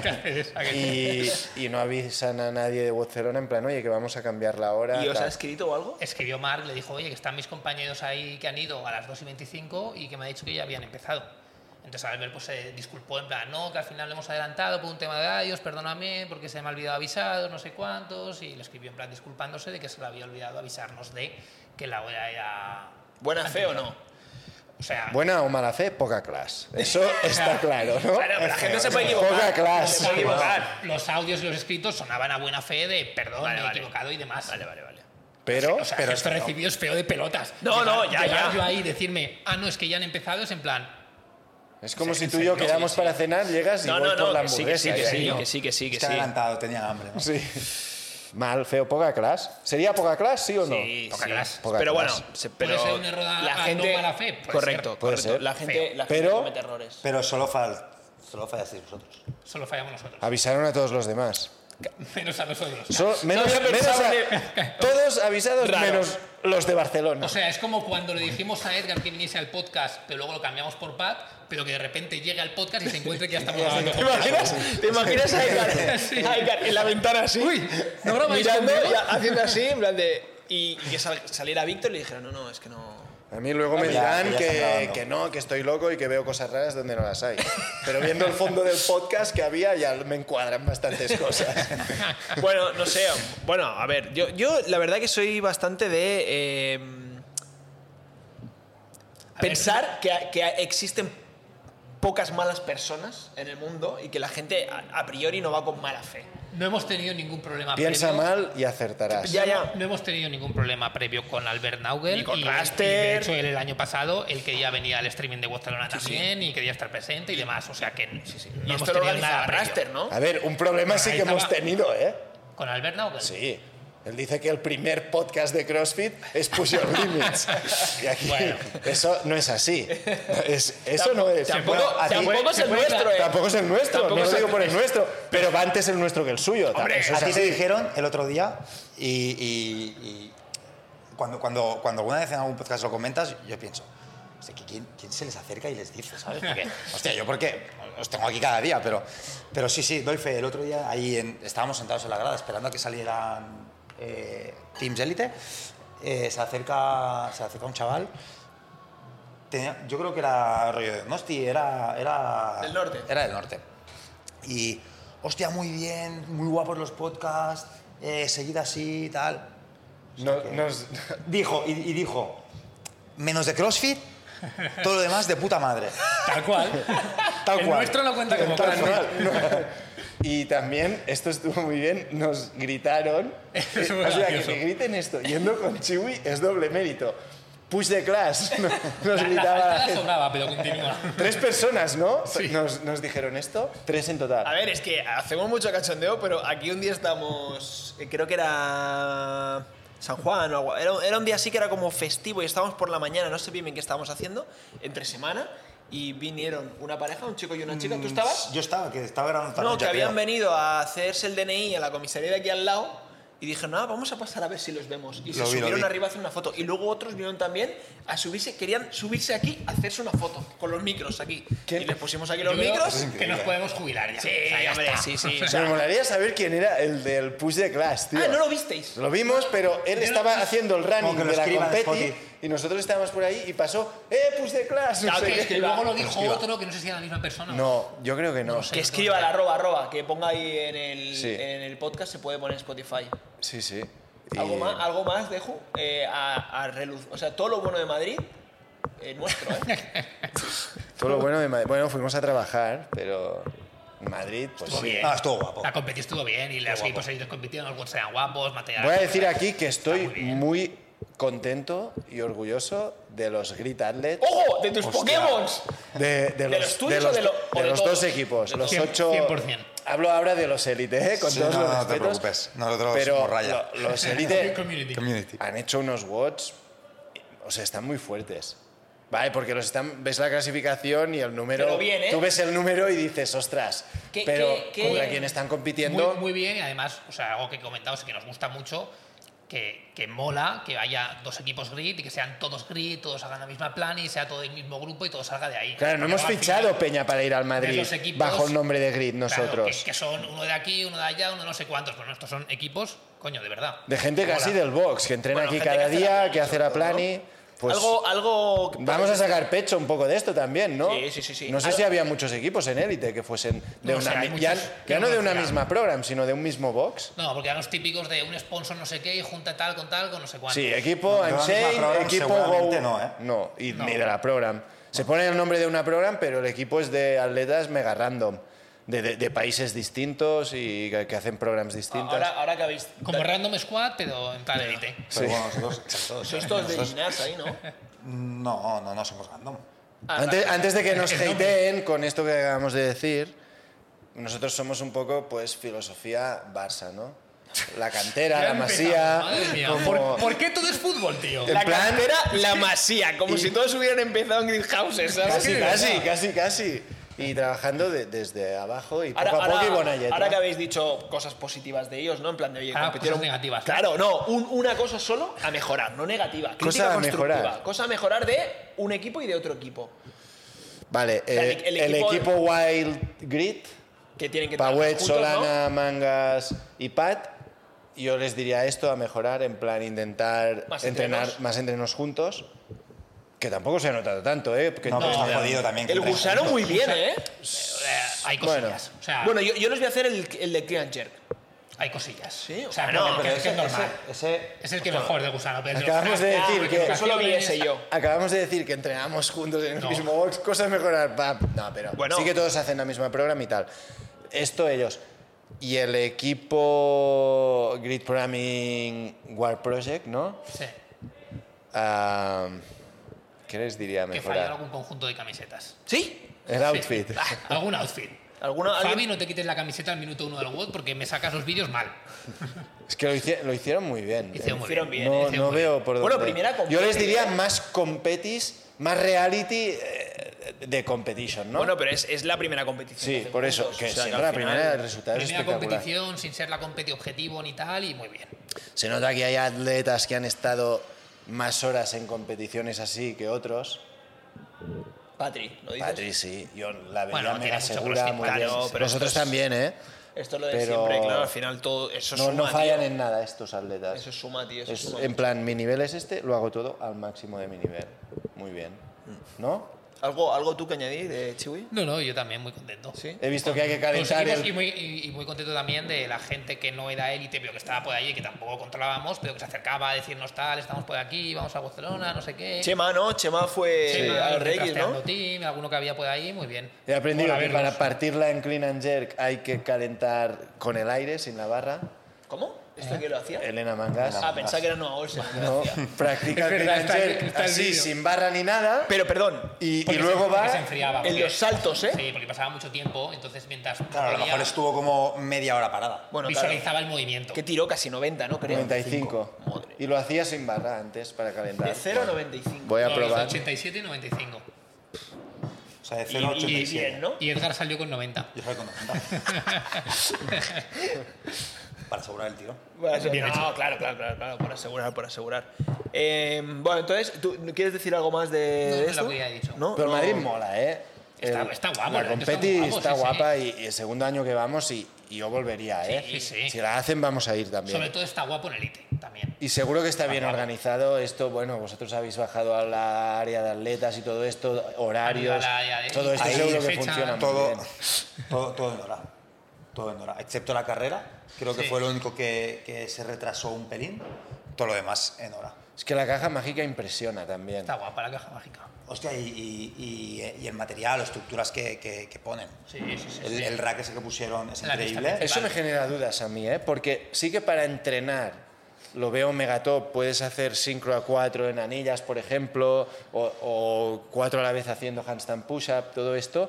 Speaker 2: y, y no avisan a nadie de Barcelona en plan, oye, que vamos a cambiar la hora.
Speaker 1: ¿Y os
Speaker 2: tal".
Speaker 1: ha escrito o algo?
Speaker 3: escribió Mark, le dijo, oye, que están mis compañeros ahí que han ido a las 2 y 25 y que me ha dicho que ya habían empezado. Entonces Albert pues, se disculpó en plan, no, que al final lo hemos adelantado por un tema de gallos, perdóname, porque se me ha olvidado avisaros, no sé cuántos, y le escribió en plan disculpándose de que se le había olvidado avisarnos de que la hora era...
Speaker 1: ¿Buena fe o no?
Speaker 3: O sea,
Speaker 2: Buena o mala fe, poca clase. Eso está claro, ¿no?
Speaker 1: Claro, pero la gente se puede equivocar.
Speaker 2: Poca
Speaker 1: Se
Speaker 2: clase.
Speaker 1: puede equivocar.
Speaker 3: los audios y los escritos sonaban a buena fe de perdón,
Speaker 1: Vale,
Speaker 3: me he
Speaker 1: vale.
Speaker 3: equivocado y demás. Vale, vale, vale.
Speaker 2: Pero,
Speaker 3: O sea,
Speaker 4: Pero
Speaker 3: pero esto
Speaker 4: es que no.
Speaker 3: recibido es feo de pelotas.
Speaker 1: No, no, ya,
Speaker 3: llegar
Speaker 1: ya.
Speaker 3: yo ahí y decirme, ah, no, es que ya han empezado, es en plan,
Speaker 2: es como
Speaker 3: Sí,
Speaker 2: si tú y
Speaker 3: sí,
Speaker 2: yo
Speaker 3: sí,
Speaker 2: quedamos
Speaker 3: sí.
Speaker 2: para cenar, llegas y
Speaker 1: No,
Speaker 2: voy
Speaker 1: no,
Speaker 2: por la
Speaker 1: no, que sí, que
Speaker 2: hamburguesa.
Speaker 1: sí, que
Speaker 2: y
Speaker 1: sí,
Speaker 2: ahí-
Speaker 1: que sí, que sí, que
Speaker 4: Está
Speaker 1: sí.
Speaker 4: adelantado, tenía hambre. ¿no?
Speaker 2: Sí. Mal, feo, poca clase. ¿Sería poca clase, sí o no?
Speaker 1: Sí,
Speaker 3: Poca
Speaker 1: sí.
Speaker 3: clase.
Speaker 2: Poca
Speaker 1: pero
Speaker 2: clase.
Speaker 1: bueno, se- pero
Speaker 3: Puede ser un error a- a no mala fe, puede
Speaker 1: correcto,
Speaker 3: ser.
Speaker 2: Puede
Speaker 1: correcto.
Speaker 2: ser.
Speaker 1: La gente, la gente
Speaker 2: Pero-
Speaker 1: comete errores.
Speaker 4: Pero solo, fal solo fallasteis vosotros.
Speaker 3: solo fallamos nosotros.
Speaker 2: Avisaron a todos los demás.
Speaker 3: Menos a nosotros.
Speaker 2: Solo- menos,
Speaker 1: había
Speaker 2: menos
Speaker 1: pensado
Speaker 2: a-
Speaker 1: en-
Speaker 2: todos avisados
Speaker 1: Raro.
Speaker 2: menos los de Barcelona.
Speaker 3: O sea, es como cuando le dijimos a Edgar que viniese al podcast, pero luego lo cambiamos por Pat, pero que de repente llegue al podcast y se encuentre que ya estamos grabando.
Speaker 1: ¿Te imaginas, ¿Te imaginas a Edgar, a Edgar en la ventana así?
Speaker 3: ¿no grabáis
Speaker 1: mirando,
Speaker 3: conmigo?
Speaker 1: y haciendo así, en plan de. Y, y que sal- saliera Víctor y le dijeron, no, no, es que no.
Speaker 2: A mí luego me
Speaker 4: Ya,
Speaker 2: dirán
Speaker 4: ya están
Speaker 2: que,
Speaker 4: grabando.
Speaker 2: que no, que estoy loco y que veo cosas raras donde no las hay. Pero viendo el fondo del podcast que había ya me encuadran bastantes cosas.
Speaker 1: Bueno, no sé. Bueno, a ver, yo, yo la verdad que soy bastante de. eh,
Speaker 3: A ver.
Speaker 1: pensar que, que existen pocas malas personas en el mundo y que la gente a, a priori no va con mala fe.
Speaker 3: No hemos tenido ningún problema
Speaker 2: Piensa
Speaker 3: previo.
Speaker 2: mal y acertarás.
Speaker 1: Ya, ya.
Speaker 3: No hemos tenido ningún problema previo con Albert Naugel.
Speaker 1: Ni con
Speaker 3: y- y de
Speaker 1: Raster.
Speaker 3: hecho, él el año pasado, el que ya venía al streaming de Barcelona también y quería estar presente y demás. O sea que
Speaker 1: Y
Speaker 3: no hemos
Speaker 1: esto lo
Speaker 3: tenido
Speaker 1: organiza
Speaker 3: nada previo.
Speaker 1: Raster, ¿no?
Speaker 2: A ver, un problema sí
Speaker 3: Ahí
Speaker 2: que hemos
Speaker 3: estaba.
Speaker 2: tenido, ¿eh?
Speaker 3: ¿Con Albert Naugel?
Speaker 2: Sí. Él dice que el primer podcast de CrossFit es Push Your Limits. Y aquí,
Speaker 3: Bueno.
Speaker 2: eso no es así. Es- eso no es.
Speaker 1: Tampoco,
Speaker 2: Bueno, a ti-
Speaker 1: tampoco es
Speaker 3: se
Speaker 1: el
Speaker 3: puede-
Speaker 1: nuestro, eh.
Speaker 2: Tampoco es el nuestro,
Speaker 1: Tampoco
Speaker 2: no
Speaker 1: es
Speaker 2: lo
Speaker 1: el-
Speaker 2: digo por el nuestro, pero va antes el nuestro que el suyo.
Speaker 1: Hombre,
Speaker 2: eso
Speaker 4: a
Speaker 2: es
Speaker 4: ti te
Speaker 2: así.
Speaker 4: dijeron el otro día y, y- y cuando, cuando, cuando alguna vez en algún podcast lo comentas, yo pienso, hostia, que ¿quién, quién se les acerca y les dice? ¿sabes? Porque, hostia, yo porque os tengo aquí cada día, pero, pero sí, sí, doy fe. El otro día ahí en- estábamos sentados en la grada esperando a que salieran eh, Teams Elite. eh, se, acerca, se acerca un chaval. tenía- yo creo que era rollo de Nosti, era, era...
Speaker 1: Del norte.
Speaker 4: Era del norte. Y, hostia, muy bien, muy guapos los podcasts, eh, seguid así y tal.
Speaker 2: No- nos-
Speaker 4: Dijo, y, y dijo, menos de CrossFit, todo lo demás de puta madre.
Speaker 3: Tal cual.
Speaker 4: Tal
Speaker 3: el
Speaker 4: cual.
Speaker 3: nuestro no cuenta como
Speaker 2: Tal
Speaker 3: tal.
Speaker 2: cual, no. Y también, esto estuvo muy bien, nos gritaron.
Speaker 3: Eso es
Speaker 2: Eh,
Speaker 3: muy
Speaker 2: o sea, que
Speaker 3: gracioso.
Speaker 2: te griten esto, yendo con Chiwi es doble mérito. Push the class, no- nos
Speaker 3: La, la
Speaker 2: gritaba la
Speaker 3: faltada
Speaker 2: gente.
Speaker 3: sobraba, pero continúa.
Speaker 2: Tres personas, ¿no? Nos, nos dijeron esto, tres en total.
Speaker 1: A ver, es que hacemos mucho cachondeo, pero aquí un día estamos. eh, Creo que era. San Juan o algo. Era, era un día así que era como festivo y estábamos por la mañana, no sé bien bien qué estábamos haciendo, entre semana, y vinieron una pareja, un chico y una chica. ¿Tú estabas?
Speaker 4: Mm, Yo estaba, que estaba grabando
Speaker 1: No, que
Speaker 4: tarde,
Speaker 1: habían
Speaker 4: creo.
Speaker 1: venido a hacerse el DNI a la comisaría de aquí al lado y dijeron, no, vamos a pasar a ver si los vemos. Y se
Speaker 4: Lo vi, lo
Speaker 1: subieron
Speaker 4: vi.
Speaker 1: arriba a hacer una foto. Y luego otros vinieron también a subirse, querían subirse aquí a hacerse una foto con los micros aquí.
Speaker 2: ¿Quién?
Speaker 1: Y les pusimos aquí
Speaker 3: Yo
Speaker 1: los
Speaker 3: creo
Speaker 1: micros.
Speaker 3: que nos podemos jubilar ya.
Speaker 1: Sí,
Speaker 3: O sea, Pues ya
Speaker 1: hombre,
Speaker 3: está.
Speaker 1: sí, sí.
Speaker 3: O
Speaker 1: o
Speaker 3: sea,
Speaker 1: sea,
Speaker 2: Me molaría saber quién era el del push de class, tío.
Speaker 1: ah, no lo visteis.
Speaker 2: Lo vimos, pero él estaba haciendo el running
Speaker 4: Como que lo
Speaker 2: de la
Speaker 4: escriban en
Speaker 2: competi
Speaker 4: Spotify.
Speaker 2: Y nosotros estábamos por ahí y pasó, ¡eh, pues de clase!
Speaker 3: Claro, que, que luego lo
Speaker 4: Pero
Speaker 3: dijo
Speaker 4: esquiva.
Speaker 3: otro, que no sé si era la misma persona.
Speaker 2: No, yo creo que no.
Speaker 3: No sé.
Speaker 1: Que escriba la arroba, arroba, que ponga ahí en el,
Speaker 2: Sí.
Speaker 1: en el podcast, se puede poner en Spotify.
Speaker 2: Sí, sí.
Speaker 1: ¿Algo
Speaker 2: Y-
Speaker 1: más, algo más dejo? Eh, a, a reluz- O sea, todo lo bueno de Madrid, eh, nuestro, ¿eh?
Speaker 2: Todo lo bueno de Madrid. Bueno, fuimos a trabajar, pero Madrid, pues
Speaker 3: Estuvo
Speaker 2: sí.
Speaker 3: bien.
Speaker 4: Ah, estuvo guapo.
Speaker 3: La competición estuvo bien y los equipos seguidos compitieron, algunos sean guapos, materiales.
Speaker 2: Voy a decir aquí que estoy
Speaker 3: muy bien.
Speaker 2: muy contento y orgulloso de los Grit Athletes.
Speaker 1: ¡Ojo! ¡De tus
Speaker 2: Hostia.
Speaker 1: Pokémon!
Speaker 2: De, de
Speaker 1: los
Speaker 2: los,
Speaker 1: tuyos
Speaker 2: de
Speaker 1: o
Speaker 2: los,
Speaker 1: de lo-
Speaker 2: de
Speaker 1: o de
Speaker 2: los
Speaker 1: todos?
Speaker 2: dos equipos,
Speaker 1: De
Speaker 2: los
Speaker 3: todos.
Speaker 2: ocho.
Speaker 3: 100%.
Speaker 2: Hablo ahora de los élites, ¿eh? con
Speaker 4: Sí,
Speaker 2: todos
Speaker 4: no,
Speaker 2: los
Speaker 4: no te
Speaker 2: respetos.
Speaker 4: preocupes. Nosotros
Speaker 2: pero
Speaker 4: somos raya.
Speaker 2: lo- los élites
Speaker 3: Community.
Speaker 4: Community.
Speaker 2: han hecho unos watts, o sea, están muy fuertes. Vale, porque los están, ves la clasificación y el número.
Speaker 1: Pero bien, ¿eh?
Speaker 2: Tú ves el número y dices, ostras.
Speaker 1: ¿Qué-
Speaker 2: pero
Speaker 1: qué- qué-
Speaker 2: contra quien están compitiendo.
Speaker 3: Muy, muy bien, y además, o sea, algo que comentamos y que nos gusta mucho, que, que mola que haya dos equipos grid y que sean todos grid, todos hagan la misma plan y sea todo el mismo grupo y todo salga de ahí.
Speaker 2: Claro, no
Speaker 3: Porque
Speaker 2: hemos
Speaker 3: luego al
Speaker 2: fichado
Speaker 3: final,
Speaker 2: Peña para ir al Madrid
Speaker 3: los equipos-
Speaker 2: bajo el nombre de Grid
Speaker 3: claro,
Speaker 2: nosotros.
Speaker 3: que, que son uno de aquí, uno de allá, uno de no sé cuántos, pero no, estos son equipos, coño, de verdad.
Speaker 2: De gente
Speaker 3: Mola.
Speaker 2: casi del box, que entrena
Speaker 3: Bueno,
Speaker 2: aquí
Speaker 3: gente
Speaker 2: cada
Speaker 3: que hace la
Speaker 2: día,
Speaker 3: plani,
Speaker 2: que hace
Speaker 3: sobre
Speaker 2: la
Speaker 3: todo, ¿no?
Speaker 2: plani. Pues
Speaker 1: algo, algo.
Speaker 2: vamos a sacar pecho un poco de esto también, ¿no?
Speaker 1: Sí, sí, sí, sí.
Speaker 2: No sé
Speaker 1: Algo-
Speaker 2: si había muchos equipos en élite que fuesen de
Speaker 3: No, o
Speaker 2: una
Speaker 3: sea, hay
Speaker 2: mi- ya,
Speaker 3: muchos que
Speaker 2: ya no
Speaker 3: no
Speaker 2: de una
Speaker 3: eran.
Speaker 2: misma program, sino de un mismo box.
Speaker 3: No, porque eran los típicos de un sponsor no sé qué y junta tal con tal con no sé cuánto.
Speaker 2: Sí,
Speaker 4: No,
Speaker 2: equipo
Speaker 4: de la misma
Speaker 2: Einstein,
Speaker 4: program
Speaker 2: equipo Go.
Speaker 4: seguramente no, ¿eh?
Speaker 2: No, y
Speaker 3: No.
Speaker 2: ni de la program. Se pone el nombre de una program, pero el equipo es de atletas mega random, de, de- de países distintos y que, que hacen programs distintas.
Speaker 1: Ahora, ahora que habéis.
Speaker 3: Como Random Squad, pero en plan elite.
Speaker 4: Pero bueno, nosotros. todos,
Speaker 1: Sois
Speaker 4: ¿eh?
Speaker 1: todos de
Speaker 4: Nosotros-
Speaker 1: Linares ahí, ¿no?
Speaker 4: No, no, no somos random.
Speaker 1: Ah,
Speaker 2: Antes,
Speaker 1: claro.
Speaker 2: antes de que nos
Speaker 3: El nombre.
Speaker 2: hateen con esto que acabamos de decir, nosotros somos un poco, pues, filosofía Barça, ¿no? La cantera, la
Speaker 3: Ya empezamos,
Speaker 2: masía.
Speaker 3: madre mía.
Speaker 2: como-
Speaker 3: ¿Por, por qué todo es fútbol, tío? Ah,
Speaker 2: en
Speaker 1: La
Speaker 2: plan-
Speaker 1: cantera, la masía, como si todos hubieran empezado en Greenhouses, ¿sabes?
Speaker 2: Casi,
Speaker 1: Sí,
Speaker 2: casi,
Speaker 1: ¿verdad?
Speaker 2: casi, casi. Y trabajando de- desde abajo y poco
Speaker 1: Ahora,
Speaker 2: a poco
Speaker 1: ahora-
Speaker 2: y bonalleta.
Speaker 1: ahora que habéis dicho cosas positivas de ellos, ¿no? En plan de, oye,
Speaker 3: Ah,
Speaker 1: compitieron-
Speaker 3: cosas negativas, ¿no?
Speaker 1: Claro, no, un- una cosa solo a mejorar, no negativa. Crítica
Speaker 2: a
Speaker 1: constructiva.
Speaker 2: mejorar.
Speaker 1: Cosa a mejorar de un equipo y de otro equipo.
Speaker 2: Vale,
Speaker 1: sea,
Speaker 2: eh, el,
Speaker 1: el
Speaker 2: equipo...
Speaker 1: equipo-
Speaker 2: Wild Grit,
Speaker 1: Que tienen que trabajar
Speaker 2: Pauet,
Speaker 1: juntos,
Speaker 2: Solana, Mangas y Pat, yo les diría esto a mejorar, en plan intentar
Speaker 1: Más
Speaker 2: entrenar
Speaker 1: entrenos.
Speaker 2: más entrenos juntos, que tampoco se ha notado tanto, ¿eh? Que
Speaker 4: No, pero
Speaker 3: No,
Speaker 4: está jodido también.
Speaker 1: ¿no?
Speaker 4: que
Speaker 1: El
Speaker 4: entre-
Speaker 1: gusano muy bien, ¿eh?
Speaker 3: Eh, hay cosillas.
Speaker 2: Bueno.
Speaker 3: o sea,
Speaker 1: Bueno, yo, yo les voy a hacer el, el de Clean Jerk.
Speaker 3: hay cosillas.
Speaker 1: Sí,
Speaker 3: o sea,
Speaker 1: bueno,
Speaker 3: no, que
Speaker 4: Pero
Speaker 3: es que es
Speaker 4: ese-
Speaker 3: normal.
Speaker 4: ese- ese-
Speaker 3: Es el que mejor de gusano. Pero
Speaker 2: Pues
Speaker 3: Ah,
Speaker 2: acabamos de decir que-
Speaker 1: Ah, Eso lo vi ese yo.
Speaker 2: Acabamos de decir que entrenamos juntos en el
Speaker 3: No.
Speaker 2: mismo box, cosas mejorar, pam. No, pero
Speaker 1: Bueno.
Speaker 2: sí que todos hacen la misma programa y tal. Esto ellos. Y el equipo Grid Programming War Project, ¿no?
Speaker 3: Sí,
Speaker 2: Ah, ¿Qué les diría
Speaker 3: que falló
Speaker 2: mejorar?
Speaker 3: algún conjunto de camisetas.
Speaker 1: ¿Sí?
Speaker 2: El outfit.
Speaker 3: Ah, algún outfit.
Speaker 1: ¿Alguna,
Speaker 3: Fabi,
Speaker 1: alguien-
Speaker 3: no te quites la camiseta al minuto uno del WOD porque me sacas los vídeos mal.
Speaker 2: Es que lo, hici- lo hicieron muy bien. eh.
Speaker 3: Hicieron muy
Speaker 1: Hicieron bien, ¿eh?
Speaker 2: no
Speaker 3: hicieron
Speaker 2: no
Speaker 3: muy bien.
Speaker 2: veo por
Speaker 1: Bueno,
Speaker 2: dónde.
Speaker 1: primera competi,
Speaker 2: Yo les diría
Speaker 1: ¿eh?
Speaker 2: más competis, más reality eh, de competition, ¿no?
Speaker 1: Bueno, pero es, es la primera competición. que
Speaker 2: sí,
Speaker 1: hacen
Speaker 2: por eso.
Speaker 1: juntos,
Speaker 2: Que
Speaker 1: o sea,
Speaker 2: siempre
Speaker 1: al
Speaker 2: la
Speaker 1: final-
Speaker 2: primera, el resultado es
Speaker 3: Primera
Speaker 2: espectacular.
Speaker 3: competición sin ser la competi objetivo ni tal y muy bien.
Speaker 2: Se nota que hay atletas que han estado más horas en competiciones así que otros.
Speaker 1: Patri, ¿lo dices?
Speaker 2: Patri, sí. Yo la veía
Speaker 3: Bueno, tiene
Speaker 2: mega
Speaker 3: mucho
Speaker 2: segura,
Speaker 3: crossfit,
Speaker 2: muy bien.
Speaker 1: claro, pero
Speaker 2: Nosotros
Speaker 1: esto es-
Speaker 2: también, ¿eh?
Speaker 1: Esto es lo de
Speaker 2: Pero-
Speaker 1: siempre, claro, al final todo. Eso
Speaker 2: No,
Speaker 1: suma,
Speaker 2: no fallan
Speaker 1: tío.
Speaker 2: en nada estos atletas.
Speaker 1: Eso suma, tío. Eso
Speaker 2: Es,
Speaker 1: suma.
Speaker 2: en plan, mi nivel es este, lo hago todo al máximo de mi nivel. Muy bien.
Speaker 3: Mm.
Speaker 2: ¿No?
Speaker 1: ¿Algo, ¿Algo tú que añadir de Chiwi?
Speaker 3: No, no, yo también muy contento.
Speaker 1: Sí.
Speaker 2: He visto que hay que
Speaker 3: Nos
Speaker 2: calentar
Speaker 3: seguimos Pues
Speaker 2: Pues
Speaker 3: y,
Speaker 2: el...
Speaker 3: muy, y- y muy contento también de la gente que no era élite, pero que estaba por ahí, que tampoco controlábamos, pero que se acercaba a decirnos tal, estamos por aquí, vamos a Barcelona, no sé qué.
Speaker 1: Chema, ¿no? Chema fue
Speaker 3: Sí,
Speaker 1: eh,
Speaker 3: al
Speaker 1: al Reyes,
Speaker 3: Trasteando
Speaker 1: ¿no?
Speaker 3: Team, alguno que había por ahí, muy bien.
Speaker 2: He aprendido
Speaker 3: Mola
Speaker 2: que
Speaker 3: verlos.
Speaker 2: para partirla en clean and jerk hay que calentar con el aire, sin la barra.
Speaker 1: ¿Cómo?
Speaker 3: Eh.
Speaker 1: ¿Esto qué lo hacía?
Speaker 2: Elena Mangas.
Speaker 1: Ah, pensaba que era Noah Olsen.
Speaker 2: No, practica
Speaker 3: Es
Speaker 2: el
Speaker 3: verdad,
Speaker 2: clean and
Speaker 3: está el-
Speaker 2: jerk
Speaker 3: está el
Speaker 2: así,
Speaker 3: vídeo.
Speaker 2: sin barra ni nada.
Speaker 1: Pero perdón,
Speaker 2: Y, y
Speaker 3: Porque
Speaker 2: luego
Speaker 3: se- porque se
Speaker 2: va...
Speaker 3: enfriaba,
Speaker 1: en
Speaker 3: porque-
Speaker 1: los saltos, ¿eh?
Speaker 3: Sí, porque pasaba mucho tiempo, entonces mientras
Speaker 4: Claro, a lo
Speaker 3: podía,
Speaker 4: mejor estuvo como media hora parada.
Speaker 1: Bueno, claro.
Speaker 3: visualizaba el movimiento.
Speaker 1: Que tiró casi 90, ¿no? Creo.
Speaker 2: 95.
Speaker 1: Madre.
Speaker 2: Y lo hacía sin barra antes para calentar.
Speaker 1: De 0 a 95.
Speaker 2: Voy a
Speaker 3: No,
Speaker 2: probar.
Speaker 3: hizo 87 y 95.
Speaker 4: O sea, de
Speaker 1: Y-
Speaker 4: 0,87.
Speaker 1: y bien, ¿no?
Speaker 3: Y Edgar salió con 90.
Speaker 4: Yo soy contento. Para asegurar el tiro.
Speaker 1: Bueno, eso-
Speaker 3: Bien
Speaker 1: no,
Speaker 3: hecho.
Speaker 1: claro, claro, claro, claro, por asegurar, por asegurar. Eh, bueno, entonces, ¿tú quieres decir algo más de
Speaker 3: No,
Speaker 1: de
Speaker 3: es lo
Speaker 1: esto?
Speaker 3: que ya he dicho.
Speaker 1: ¿No?
Speaker 2: Pero
Speaker 1: Oh, No.
Speaker 2: Madrid mola, ¿eh?
Speaker 3: Está- está guapo,
Speaker 2: La
Speaker 3: la gente está
Speaker 2: competi está,
Speaker 3: muy guapo, sí, sí.
Speaker 2: guapa y, y el segundo año que vamos y, y yo volvería, ¿eh?
Speaker 3: Sí, sí.
Speaker 2: Si la hacen vamos a ir también.
Speaker 3: Sobre todo está guapo en Elite. También también.
Speaker 2: Y seguro que está bien organizado esto. Bueno, vosotros habéis bajado a la área de atletas y todo esto, horarios,
Speaker 3: Arriba la área de-
Speaker 2: todo esto
Speaker 3: Ahí,
Speaker 2: seguro que
Speaker 3: fecha,
Speaker 2: funciona
Speaker 4: todo,
Speaker 2: muy bien.
Speaker 4: todo, todo en hora. Todo en hora. Excepto la carrera, creo que
Speaker 3: Sí.
Speaker 4: fue lo único que, que se retrasó un pelín. Todo lo demás en hora.
Speaker 2: Es que la caja mágica impresiona también.
Speaker 3: Está guapa la caja mágica.
Speaker 4: Hostia, y, y- y- y el material, las estructuras que, que- que ponen.
Speaker 3: Sí, sí, sí.
Speaker 4: El,
Speaker 3: sí.
Speaker 4: el rack ese que pusieron es
Speaker 3: En la pista
Speaker 4: increíble.
Speaker 3: principal.
Speaker 2: Eso me genera dudas a mí, ¿eh? Porque sí que para entrenar, lo veo megatop, puedes hacer sincro a 4 en anillas, por ejemplo, o, o cuatro a la vez haciendo handstand push-up, todo esto,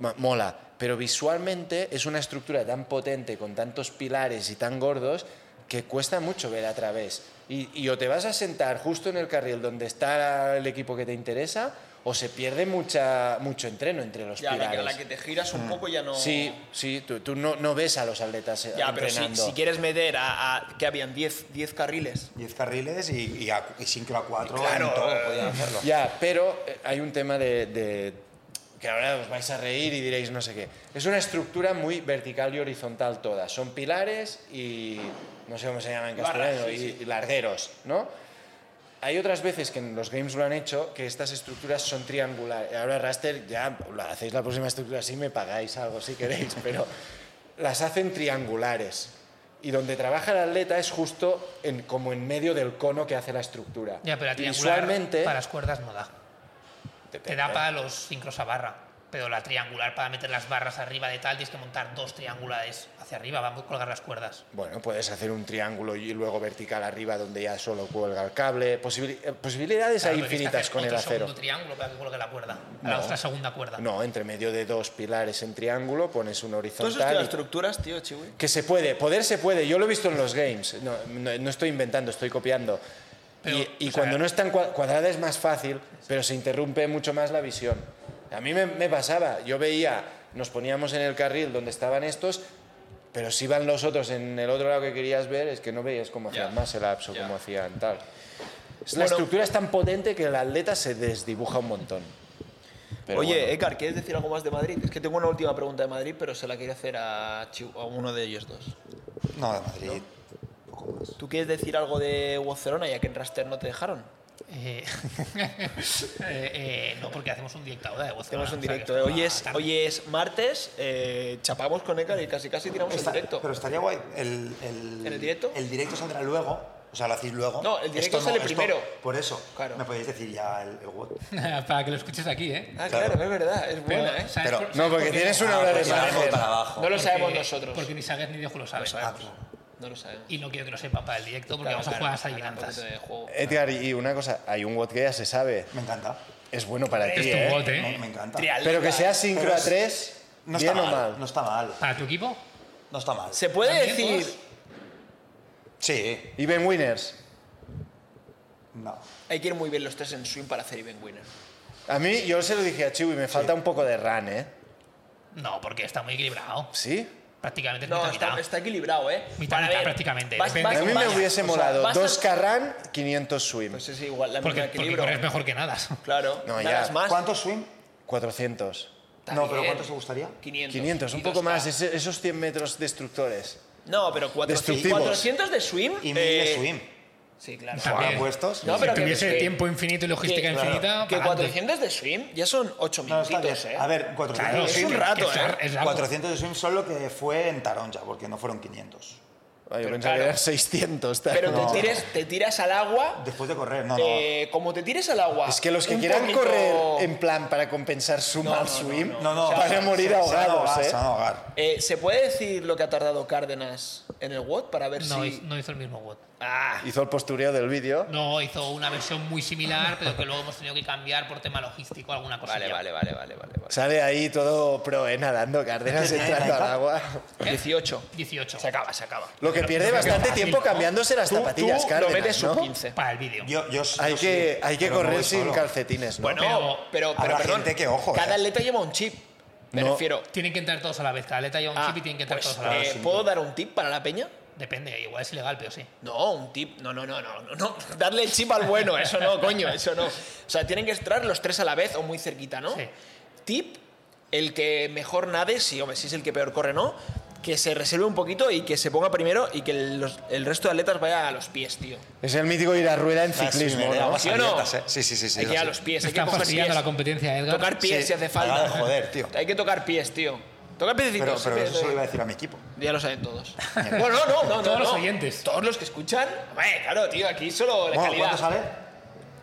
Speaker 2: ma- mola. Pero visualmente es una estructura tan potente, con tantos pilares y tan gordos, que cuesta mucho ver a través. Y, y o te vas a sentar justo en el carril donde está el equipo que te interesa, o se pierde mucha, mucho entreno entre los
Speaker 1: Ya, a la, que,
Speaker 2: pilares. Mm.
Speaker 1: a la que te giras un poco ya no.
Speaker 2: Sí, sí, tú, tú no, no ves a los atletas eh,
Speaker 1: Ya, pero si,
Speaker 2: entrenando.
Speaker 1: si quieres meter a, a- que habían 10 10 carriles.
Speaker 4: 10 carriles y, y, a, y sincro a 4
Speaker 1: Claro.
Speaker 4: en todo podían hacerlo.
Speaker 2: Ya, pero eh, hay un tema de, de- que ahora os vais a reír y diréis no sé qué. Es una estructura muy vertical y horizontal toda. Son pilares y no sé cómo se llama en castellano,
Speaker 1: Barras, sí,
Speaker 2: y,
Speaker 1: sí.
Speaker 2: y largueros, ¿no? Hay otras veces que en los games lo han hecho que estas estructuras son triangulares. Ahora Raster ya lo hacéis la próxima estructura así me pagáis algo si queréis, pero las hacen triangulares. Y donde trabaja el atleta es justo en- como en medio del cono que hace la estructura.
Speaker 3: Ya, pero la
Speaker 2: Y
Speaker 3: triangular
Speaker 2: visualmente
Speaker 3: para las cuerdas no da. Te da
Speaker 2: Depende.
Speaker 3: para los sincros a barra. Pero la triangular para meter las barras arriba de tal, tienes que montar dos triangulares hacia arriba, vamos a colgar las cuerdas.
Speaker 2: Bueno, puedes hacer un triángulo y luego vertical arriba donde ya solo cuelga el cable. Posibili- eh, posibilidades hay
Speaker 3: Claro, pero tienes que
Speaker 2: infinitas
Speaker 3: hacer
Speaker 2: con el
Speaker 3: otro
Speaker 2: acero.
Speaker 3: segundo triángulo para que cuelgue la cuerda. A
Speaker 2: No.
Speaker 3: la otra segunda cuerda.
Speaker 2: No, entre medio de dos pilares en triángulo pones un
Speaker 1: ¿Tú has estudiado
Speaker 2: horizontal. y-
Speaker 1: estructuras, tío, Chiwi?
Speaker 2: Que se puede, poder se puede. Yo lo he visto en los games. No, no- no estoy inventando, estoy copiando.
Speaker 3: Pero,
Speaker 2: y y
Speaker 3: o sea-
Speaker 2: cuando no están cua- cuadrada es más fácil, pero se interrumpe mucho más la visión. A mí me, me pasaba, yo veía, nos poníamos en el carril donde estaban estos, pero si iban los otros en el otro lado que querías ver, es que no veías cómo hacían
Speaker 1: Ya,
Speaker 2: más el apps o
Speaker 1: ya.
Speaker 2: cómo hacían tal. Es- La
Speaker 1: Bueno.
Speaker 2: estructura es tan potente que el atleta se desdibuja un montón. Pero
Speaker 1: Oye,
Speaker 2: bueno.
Speaker 1: Ekar, ¿quieres decir algo más de Madrid? Es que tengo una última pregunta de Madrid, pero se la quiero hacer a, Chiu- a uno de ellos dos.
Speaker 4: No, de Madrid.
Speaker 1: ¿Tú quieres decir algo de Barcelona, ya que en Raster no te dejaron?
Speaker 3: Eh, eh, eh, no, porque hacemos un directo ahora de voz.
Speaker 1: Hacemos un
Speaker 3: Ah, O sea, que
Speaker 1: directo.
Speaker 3: esto
Speaker 1: Hoy
Speaker 3: va
Speaker 1: es,
Speaker 3: tarde.
Speaker 1: hoy es martes, eh, chapamos con Ekar y casi casi tiramos el
Speaker 4: Está-
Speaker 1: directo.
Speaker 4: Pero estaría guay. El, el,
Speaker 1: ¿En el directo?
Speaker 4: El directo saldrá luego. O sea, lo hacéis luego.
Speaker 1: No, el directo sale primero.
Speaker 4: Por eso.
Speaker 1: Claro.
Speaker 4: Me podéis decir ya el, el what.
Speaker 3: para que lo escuches aquí, ¿eh?
Speaker 1: Ah,
Speaker 4: claro.
Speaker 1: claro, es verdad, es
Speaker 3: Pero,
Speaker 1: buena, ¿eh?
Speaker 3: ¿sabes
Speaker 4: Pero-
Speaker 3: por-
Speaker 2: No,
Speaker 3: sabes
Speaker 2: porque
Speaker 3: por qué?
Speaker 2: tienes una hora de
Speaker 4: Porque
Speaker 2: margen.
Speaker 4: vamos para abajo.
Speaker 1: No lo
Speaker 3: Porque-
Speaker 1: sabemos nosotros.
Speaker 3: Porque ni Sagas ni Dios lo sabe.
Speaker 4: Ah,
Speaker 1: No lo sabemos.
Speaker 3: Y no quiero que lo sepa para el directo, porque
Speaker 1: Claro,
Speaker 3: vamos a
Speaker 1: claro,
Speaker 3: jugar a Eh, las
Speaker 1: habrá un
Speaker 3: adivinanzas.
Speaker 1: poquito de juego.
Speaker 2: Edgar, y una cosa, hay un WOT que ya se sabe.
Speaker 4: me encanta.
Speaker 2: Es bueno para ti,
Speaker 3: Es tu
Speaker 2: ¿eh?
Speaker 3: bot,
Speaker 4: Me, me
Speaker 3: ¿eh?
Speaker 4: encanta.
Speaker 1: Trial.
Speaker 2: Pero que sea
Speaker 4: Pero
Speaker 2: sincro a
Speaker 4: es-
Speaker 2: 3,
Speaker 4: No
Speaker 2: bien
Speaker 4: está
Speaker 2: o
Speaker 4: mal,
Speaker 2: mal.
Speaker 4: No está mal.
Speaker 3: ¿Para tu equipo?
Speaker 4: No está mal.
Speaker 1: ¿Se puede
Speaker 3: ¿También
Speaker 1: decir
Speaker 3: dos?
Speaker 4: Sí.
Speaker 2: Even winners.
Speaker 4: No.
Speaker 1: Hay que ir muy bien los tres en swing para hacer even winner.
Speaker 2: A mí, yo se lo dije a Chiwi, me falta un poco de run, ¿eh?
Speaker 3: No, porque está muy equilibrado.
Speaker 2: ¿Sí.
Speaker 3: Prácticamente es
Speaker 1: No,
Speaker 3: mitad,
Speaker 1: está,
Speaker 3: mitad.
Speaker 1: está equilibrado, ¿eh.
Speaker 3: Mitad, mitad prácticamente, depende.
Speaker 2: A mí me
Speaker 3: Vaya,
Speaker 2: hubiese
Speaker 1: o sea,
Speaker 2: molado
Speaker 1: vas a-
Speaker 2: dos carran, 500 swim.
Speaker 1: Pues es igual, la
Speaker 3: Porque,
Speaker 1: misma
Speaker 3: porque
Speaker 1: equilibrio.
Speaker 3: corres mejor que nada.
Speaker 1: Claro,
Speaker 2: No,
Speaker 1: no,
Speaker 2: ya.
Speaker 1: más.
Speaker 4: ¿Cuántos swing?
Speaker 2: 400.
Speaker 1: Está
Speaker 4: No, pero
Speaker 1: bien.
Speaker 4: ¿cuántos te gustaría?
Speaker 1: 500.
Speaker 2: 500, un
Speaker 1: Y
Speaker 2: poco
Speaker 1: dos
Speaker 2: más,
Speaker 1: K.
Speaker 2: ese- esos 100 metros destructores.
Speaker 1: No, pero 400,
Speaker 2: Destructivos.
Speaker 1: 400 de swim.
Speaker 4: Y mil
Speaker 1: eh,
Speaker 4: de swing.
Speaker 1: Sí, claro.
Speaker 3: Joder,
Speaker 4: Ahora
Speaker 3: bien.
Speaker 4: puestos.
Speaker 1: No,
Speaker 4: sí.
Speaker 1: pero
Speaker 3: si
Speaker 1: que-
Speaker 3: tuviese
Speaker 1: que-
Speaker 3: tiempo infinito y logística
Speaker 1: que-
Speaker 3: infinita,
Speaker 1: Que
Speaker 3: pa'lante.
Speaker 1: 400 de swim ya son 8
Speaker 4: No, está bien.
Speaker 1: minutitos, ¿eh?
Speaker 4: A ver, 400.
Speaker 3: Claro,
Speaker 1: Es
Speaker 3: sí,
Speaker 1: un
Speaker 3: que-
Speaker 1: rato,
Speaker 3: que
Speaker 1: ¿eh?
Speaker 3: es- Es largo.
Speaker 4: 400 de swing son lo que fue en Taronja, porque no fueron 500.
Speaker 2: Ah, yo
Speaker 1: Pero
Speaker 2: pensaba que
Speaker 1: claro.
Speaker 2: eran 600. tal.
Speaker 1: Pero
Speaker 4: No.
Speaker 1: te, tires, te tiras al agua.
Speaker 4: Después de correr, no, no.
Speaker 1: eh, como te tires al agua.
Speaker 2: Es que los que
Speaker 1: un
Speaker 2: quieran
Speaker 1: poquito-
Speaker 2: correr en plan para compensar su mal swim
Speaker 4: no, no.
Speaker 2: van a morir
Speaker 4: se- se van a
Speaker 2: ahogados,
Speaker 4: ahogar,
Speaker 2: ¿eh?
Speaker 4: Se van a ahogar.
Speaker 1: Eh, ¿Se puede decir lo que ha tardado Cárdenas en el WOT para ver
Speaker 3: No,
Speaker 1: si.
Speaker 3: hizo- no hizo el mismo WOT.
Speaker 1: Ah,
Speaker 2: Hizo el postureo del vídeo.
Speaker 3: No, hizo una versión muy similar, pero que luego hemos tenido que cambiar por tema logístico alguna cosa.
Speaker 1: vale, vale, vale, vale, vale. vale.
Speaker 2: Sale ahí todo pro, ¿eh? Nadando, Cárdenas
Speaker 4: ¿Qué tiene
Speaker 2: entrando al
Speaker 4: Taika?
Speaker 2: agua.
Speaker 1: Pues 18.
Speaker 3: 18.
Speaker 1: Se acaba, se acaba.
Speaker 2: Lo que pierde
Speaker 3: Lo que
Speaker 2: bastante
Speaker 3: fácil,
Speaker 2: tiempo
Speaker 3: ¿no?
Speaker 2: cambiándose las
Speaker 1: Tú-
Speaker 2: zapatillas,
Speaker 1: tú
Speaker 2: Cárdenas,
Speaker 1: lo metes
Speaker 2: ¿no?
Speaker 1: sub 15.
Speaker 3: Para el vídeo.
Speaker 4: Yo, yo, s-
Speaker 2: Hay
Speaker 4: yo
Speaker 2: que,
Speaker 4: sí,
Speaker 2: hay que
Speaker 4: pero no
Speaker 2: correr
Speaker 4: voy
Speaker 2: sin
Speaker 4: solo.
Speaker 2: calcetines, ¿no?
Speaker 1: Bueno,
Speaker 3: Pero-
Speaker 1: pero,
Speaker 2: Ah,
Speaker 1: pero,
Speaker 4: Habrá
Speaker 1: perdón,
Speaker 4: gente que, ojo,
Speaker 1: Cada
Speaker 4: eh.
Speaker 1: atleta lleva un chip. Me
Speaker 2: No.
Speaker 1: refiero.
Speaker 3: Tienen que entrar todos a la vez. Cada atleta lleva un
Speaker 1: Ah,
Speaker 3: chip y tienen que entrar
Speaker 1: pues,
Speaker 3: todos a la
Speaker 1: eh,
Speaker 3: vez.
Speaker 1: ¿Puedo dar un tip para la peña?
Speaker 3: Depende, igual es ilegal, pero sí.
Speaker 1: No, un tip. No, no, no, no, no, no. Darle el chip al bueno, eso no, coño, eso no. O sea, tienen que entrar los tres a la vez o muy cerquita, ¿no?
Speaker 3: Sí.
Speaker 1: Tip, el que mejor nade, si, hombre, si es el que peor corre, ¿no? que se reserve un poquito y que se ponga primero y que los- el resto de atletas vaya a los pies, tío.
Speaker 2: Es el mítico ir a rueda en
Speaker 4: Ah, sí,
Speaker 2: ciclismo,
Speaker 4: me da
Speaker 2: ¿no?
Speaker 4: aguas
Speaker 1: ¿Sí o no?
Speaker 4: abiertas, eh. Sí, sí, sí. sí
Speaker 1: hay que ir a
Speaker 4: sí.
Speaker 1: los pies, hay que
Speaker 3: Está
Speaker 1: tocar
Speaker 3: fastidiando
Speaker 1: pies.
Speaker 3: la competencia, Edgar.
Speaker 1: Tocar pies
Speaker 4: Sí,
Speaker 1: si hace
Speaker 4: acaba
Speaker 1: falta.
Speaker 4: de joder, tío.
Speaker 1: Hay que tocar pies, tío. Tocar piecitos.
Speaker 4: Pero,
Speaker 1: sí,
Speaker 4: pero eso
Speaker 1: piecitos.
Speaker 4: se lo iba a decir a mi equipo.
Speaker 1: Ya lo saben todos. bueno, no, no, no. no,
Speaker 3: Todos los
Speaker 1: no.
Speaker 3: oyentes.
Speaker 1: Todos los que escuchan. Hombre, claro, tío, aquí solo la
Speaker 4: Bueno,
Speaker 1: calidad.
Speaker 4: ¿Cuándo sale?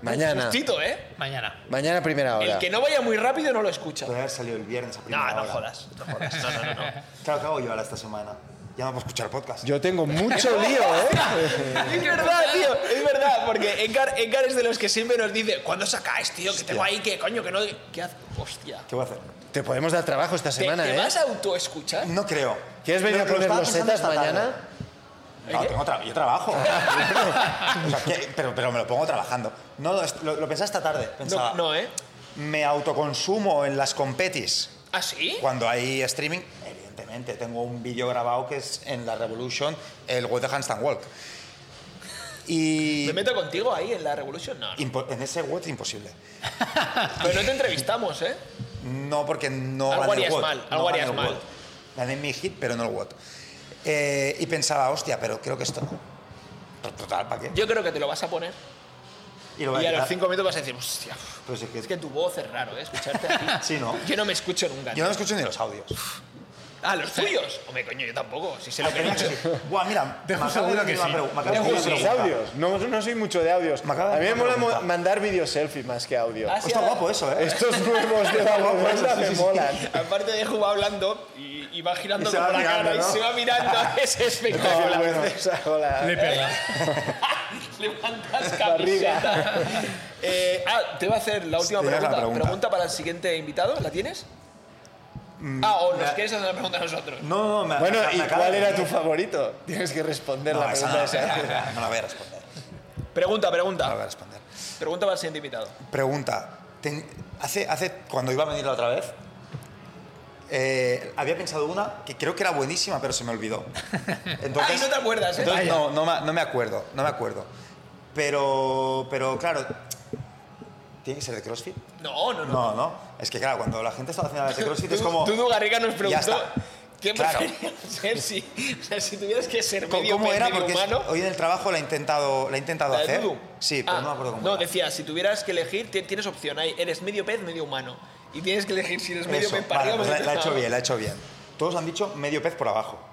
Speaker 2: Mañana.
Speaker 1: Justito, ¿eh?
Speaker 3: Mañana.
Speaker 2: Mañana primera hora.
Speaker 1: El que no vaya muy rápido no lo escucha.
Speaker 4: Puede haber salido el viernes a primera
Speaker 1: No, no
Speaker 4: hora.
Speaker 1: jodas. No jodas. No, no, no. no.
Speaker 4: Claro, ¿qué hago yo ahora esta semana? Ya no puedo escuchar podcast.
Speaker 2: Yo tengo mucho lío, ¿eh?
Speaker 1: Es verdad, tío, es verdad, porque Edgar, Edgar es de los que siempre nos dice, ¿cuándo sacáis, tío? Que tengo ahí, que coño, que no... ¿Qué haces? Hostia.
Speaker 4: ¿Qué voy a hacer?
Speaker 2: Te podemos dar trabajo esta
Speaker 1: ¿Te,
Speaker 2: semana,
Speaker 1: te
Speaker 2: ¿eh?
Speaker 1: vas a autoescuchar?
Speaker 4: No creo.
Speaker 2: ¿Quieres venir
Speaker 4: Lo-
Speaker 2: a
Speaker 4: lo
Speaker 2: poner
Speaker 4: estaba
Speaker 2: los
Speaker 4: pensando
Speaker 2: setas
Speaker 4: esta tarde.
Speaker 2: mañana?
Speaker 1: ¿Eh?
Speaker 4: No, tengo tra- yo trabajo. O sea, que- pero, pero me lo pongo trabajando. No, lo, lo, lo pensaba esta tarde. Pensaba,
Speaker 1: No, no, ¿eh?
Speaker 4: Me autoconsumo en las competis.
Speaker 1: ¿Ah, sí?
Speaker 4: Cuando hay streaming, evidentemente, tengo un vídeo grabado que es en la Revolution, el What the Handstand Walk. Y
Speaker 1: ¿Me meto contigo ahí en la Revolution? No, no.
Speaker 4: impo- en ese WOD imposible.
Speaker 1: Pero no te entrevistamos, ¿eh?
Speaker 4: No porque no
Speaker 1: Algo
Speaker 4: gané el
Speaker 1: harías
Speaker 4: WOD.
Speaker 1: mal,
Speaker 4: no
Speaker 1: algo
Speaker 4: gané
Speaker 1: harías
Speaker 4: el
Speaker 1: mal.
Speaker 4: WOD. Gané mi hit, pero no el WOD. Eh, y pensaba, hostia, pero creo que esto no. Total, ¿para qué?
Speaker 1: Yo creo que te lo vas a poner
Speaker 4: lo voy
Speaker 1: y a
Speaker 4: quitar.
Speaker 1: los cinco minutos vas a decir, hostia,
Speaker 4: Pues es que-
Speaker 1: es que tu voz es raro, ¿eh? Escucharte a ti.
Speaker 4: Sí, ¿no?
Speaker 1: Yo no me escucho nunca.
Speaker 4: Yo
Speaker 1: tío.
Speaker 4: no escucho ni los audios.
Speaker 1: Ah, ¿los tuyos? Hombre, coño, yo tampoco, si sé lo que he
Speaker 4: Pero
Speaker 1: hecho.
Speaker 4: sí. Buah, mira,
Speaker 3: Dejo
Speaker 4: me acabo
Speaker 3: seguro
Speaker 4: de venir
Speaker 3: que
Speaker 4: una
Speaker 3: sí.
Speaker 4: pregu- me acabo de
Speaker 2: Te
Speaker 4: venir una
Speaker 2: gustan los
Speaker 4: pregunta.
Speaker 2: audios. No, no soy mucho de audios.
Speaker 4: Me acaba de
Speaker 2: a mí me
Speaker 4: hacer una
Speaker 2: mola mo-
Speaker 4: pregunta.
Speaker 2: mandar video selfie más que audio.
Speaker 1: Ah, sí.
Speaker 4: Está guapo eso, ¿eh?
Speaker 2: Estos nuevos de la vergüenza me molan.
Speaker 1: Aparte de va hablando y, y va girando
Speaker 4: Y se
Speaker 1: como
Speaker 4: va
Speaker 1: la cara
Speaker 4: mirando,
Speaker 1: y
Speaker 4: ¿no?
Speaker 1: se va mirando, es
Speaker 2: Qué
Speaker 1: espectacular.
Speaker 2: bueno. Esa hola.
Speaker 3: Le pega.
Speaker 1: Levantas camiseta. Eh, ah, te voy a hacer la última
Speaker 4: Tenías la
Speaker 1: pregunta.
Speaker 4: pregunta.
Speaker 1: Pregunta para el siguiente invitado, ¿la tienes? Ah, o nos
Speaker 4: Mm, la-
Speaker 1: quieres hacer una pregunta a nosotros.
Speaker 4: No, no, me
Speaker 2: Bueno,
Speaker 4: me
Speaker 2: ¿y
Speaker 4: acaba
Speaker 2: cuál
Speaker 4: de
Speaker 2: era
Speaker 4: venir-
Speaker 2: tu favorito? Tienes que responder
Speaker 4: No,
Speaker 2: la
Speaker 4: esa
Speaker 2: pregunta
Speaker 4: no,
Speaker 2: esa.
Speaker 4: no, no la voy a responder.
Speaker 1: Pregunta,
Speaker 4: No la voy
Speaker 1: pregunta.
Speaker 4: a responder.
Speaker 1: Pregunta para el siguiente invitado.
Speaker 4: Pregunta. ten- hace, hace, cuando iba a venir la otra vez, eh, había pensado una que creo que era buenísima, pero se me olvidó. Entonces,
Speaker 1: Ay, no te acuerdas, ¿eh?
Speaker 4: entonces,
Speaker 1: Vaya.
Speaker 4: no, no, me- no me acuerdo, no me acuerdo. Pero, pero claro, ¿tiene que ser de CrossFit?
Speaker 1: No, no, no.
Speaker 4: No, no. Es que claro, cuando la gente está haciendo las de CrossFit es como...
Speaker 1: Tú, Dugarriga, nos preguntó.
Speaker 4: está.
Speaker 1: ¿Qué
Speaker 4: Claro.
Speaker 1: preferirías ser si, o sea, si tuvieras que ser
Speaker 4: Co-
Speaker 1: medio,
Speaker 4: ¿Cómo
Speaker 1: pez,
Speaker 4: era?
Speaker 1: medio
Speaker 4: Porque es-
Speaker 1: humano?
Speaker 4: hoy en el trabajo la he intentado, la he intentado
Speaker 1: ¿La de
Speaker 4: hacer.
Speaker 1: Dudu?
Speaker 4: Sí, pero
Speaker 1: Ah,
Speaker 4: no me acuerdo cómo.
Speaker 1: No,
Speaker 4: era.
Speaker 1: decía, si tuvieras que elegir, ti- tienes opción. Hay, eres medio pez, medio humano. Y tienes que elegir si eres medio
Speaker 4: Eso,
Speaker 1: pez para
Speaker 4: vale,
Speaker 1: arriba o
Speaker 4: pues la,
Speaker 1: medio
Speaker 4: la he
Speaker 1: pez
Speaker 4: hecho
Speaker 1: para
Speaker 4: bien, la he hecho bien. Todos han dicho medio pez por abajo.
Speaker 1: abajo.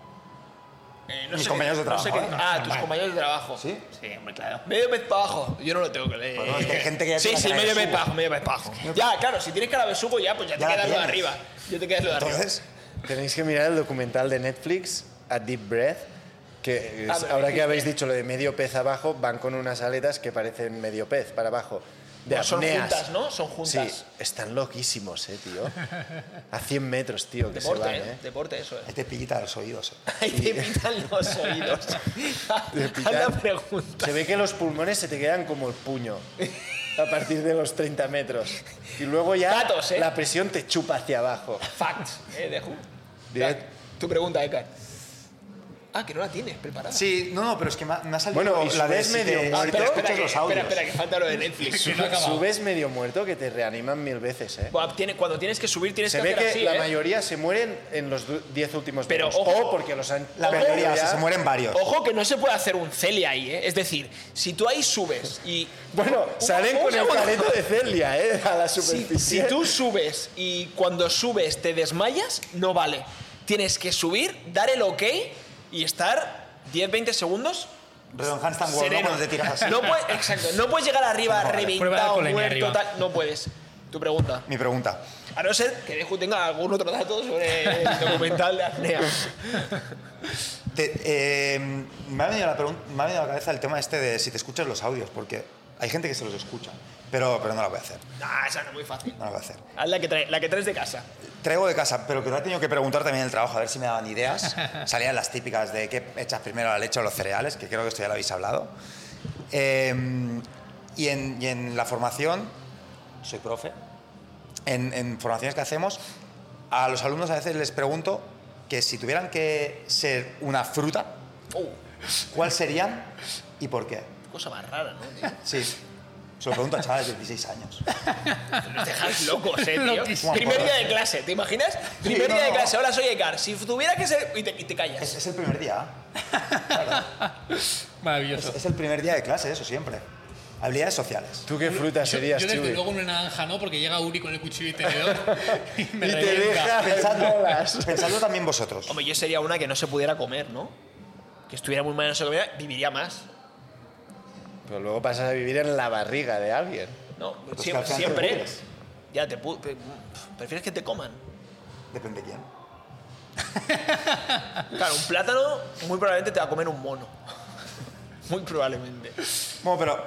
Speaker 1: Eh, no
Speaker 4: Mis
Speaker 1: sé
Speaker 4: compañeros
Speaker 1: qué-
Speaker 4: de
Speaker 1: no sé
Speaker 4: trabajo,
Speaker 1: qué-
Speaker 4: ¿eh?
Speaker 1: ah, tus
Speaker 3: Vale.
Speaker 1: compañeros de trabajo.
Speaker 4: ¿Sí?
Speaker 3: Sí, hombre, claro.
Speaker 1: Medio pez para abajo. Yo no lo tengo que leer.
Speaker 4: Bueno, es que hay gente que ya
Speaker 1: sí,
Speaker 4: tiene
Speaker 1: sí,
Speaker 4: cara de
Speaker 1: medio pez
Speaker 4: besugo.
Speaker 1: para abajo, medio pez para abajo. Ya, claro, si tienes cara de besugo, ya, pues ya,
Speaker 4: Ya
Speaker 1: te
Speaker 4: la
Speaker 1: quedas lo de
Speaker 4: tienes.
Speaker 1: arriba. Yo te quedas lo de arriba.
Speaker 4: Entonces,
Speaker 2: Tenéis que mirar el documental de Netflix, A Deep Breath, que es-
Speaker 1: Ah, pero
Speaker 2: ahora
Speaker 1: dijiste-
Speaker 2: que habéis dicho lo de medio pez abajo, van con unas aletas que parecen medio pez para abajo. De
Speaker 1: Bueno, Pues son
Speaker 2: apneas.
Speaker 1: juntas, ¿no? Son juntas.
Speaker 2: Sí, están loquísimos, eh, tío. A 100 metros, tío, que
Speaker 1: Deporte,
Speaker 2: se van,
Speaker 1: ¿eh?
Speaker 2: eh.
Speaker 1: Deporte, eso es.
Speaker 4: ahí te pillita los oídos. eh.
Speaker 1: Ahí te pitan los oídos.
Speaker 2: Te
Speaker 1: Haz la
Speaker 2: pican.
Speaker 1: pregunta.
Speaker 2: Se ve que los pulmones se te quedan como el puño a partir de los 30 metros. Y luego ya
Speaker 1: Datos, ¿eh?
Speaker 2: la presión te chupa hacia abajo.
Speaker 1: Fact, ¿eh? De Who.
Speaker 2: Direct-
Speaker 1: Ya, Tu pregunta, Edgar. Ah, que no la tienes preparada. Ah,
Speaker 4: Sí, no, no, pero es que me ha, me ha salido
Speaker 2: Bueno, y
Speaker 4: la de
Speaker 2: subes
Speaker 4: si te-
Speaker 2: medio
Speaker 4: si
Speaker 2: muerto.
Speaker 4: te
Speaker 1: espera,
Speaker 4: escuchas
Speaker 1: espera, que,
Speaker 4: los audios.
Speaker 1: espera, espera, que falta lo de Netflix.
Speaker 3: Que no ha acabado.
Speaker 2: Subes medio muerto que te reaniman mil veces, ¿eh?
Speaker 1: Buah, tiene- cuando tienes que subir, tienes
Speaker 2: Se
Speaker 1: que
Speaker 2: ve
Speaker 1: hacer
Speaker 2: que
Speaker 1: así,
Speaker 2: la
Speaker 1: ¿eh?
Speaker 2: mayoría se mueren en los 10 últimos
Speaker 1: Pero,
Speaker 2: metros.
Speaker 1: ojo.
Speaker 2: o porque los han...
Speaker 4: La
Speaker 2: perdido
Speaker 4: mayoría, o sea,
Speaker 2: ya.
Speaker 4: se mueren varios.
Speaker 1: Ojo que no se puede hacer un Celia ahí, ¿eh? Es decir, si tú ahí subes y...
Speaker 2: Bueno, salen
Speaker 1: un
Speaker 2: con el
Speaker 1: segundo.
Speaker 2: careto de Celia, ¿eh? A la
Speaker 1: Si,
Speaker 2: superficie.
Speaker 1: si tú subes y cuando subes te desmayas, no vale. Tienes que subir, dar el ok y estar 10-20 segundos
Speaker 4: Redon Handstand World, ¿no?
Speaker 1: sereno.
Speaker 4: Cuando te tiras así.
Speaker 1: No puedes, exacto, no puedes llegar arriba
Speaker 4: No, vale.
Speaker 3: Prueba de
Speaker 1: reventado,
Speaker 3: alcoholemia
Speaker 1: muerto,
Speaker 3: arriba.
Speaker 1: tal. No puedes. Tu pregunta.
Speaker 4: Mi pregunta.
Speaker 1: A no ser que Deju tenga algún otro dato sobre el documental de apnea.
Speaker 4: Te- eh, me, ha venido a la pregun- me ha venido a la cabeza el tema este de si te escuchas los audios, porque hay gente que se los escucha, pero, pero no la voy a hacer.
Speaker 1: No, esa no es muy fácil.
Speaker 4: No la voy a hacer.
Speaker 1: Haz la que, trae- la que traes de casa.
Speaker 4: Traigo de casa, pero que lo he tenido que preguntar también en el trabajo, a ver si me daban ideas. Salían las típicas de qué echas primero la leche o los cereales, que creo que esto ya lo habéis hablado. Eh, y, en, y en la formación, soy profe, en, en formaciones que hacemos, a los alumnos a veces les pregunto que si tuvieran que ser una fruta,
Speaker 1: Uh,
Speaker 4: ¿cuál serían y por qué?
Speaker 1: cosa más rara, ¿no? tío?
Speaker 4: Sí. Se lo pregunto a chavales de 16 años.
Speaker 1: Nos dejáis locos, eh, tío.
Speaker 3: Loquísimo.
Speaker 1: Primer día de clase, ¿te imaginas? Primer
Speaker 4: no.
Speaker 1: día de clase, hola, soy Edgar. Si tuviera que ser... Y te, y te callas.
Speaker 4: Es, es el primer día.
Speaker 3: Maravilloso.
Speaker 4: Es el primer día de clase, eso siempre. Habilidades sociales.
Speaker 2: ¿Tú qué fruta
Speaker 3: Yo,
Speaker 2: serías,
Speaker 3: yo desde
Speaker 2: Chuy?
Speaker 3: luego una naranja no, porque llega Uri con el cuchillo y tenedor y me
Speaker 2: Y te
Speaker 3: revienta.
Speaker 2: deja-
Speaker 4: Pensadlo,
Speaker 2: bolas.
Speaker 4: pensadlo también vosotros.
Speaker 1: Hombre, yo sería una que no se pudiera comer, ¿no? Que estuviera muy mal en su comida, viviría más.
Speaker 2: Pero luego pasas a vivir en la barriga de alguien.
Speaker 1: No,
Speaker 4: Pues que
Speaker 1: siempre.
Speaker 4: al final te
Speaker 1: siempre-
Speaker 4: mueres.
Speaker 1: ya te pu- pe- prefieres que te coman.
Speaker 4: Depende quién.
Speaker 1: Claro, un plátano muy probablemente te va a comer un mono. Muy probablemente.
Speaker 4: Bueno, pero.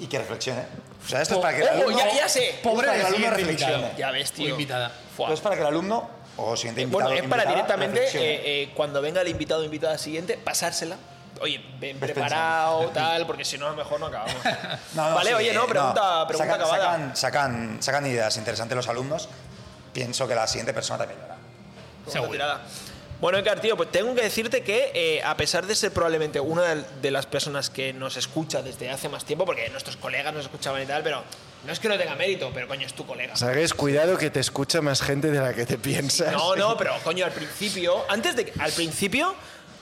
Speaker 4: Y que reflexione. O sea, esto es para que el
Speaker 1: Ojo,
Speaker 4: alumno.
Speaker 1: Oh, ya, ya sé.
Speaker 3: Pobre
Speaker 4: Para
Speaker 3: del
Speaker 4: que el alumno
Speaker 3: siguiente
Speaker 4: reflexione.
Speaker 3: invitado.
Speaker 1: Ya ves, tío.
Speaker 3: O invitada.
Speaker 1: Fuá.
Speaker 4: Esto es Pues para que el alumno. O siguiente
Speaker 1: Eh,
Speaker 4: invitado.
Speaker 1: bueno, es para
Speaker 4: invitada,
Speaker 1: directamente,
Speaker 4: reflexione.
Speaker 1: eh, eh, cuando venga el invitado o invitada siguiente, pasársela. Oye, ven
Speaker 4: Ves
Speaker 1: preparado, tal, porque si no, a lo mejor no acabamos.
Speaker 4: No, no,
Speaker 1: vale,
Speaker 4: sí,
Speaker 1: oye, no,
Speaker 4: eh,
Speaker 1: pregunta, pregunta
Speaker 4: sacan,
Speaker 1: acabada.
Speaker 4: Sacan, sacan, sacan ideas interesantes los alumnos. Pienso que la siguiente persona también lo hará.
Speaker 1: Pregunta
Speaker 3: Seguro.
Speaker 1: tirada. Bueno, Edgar, tío, pues tengo que decirte que eh, a pesar de ser probablemente una de- de las personas que nos escucha desde hace más tiempo, porque nuestros colegas nos escuchaban y tal, pero no es que no tenga mérito, pero coño, es tu colega.
Speaker 2: Sabes, cuidado que te escucha más gente de la que te piensas.
Speaker 1: No, no, pero coño, al principio, antes de que- al principio,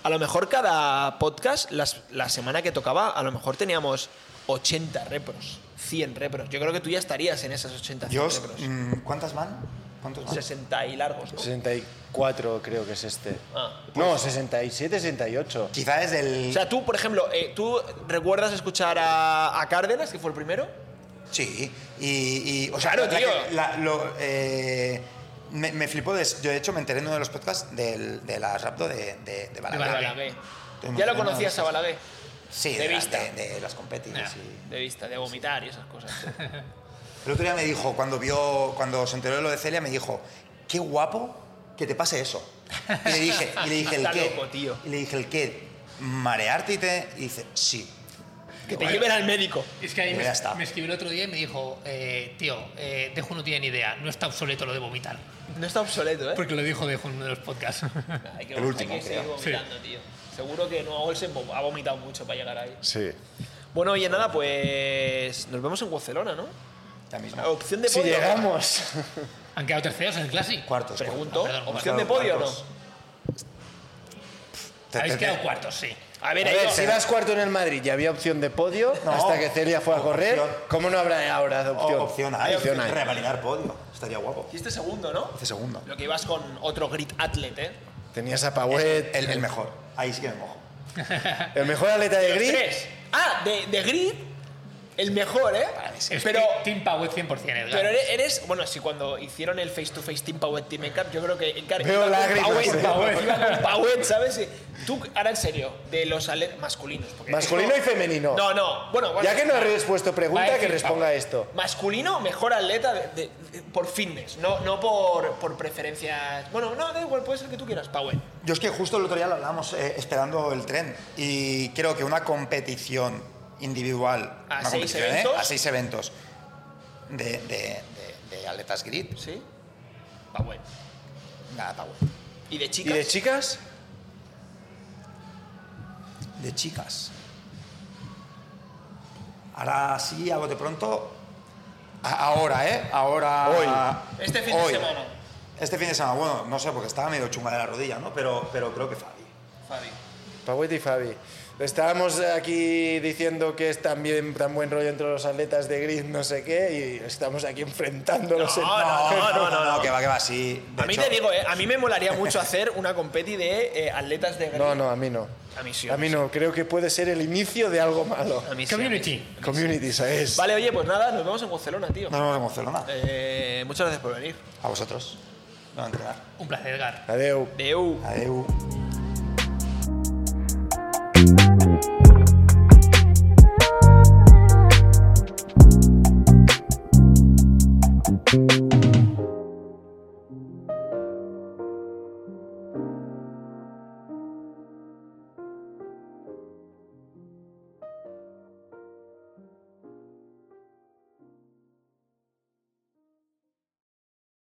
Speaker 1: a lo mejor cada podcast, las- la semana que tocaba, a lo mejor teníamos 80 repros, 100 repros. Yo creo que tú ya estarías en esas 80 100
Speaker 4: Dios,
Speaker 1: repros.
Speaker 4: mm, ¿cuántas van? ¿Cuántos van?
Speaker 1: 60 y largos, ¿no?
Speaker 2: 64 creo que es este.
Speaker 1: Ah,
Speaker 2: no, 67, 68.
Speaker 4: Quizá es del.
Speaker 1: O sea, tú, por ejemplo, eh, ¿tú recuerdas escuchar a, a Cárdenas, que fue el primero?
Speaker 4: Sí, y, y, o sea,
Speaker 1: Claro,
Speaker 4: la- la
Speaker 1: tío.
Speaker 4: que- la- lo, eh, me, me flipó de, yo de hecho me enteré en uno de los podcasts del, de la rapto de, de, de Balaguer.
Speaker 1: Balaguer.
Speaker 4: Tú me
Speaker 1: Ya lo
Speaker 4: enteras,
Speaker 1: conocías a Balaguer,
Speaker 4: Sí,
Speaker 1: de
Speaker 4: de, la-
Speaker 1: vista.
Speaker 4: de, de las competis.
Speaker 3: Nah.
Speaker 4: y-
Speaker 1: de vista, de vomitar y esas cosas.
Speaker 4: El otro día me dijo, cuando vio, cuando se enteró de lo de Celia, me dijo, qué guapo que te pase eso. Y le dije, y le dije el
Speaker 1: Está
Speaker 4: qué.
Speaker 1: loco, tío.
Speaker 4: Y le dije el qué. Marearte y te. Y dice, sí.
Speaker 1: que te lleven al médico.
Speaker 3: Es que ahí
Speaker 4: Ya
Speaker 3: me,
Speaker 4: está.
Speaker 3: me escribió el otro día y me dijo, eh, tío, eh, Dejo no tiene ni idea, no está obsoleto lo de vomitar.
Speaker 1: No está obsoleto, ¿eh?
Speaker 3: Porque lo dijo Dejo en uno de los podcasts.
Speaker 1: Hay que,
Speaker 4: El último,
Speaker 1: hay que seguir
Speaker 4: creo.
Speaker 1: vomitando, tío. Seguro que Noah Olsen vo- ha vomitado mucho para llegar ahí.
Speaker 2: Sí.
Speaker 1: Bueno, oye, nada, pues nos vemos en Barcelona, ¿no?
Speaker 4: Ya mismo.
Speaker 1: Opción de
Speaker 2: Si
Speaker 1: podio.
Speaker 2: llegamos.
Speaker 3: Han quedado terceros en el clásico.
Speaker 4: Cuartos.
Speaker 1: Pregunto,
Speaker 4: cuartos.
Speaker 3: Perdón,
Speaker 1: opción
Speaker 4: Claro,
Speaker 1: de podio o no.
Speaker 4: cuartos. Te-
Speaker 3: Habéis
Speaker 4: te-
Speaker 3: quedado cuartos, sí.
Speaker 1: A
Speaker 2: A
Speaker 1: ver, ahí
Speaker 2: ver,
Speaker 1: va.
Speaker 2: si vas cuarto en el Madrid y había opción de podio
Speaker 4: No.
Speaker 2: hasta que Celia fue a correr,
Speaker 4: Opción.
Speaker 2: ¿cómo no habrá ahora de opción?
Speaker 4: Opción, opción A.
Speaker 2: Hay opción A.
Speaker 4: Revalidar podio. Estaría guapo.
Speaker 1: Hiciste segundo, ¿no?
Speaker 4: Hace segundo.
Speaker 1: Lo que ibas con otro grit atlet, ¿eh?
Speaker 2: Tenías a Pauet,
Speaker 4: El, el mejor. Ahí sí que me mojo.
Speaker 2: el mejor atleta de
Speaker 1: Los
Speaker 2: gris.
Speaker 1: Tres. Ah, de, de grit, el mejor, ¿eh?
Speaker 3: Ah, Es
Speaker 1: Pero,
Speaker 3: Ti- Team Power 100%, Edgar.
Speaker 1: pero eres, eres- Bueno, si cuando hicieron el face to face Team Power Team Makeup, yo creo que. Edgar
Speaker 2: Veo
Speaker 1: iba con
Speaker 2: lágrimas,
Speaker 1: Pauet,
Speaker 2: eh.
Speaker 1: Pauet, iba con Pauet, ¿sabes? Y Tú, ahora en serio, de los atletas masculinos. porque-
Speaker 2: Masculino y femenino.
Speaker 1: No, no. Bueno, bueno.
Speaker 2: Ya que no has respuesto
Speaker 3: Va a
Speaker 2: pregunta, que
Speaker 3: decir
Speaker 2: responda esto.
Speaker 1: Masculino, mejor atleta de- de- de- por fitness, no, no por, por preferencias. Bueno, no, da igual, puede ser que tú quieras, Power.
Speaker 4: Yo es que justo el otro día lo hablábamos eh, esperando el tren y creo que una competición individual
Speaker 1: ¿A
Speaker 4: una
Speaker 1: seis
Speaker 4: competición, ¿eh?
Speaker 1: eventos?
Speaker 4: a seis eventos de, de, de- de atletas grid,
Speaker 1: ¿Sí? Power.
Speaker 4: nada, está bueno.
Speaker 1: ¿Y de
Speaker 2: ¿Y
Speaker 1: chicas?
Speaker 2: de chicas?
Speaker 4: De chicas. Ahora sí, a bote pronto. a- ahora, ¿eh? Ahora.
Speaker 2: Hoy.
Speaker 1: Este fin de semana.
Speaker 4: Este fin de semana, bueno, no sé, porque estaba medio chunga de la rodilla, ¿no? Pero, pero creo que Fabi.
Speaker 1: Fabi.
Speaker 2: Pauet y Fabi. Estábamos aquí diciendo que es tan, bien- tan buen rollo entre los atletas de gris, no sé qué, y estamos aquí enfrentándolos.
Speaker 1: No,
Speaker 2: en-
Speaker 1: no, no, no, no, no.
Speaker 4: que va, que va, sí. De
Speaker 1: A mí
Speaker 4: hecho,
Speaker 1: te digo, eh, a mí me molaría mucho hacer una competi de eh, atletas de gris.
Speaker 2: no, no, a mí no.
Speaker 1: A mí sí,
Speaker 2: A mí no, creo que puede ser el inicio de algo malo.
Speaker 1: A mí sí, a mí
Speaker 3: Community.
Speaker 1: sí.
Speaker 2: Community, ¿sabes?
Speaker 1: Vale, oye, pues nada, nos vemos en Barcelona, tío.
Speaker 4: Nos vemos en Barcelona.
Speaker 1: Eh, muchas gracias por venir.
Speaker 4: A vosotros. No a entrenar.
Speaker 3: Un placer, Edgar.
Speaker 2: Adeu.
Speaker 1: Deu.
Speaker 4: Adeu.